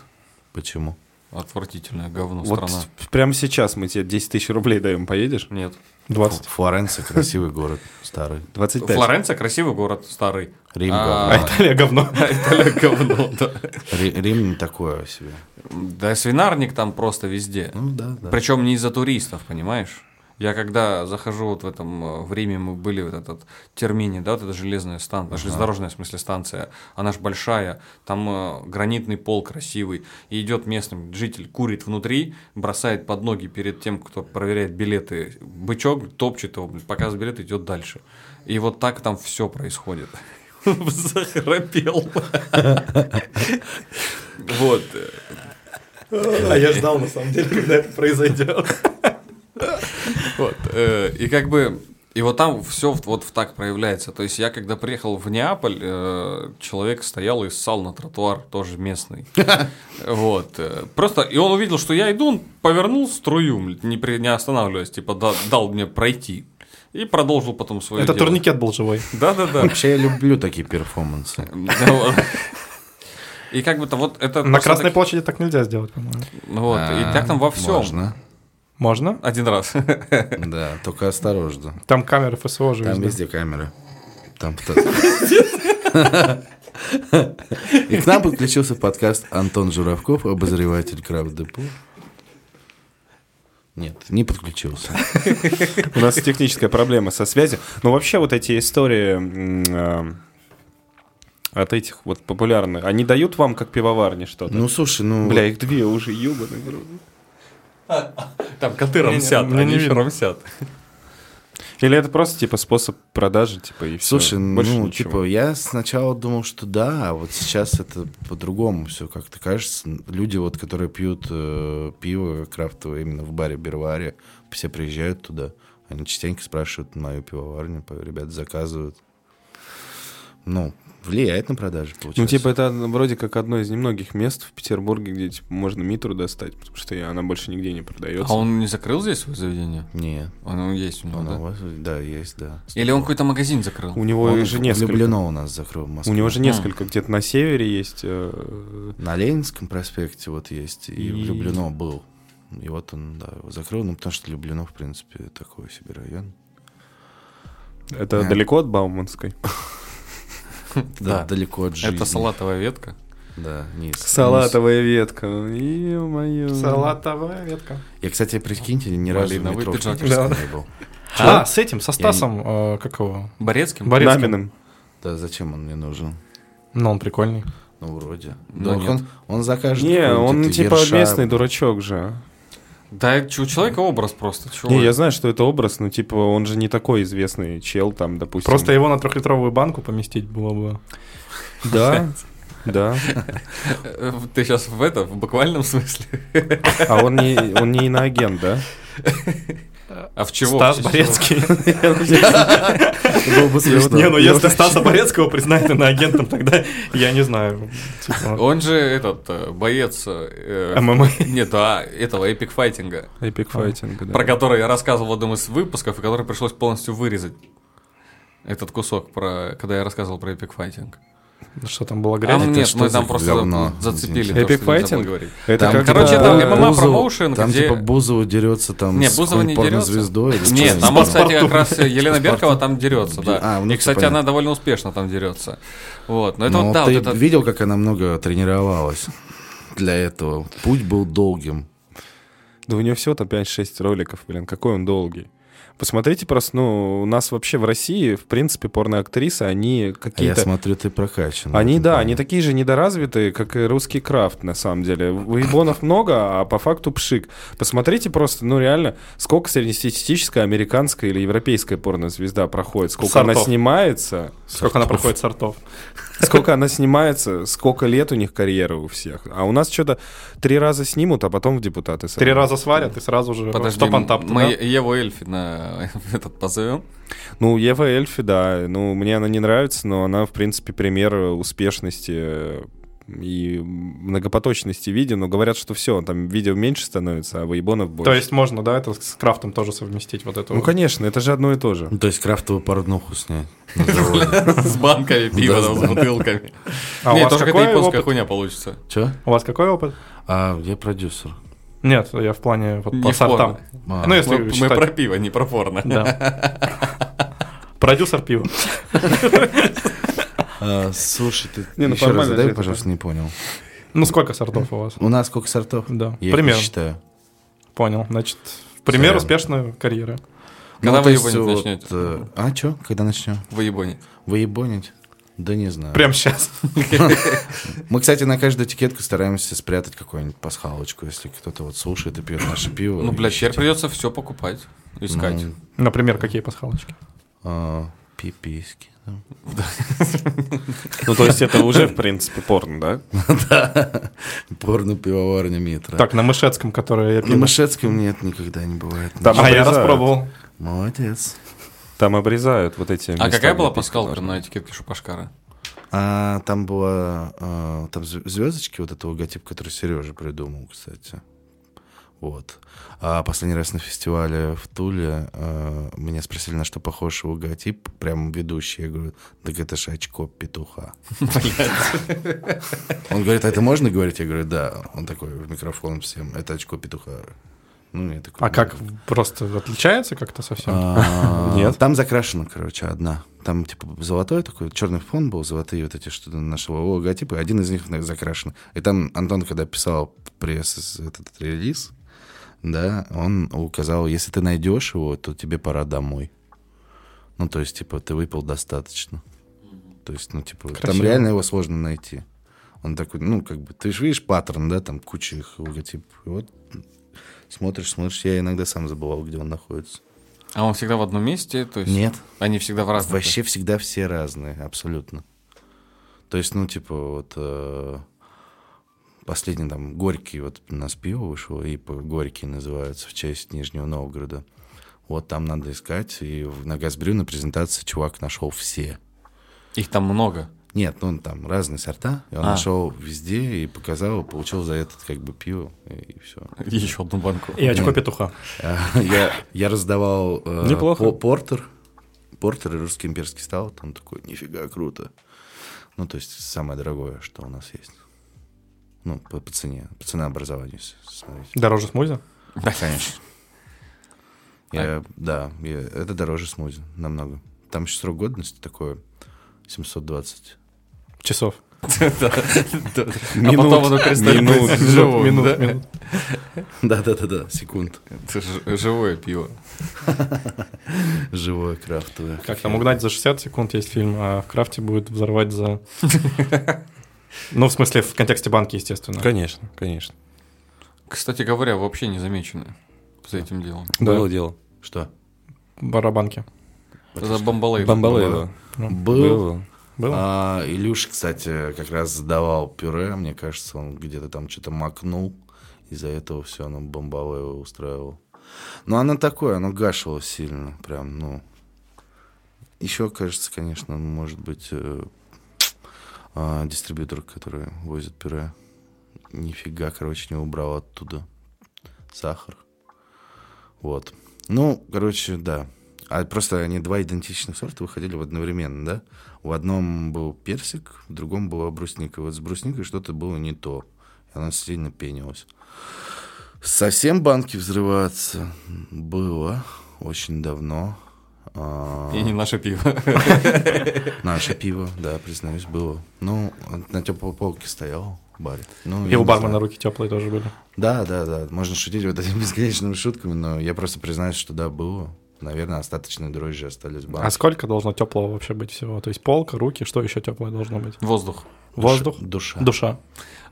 S3: Почему?
S4: Отвратительное говно
S2: Вот
S4: Ну, страна.
S2: прямо сейчас мы тебе 10 тысяч рублей даем, поедешь?
S4: Нет.
S5: 20.
S3: Флоренция красивый город, старый.
S2: 25.
S4: Флоренция красивый город, старый.
S3: Рим
S4: А,
S5: А
S3: говно.
S5: Италия говно.
S4: Италия говно, да.
S3: Ри- Рим не такое себе.
S4: Да, свинарник там просто везде.
S3: Ну да, да.
S4: Причем не из-за туристов, понимаешь? Я когда захожу вот в этом, э, в Риме мы были, вот этот термине, да, вот эта железная станция, железнодорожная, в смысле, станция, она же большая, там э, гранитный пол красивый, и идет местный житель, курит внутри, бросает под ноги перед тем, кто проверяет билеты, бычок топчет его, блин, показывает билет, идет дальше. И вот так там все происходит. Захрапел. Вот.
S5: А я ждал, на самом деле, когда это произойдет.
S4: Вот. э, И как бы. И вот там все вот в так проявляется. То есть я когда приехал в Неаполь, э, человек стоял и ссал на тротуар, тоже местный. Вот. э, Просто, и он увидел, что я иду, он повернул струю, м, не, при- не останавливаясь, типа да- дал мне пройти. И продолжил потом свое
S5: Это
S4: дело.
S5: турникет был живой.
S4: Да-да-да.
S3: Вообще я люблю такие перформансы.
S4: Да, вот. И как бы то вот это...
S5: На
S4: просто
S5: Красной
S4: так-
S5: площади так нельзя сделать, по-моему.
S4: Вот, и так там во всем.
S3: А, Можно.
S5: Можно?
S4: Один раз.
S3: Да, только осторожно.
S5: Там камеры ФСО же
S3: Там
S5: везде.
S3: везде камеры. Там кто- И к нам подключился подкаст Антон Журавков, обозреватель Краб Депо. Нет, не подключился.
S2: У нас техническая проблема со связью. Но вообще вот эти истории м, э, от этих вот популярных, они дают вам как пивоварни что-то?
S3: Ну, слушай, ну...
S2: Бля, их две уже, ёбаный в рот.
S4: Там коты
S5: не,
S4: рамсят,
S5: мне не
S4: они еще
S5: видно.
S4: рамсят.
S2: Или это просто типа способ продажи, типа и все?
S3: Слушай,
S2: Больше
S3: ну,
S2: ничего.
S3: типа, я сначала думал, что да, а вот сейчас это по-другому все как-то кажется. Люди, вот, которые пьют э, пиво крафтовое именно в баре Берваре, все приезжают туда, они частенько спрашивают мою пивоварню, по- ребята заказывают. Ну, влияет на продажи, получается.
S2: Ну, типа, это вроде как одно из немногих мест в Петербурге, где типа, можно Митру достать, потому что и она больше нигде не продается.
S4: А он не закрыл здесь свое заведение?
S3: Не,
S4: Он, он есть у
S2: ну,
S4: него,
S3: она
S4: да?
S3: у вас- да, есть, да.
S4: Или он какой-то магазин закрыл?
S2: У него
S3: Он
S2: же
S3: в
S2: несколько.
S3: Люблино у нас закрыл в Москве.
S2: У него же
S4: А.
S2: несколько. Где-то на севере есть. э,
S3: На Ленинском проспекте вот есть, и,
S2: И-
S3: в Люблино был. И вот он, да, его закрыл, ну, потому что Люблино, в принципе, такой себе район.
S2: Это
S3: Да.
S2: далеко от Бауманской?
S3: Да,
S4: Да.
S3: далеко от жизни.
S4: Это салатовая ветка.
S3: Да, не из-
S2: Салатовая ветка. Ё-моё.
S5: Салатовая ветка.
S3: не из- Я, кстати, прикиньте, ни разу в
S4: Малиновый
S3: метро в
S4: а пиджак.
S3: Питерском не был.
S5: А, с этим, со Стасом, э, как его?
S4: Борецким?
S5: Борецким.
S2: Наминым.
S3: Да, зачем он мне нужен?
S5: Но он прикольный.
S3: Ну, вроде.
S4: Да
S3: Ну,
S4: нет.
S3: он, он закажет.
S2: Не,
S3: какой-нибудь
S2: он
S3: этот
S2: типа
S3: ерша.
S2: местный дурачок же.
S4: Да, это чё, у человека образ просто. чё
S2: Не,
S4: вы?
S2: я знаю, что это образ, но типа он же не такой известный чел там, допустим.
S5: Просто его на трехлитровую банку поместить было бы.
S2: Да, да.
S4: Э, Ты сейчас в это, в буквальном смысле?
S2: А он не, он не иноагент, да?
S4: А в чего?
S5: Стас
S4: В чё-
S5: Борецкий.
S2: Было бы смешно.
S5: Не, ну если Стаса Борецкого признают иноагентом, тогда я не знаю. Типа,
S4: Он же этот, э, боец... э,
S5: ММА.
S4: Нет, а этого эпик файтинга,
S2: Эпик файтинг, да.
S4: про который я рассказывал в одном из выпусков, и который пришлось полностью вырезать. Этот кусок, про, когда я рассказывал про эпик файтинг.
S2: Ну,
S5: Что там было
S4: А
S5: грязь?
S3: Это
S4: нет,
S3: что
S4: мы
S3: за
S4: там просто
S3: говно?
S4: зацепили.
S2: Эпик
S4: то, что не забыл
S2: файтинг?
S4: говорить.
S2: Это
S3: Там,
S2: как
S4: Короче,
S2: бы-
S4: это ММА
S3: Бузова-
S4: промоушен,
S3: Там
S4: где-
S3: типа Бузова дерется там
S4: Не,
S3: с
S4: Бузова не
S3: какой-нибудь
S4: дерется.
S3: порнозвездой. или
S4: Нет,
S3: что-нибудь. Ну,
S4: там, кстати, как раз Елена Беркова там дерется,
S3: А,
S4: да.
S3: ну,
S4: И,
S3: это
S4: кстати,
S3: понятно.
S4: она довольно успешно там дерется. Вот, но это
S3: Но
S4: вот, да, вот
S3: ну, ты
S4: это...
S3: видел, как она много тренировалась для этого? Путь был долгим.
S2: Да у нее всего-то 5-6 роликов, блин, какой он долгий. Посмотрите просто, ну, у нас вообще в России, в принципе, порноактрисы, они
S3: А Я
S2: какие-то...
S3: смотрю, ты
S5: Ну,
S3: прокачан.
S2: Они, да,
S3: они
S2: они такие же недоразвитые, как и русский крафт, на самом деле. Уебонов много, а по факту пшик. Посмотрите просто, ну реально, сколько среднестатистическая американская или европейская порнозвезда проходит, сколько она
S5: Сортов.
S2: снимается,
S5: Сколько она проходит сортов?
S2: сколько она снимается, сколько лет у них карьера у всех. А у нас что-то три раза снимут, а потом в депутаты.
S5: Три
S2: сразу.
S5: раза сварят и сразу же
S4: Подожди,
S5: топ антап
S4: мы Еву Эльфина этот позовем.
S2: Ну, Ева Эльфи, да. Ну, мне она не нравится, но она, в принципе, пример э, успешности э, и многопоточности видео, но говорят, что все, там видео меньше становится, а воебонов больше.
S5: То есть можно, да, это с крафтом тоже совместить вот это
S2: Ну,
S5: вот?
S2: конечно, это же одно и то же.
S3: Ну, То есть крафтовую порнуху снять.
S4: С банками пива, там, с бутылками.
S5: А у
S4: Не,
S5: вас
S4: тоже
S5: какой
S4: какая-то японская
S5: опыт?
S4: хуйня получится.
S3: Че?
S5: У вас какой опыт?
S3: А, я продюсер.
S5: Нет, я в плане вот
S4: Не
S5: по сортам.
S4: порно.
S3: А,
S5: Ну, если
S4: Мы мы
S5: считать-
S4: про пиво, не про порно.
S5: Да. Продюсер пива.
S3: а, слушай, ты
S2: Не, ну,
S3: еще раз
S2: формально
S3: задай,
S2: же это
S3: пожалуйста, не понял.
S5: Ну, сколько сортов у вас?
S3: У нас сколько сортов?
S5: Да.
S3: Я их
S5: Примерно.
S3: не считаю.
S5: Понял. Значит, пример
S3: Сорян.
S5: успешной карьеры.
S4: Когда
S3: Ну,
S4: вы
S3: то есть
S4: ебанить
S3: вот,
S4: начнете?
S3: э, А, что? Когда начнем?
S4: Воебони.
S3: Вы ебонить? Да не знаю.
S5: Прям сейчас.
S3: Мы, кстати, на каждую этикетку стараемся спрятать какую-нибудь пасхалочку, если кто-то вот слушает и типа, пьет наше пиво.
S4: Ну, блядь,
S3: ищите.
S4: теперь придется все покупать, искать.
S3: Ну,
S5: Например, какие пасхалочки?
S3: а, Пиписьки. там.
S2: Ну, то есть это уже, в принципе, порно, да?
S3: Порно-пивоварня Митра.
S5: Так, на Мышецком, которое я
S3: На
S5: пил.
S3: Мышецком нет, никогда не бывает.
S2: Да.
S5: А я
S2: обрезают.
S5: распробовал.
S3: Молодец.
S2: Там обрезают вот эти...
S4: А
S2: места,
S4: какая была
S2: где пить
S4: пасхалка
S2: можно.
S4: на этикетке Шупашкара?
S3: А, там была а, там звездочки, вот этот логотип, который Сережа придумал, кстати. Вот. А последний раз на фестивале в Туле а, меня спросили, на что похож логотип. Прям ведущий. Я говорю, так это же очко петуха. Он говорит, а это можно говорить? Я говорю, да. Он такой в микрофон всем, это очко петуха. Ну, я такой,
S5: А
S3: «Ну,
S5: как просто отличается как-то совсем?
S3: а,
S2: Нет.
S3: Там закрашена, короче, одна. Там, типа, золотой такой, черный фон был, золотые вот эти что-то нашего логотипа, и один из них наверное, закрашен. И там Антон, когда писал пресс этот релиз, да, он указал, если ты найдешь его, то тебе пора домой. Ну, то есть, типа, ты выпил достаточно. То есть, ну, типа, там
S5: Красиво.
S3: реально его сложно найти. Он такой, ну, как бы, ты же видишь паттерн, да, там куча их логотипов. И вот смотришь, смотришь, я иногда сам забывал, где он находится.
S4: А он всегда в одном месте? То есть
S3: Нет.
S4: Они всегда в разных.
S3: Вообще всегда все разные, абсолютно. То есть, ну, типа, вот э, последний там Горький, вот у нас пиво вышло, и по- Горький называется в честь Нижнего Новгорода. Вот там надо искать, и в- на Газбрю на презентации чувак нашел все.
S4: Их там много.
S3: Нет, ну, он там разные сорта, и он
S4: А.
S3: нашел везде и показал, и получил за этот как бы пиво, и, все.
S4: Еще одну банку.
S5: И очко
S3: Нет.
S5: петуха.
S3: Я, я раздавал э,
S2: Неплохо.
S3: по- портер. Портер и русский имперский стал. Он такой, нифига, круто. Ну, то есть, самое дорогое, что у нас есть. Ну, по, по цене, по ценообразованию, с- смотрите.
S5: Дороже смузи?
S3: Конечно.
S5: А
S3: Я- да, я- это дороже смузи, намного. Там еще срок годности такое 720.
S5: Часов.
S4: А потом оно перестает
S2: минут,
S4: быть живым,
S5: минут,
S4: да?
S5: минут.
S3: Да-да-да-да, секунд.
S4: Это ж- живое пиво.
S3: Живое, крафтовое.
S5: Как там угнать за 60 секунд есть фильм, а в крафте будет взорвать за... Ну, в смысле, в контексте банки, естественно.
S2: Конечно, конечно.
S4: Кстати говоря, вообще не замечены за этим делом.
S2: Было дело.
S3: Что?
S5: Барабанки.
S4: За бомбалей.
S2: Бомбалейло.
S3: Был,
S5: Было?
S3: А, Илюш, кстати, как раз задавал пюре, мне кажется, он где-то там что-то макнул, из-за этого все оно бомбовое его устраивало. Но оно такое, оно гашило сильно, прям, ну. Еще, кажется, конечно, может быть, э, а, дистрибьютор, который возит пюре, нифига, короче, не убрал оттуда сахар. Вот. Ну, короче, да. А просто они два идентичных сорта выходили в одновременно, да? В одном был персик, в другом была брусника. Вот с брусникой что-то было не то. И она сильно пенилась. Совсем банки взрываться было очень давно. А,
S4: И не наше пиво.
S3: Наше пиво, да, признаюсь, было. Ну, на теплой полке стоял в баре. Ну,
S5: И
S3: я
S5: у
S3: не
S5: бармена
S3: знаю.
S5: руки теплые тоже были.
S3: Да, да, да. Можно шутить вот этими бесконечными шутками, но я просто признаюсь, что да, было. Наверное, остаточные дрожжи остались в банке.
S5: А сколько должно теплого вообще быть всего? То есть полка, руки, что еще теплое должно быть?
S4: Воздух.
S5: Воздух,
S3: Душа.
S5: душа.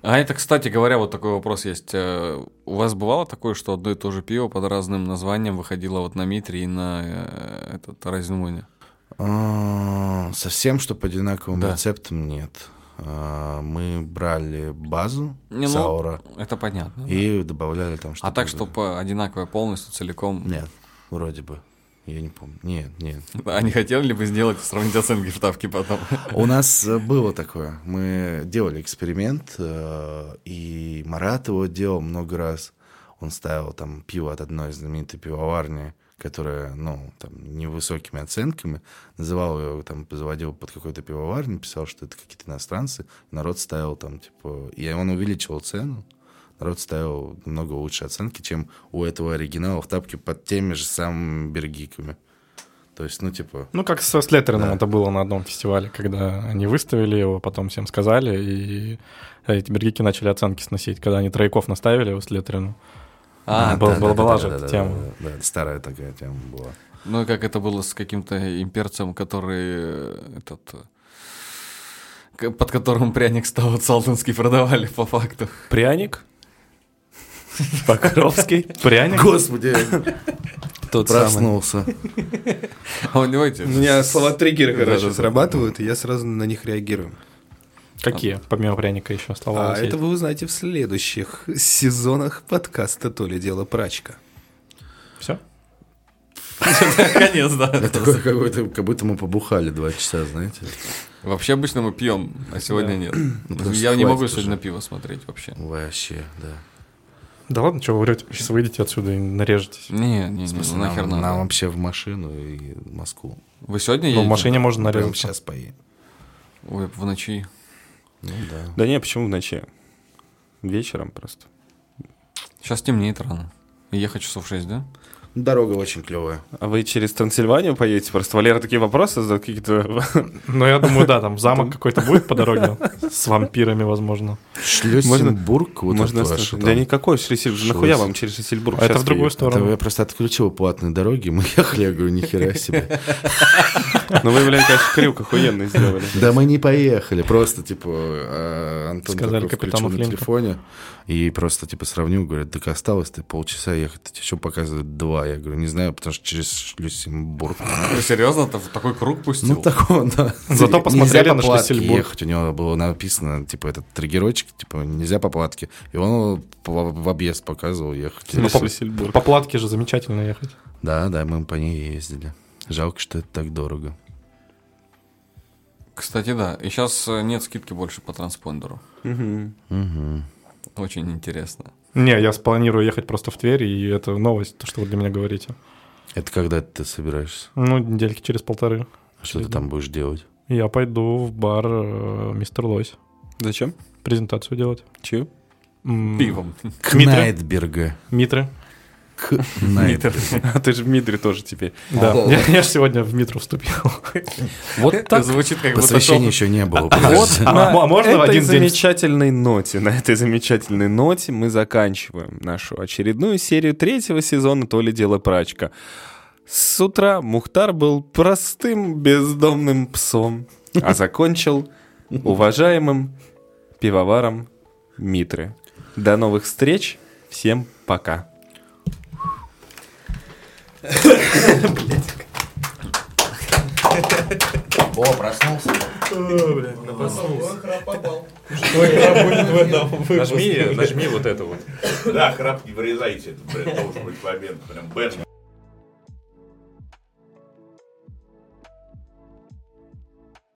S4: А это, кстати говоря, вот такой вопрос есть. Э, У вас бывало такое, что одно и то же пиво под разным названием выходило вот на Митре и на э, этот Райзенмуне?
S3: А, Совсем, что по одинаковым
S4: Да.
S3: рецептам нет. А, Мы брали базу
S4: Не, ну,
S3: Саура
S4: Это понятно.
S3: и добавляли там что-то.
S4: А так,
S3: другое.
S4: что по одинаковое полностью, целиком.
S3: Нет, вроде бы. Я не помню. Нет, нет.
S4: А не хотели ли бы сделать, сравнить оценки вставки потом?
S3: У нас э, было такое. Мы делали эксперимент, э, и Марат его делал много раз. Он ставил там пиво от одной знаменитой пивоварни, которая, ну, там, невысокими оценками, называл ее, там, заводил под какой-то пивоварню, писал, что это какие-то иностранцы. Народ ставил там, типа... И он увеличивал цену. Народ ставил намного лучше оценки, чем у этого оригинала в тапке под теми же самыми бергиками. То есть, ну, типа...
S5: Ну, как со Слеттерином
S3: Да.
S5: это было на одном фестивале, когда они выставили его, потом всем сказали, и эти бергики начали оценки сносить, когда они трояков наставили у Слеттерину.
S4: А,
S5: Был-
S3: да,
S5: был-
S3: да,
S5: была
S3: да,
S5: же
S3: да,
S5: эта
S3: да,
S5: тема.
S3: да, да, да, старая такая тема была.
S4: Ну, как это было с каким-то имперцем, который э, этот э, к- под которым пряник стал салтонский продавали по факту.
S2: Пряник? Покровский?
S5: Пряник?
S3: Господи,
S2: Тот самый.
S3: проснулся.
S4: А у него эти...
S2: У меня слова триггеры, короче,
S4: Да-да-да.
S2: срабатывают, и я сразу на них реагирую.
S5: Какие, помимо пряника, еще слова? у
S2: А
S5: вас
S2: это
S5: есть?
S2: вы узнаете в следующих сезонах подкаста «То ли дело прачка».
S5: Все?
S4: Конец, да.
S3: Это такое какое-то, как будто мы побухали два часа, знаете.
S4: Вообще обычно мы пьем, а сегодня нет.
S3: потому что
S4: Я не
S3: хватит
S4: могу
S3: уже.
S4: сегодня на пиво смотреть вообще.
S3: Вообще, да.
S5: Да ладно, что вы врете, сейчас выйдете отсюда и нарежетесь.
S4: Не, не,
S3: В
S4: не,
S3: смысле,
S4: ну нахер
S3: нам, нам
S4: надо.
S3: вообще в машину и в Москву.
S4: Вы сегодня
S5: Ну, в
S4: едете?
S5: машине можно
S2: Прямо
S5: нарезать.
S2: сейчас поедем.
S4: Ой, в ночи.
S3: Ну да.
S1: Да не, почему в ночи? Вечером просто.
S4: Сейчас темнеет рано. Ехать часов 6, да?
S3: Ну, Дорога очень клевая.
S1: А вы через Трансильванию поедете? Просто Валера такие вопросы задает какие-то...
S5: Ну, я думаю, да, там замок какой-то будет по дороге с вампирами, возможно.
S3: Шлёссенбург, вот
S1: Можно...
S3: это
S1: остановить.
S3: ваше
S1: Да
S3: там.
S1: никакой Шлиссельбург.
S3: Шлис-
S1: Нахуя вам через Шлиссельбург?
S5: А это
S1: Сейчас
S5: в другую
S1: приедете.
S3: Это
S5: сторону.
S3: я просто отключил платные дороги, мы ехали, я говорю, нихера себе.
S1: Ну вы, блядь, конечно, крюк охуенный сделали.
S3: Да мы не поехали, просто, типа, э, Антон
S5: Сказали
S3: такой включил
S5: капитану
S3: на
S5: Флинту.
S3: телефоне и просто, типа, сравнил, говорит, так осталось ты полчаса ехать, ты еще показывает два. Я говорю, не знаю, потому что через Шлюссенбург.
S4: Ты серьезно? Ты в такой круг пустил?
S3: Ну, такого, да.
S5: Зато
S3: Нельзя
S5: посмотрели
S3: по
S5: на
S3: платке
S5: Шлиссельбург.
S3: ехать. У него было написано, типа, этот триггерочек, типа, нельзя по платке. И он по- в объезд показывал ехать.
S5: Ну, по-
S1: Шлиссельбург.
S5: По платке же замечательно ехать.
S3: Да, да, мы по ней ездили. Жалко, что это так дорого.
S4: Кстати, да. И сейчас нет скидки больше по транспондеру.
S1: Мгм.
S3: Мгм.
S4: Очень интересно.
S5: Не, я планирую ехать просто в Тверь, и это новость, то, что вы для меня говорите.
S3: Это когда ты собираешься?
S5: Ну, недельки через полторы.
S3: Что ты
S5: Очевидно.
S3: там будешь делать?
S5: Я пойду в бар э, Мистер Лось
S1: Зачем?
S5: презентацию делать.
S1: Чего?
S5: М,
S4: Пивом.
S3: Кнайтберга.
S5: Митры.
S3: Кнайтберга.
S1: А ты же в Мидре тоже теперь.
S5: Да. Я, же сегодня в Митру вступил.
S1: Вот
S4: Это звучит как будто...
S3: Посвящения
S4: шел-
S3: еще не было. подожди.
S5: А, а можно в
S1: этой
S5: один день?
S1: замечательной ноте, на этой замечательной ноте мы заканчиваем нашу очередную серию третьего сезона «То ли дело прачка». С утра Мухтар был простым бездомным псом, а закончил уважаемым пивоваром Митры. До новых встреч, всем пока.
S8: Да, храпки вырезайте, это, блядь, должен быть момент, прям Бэтмен.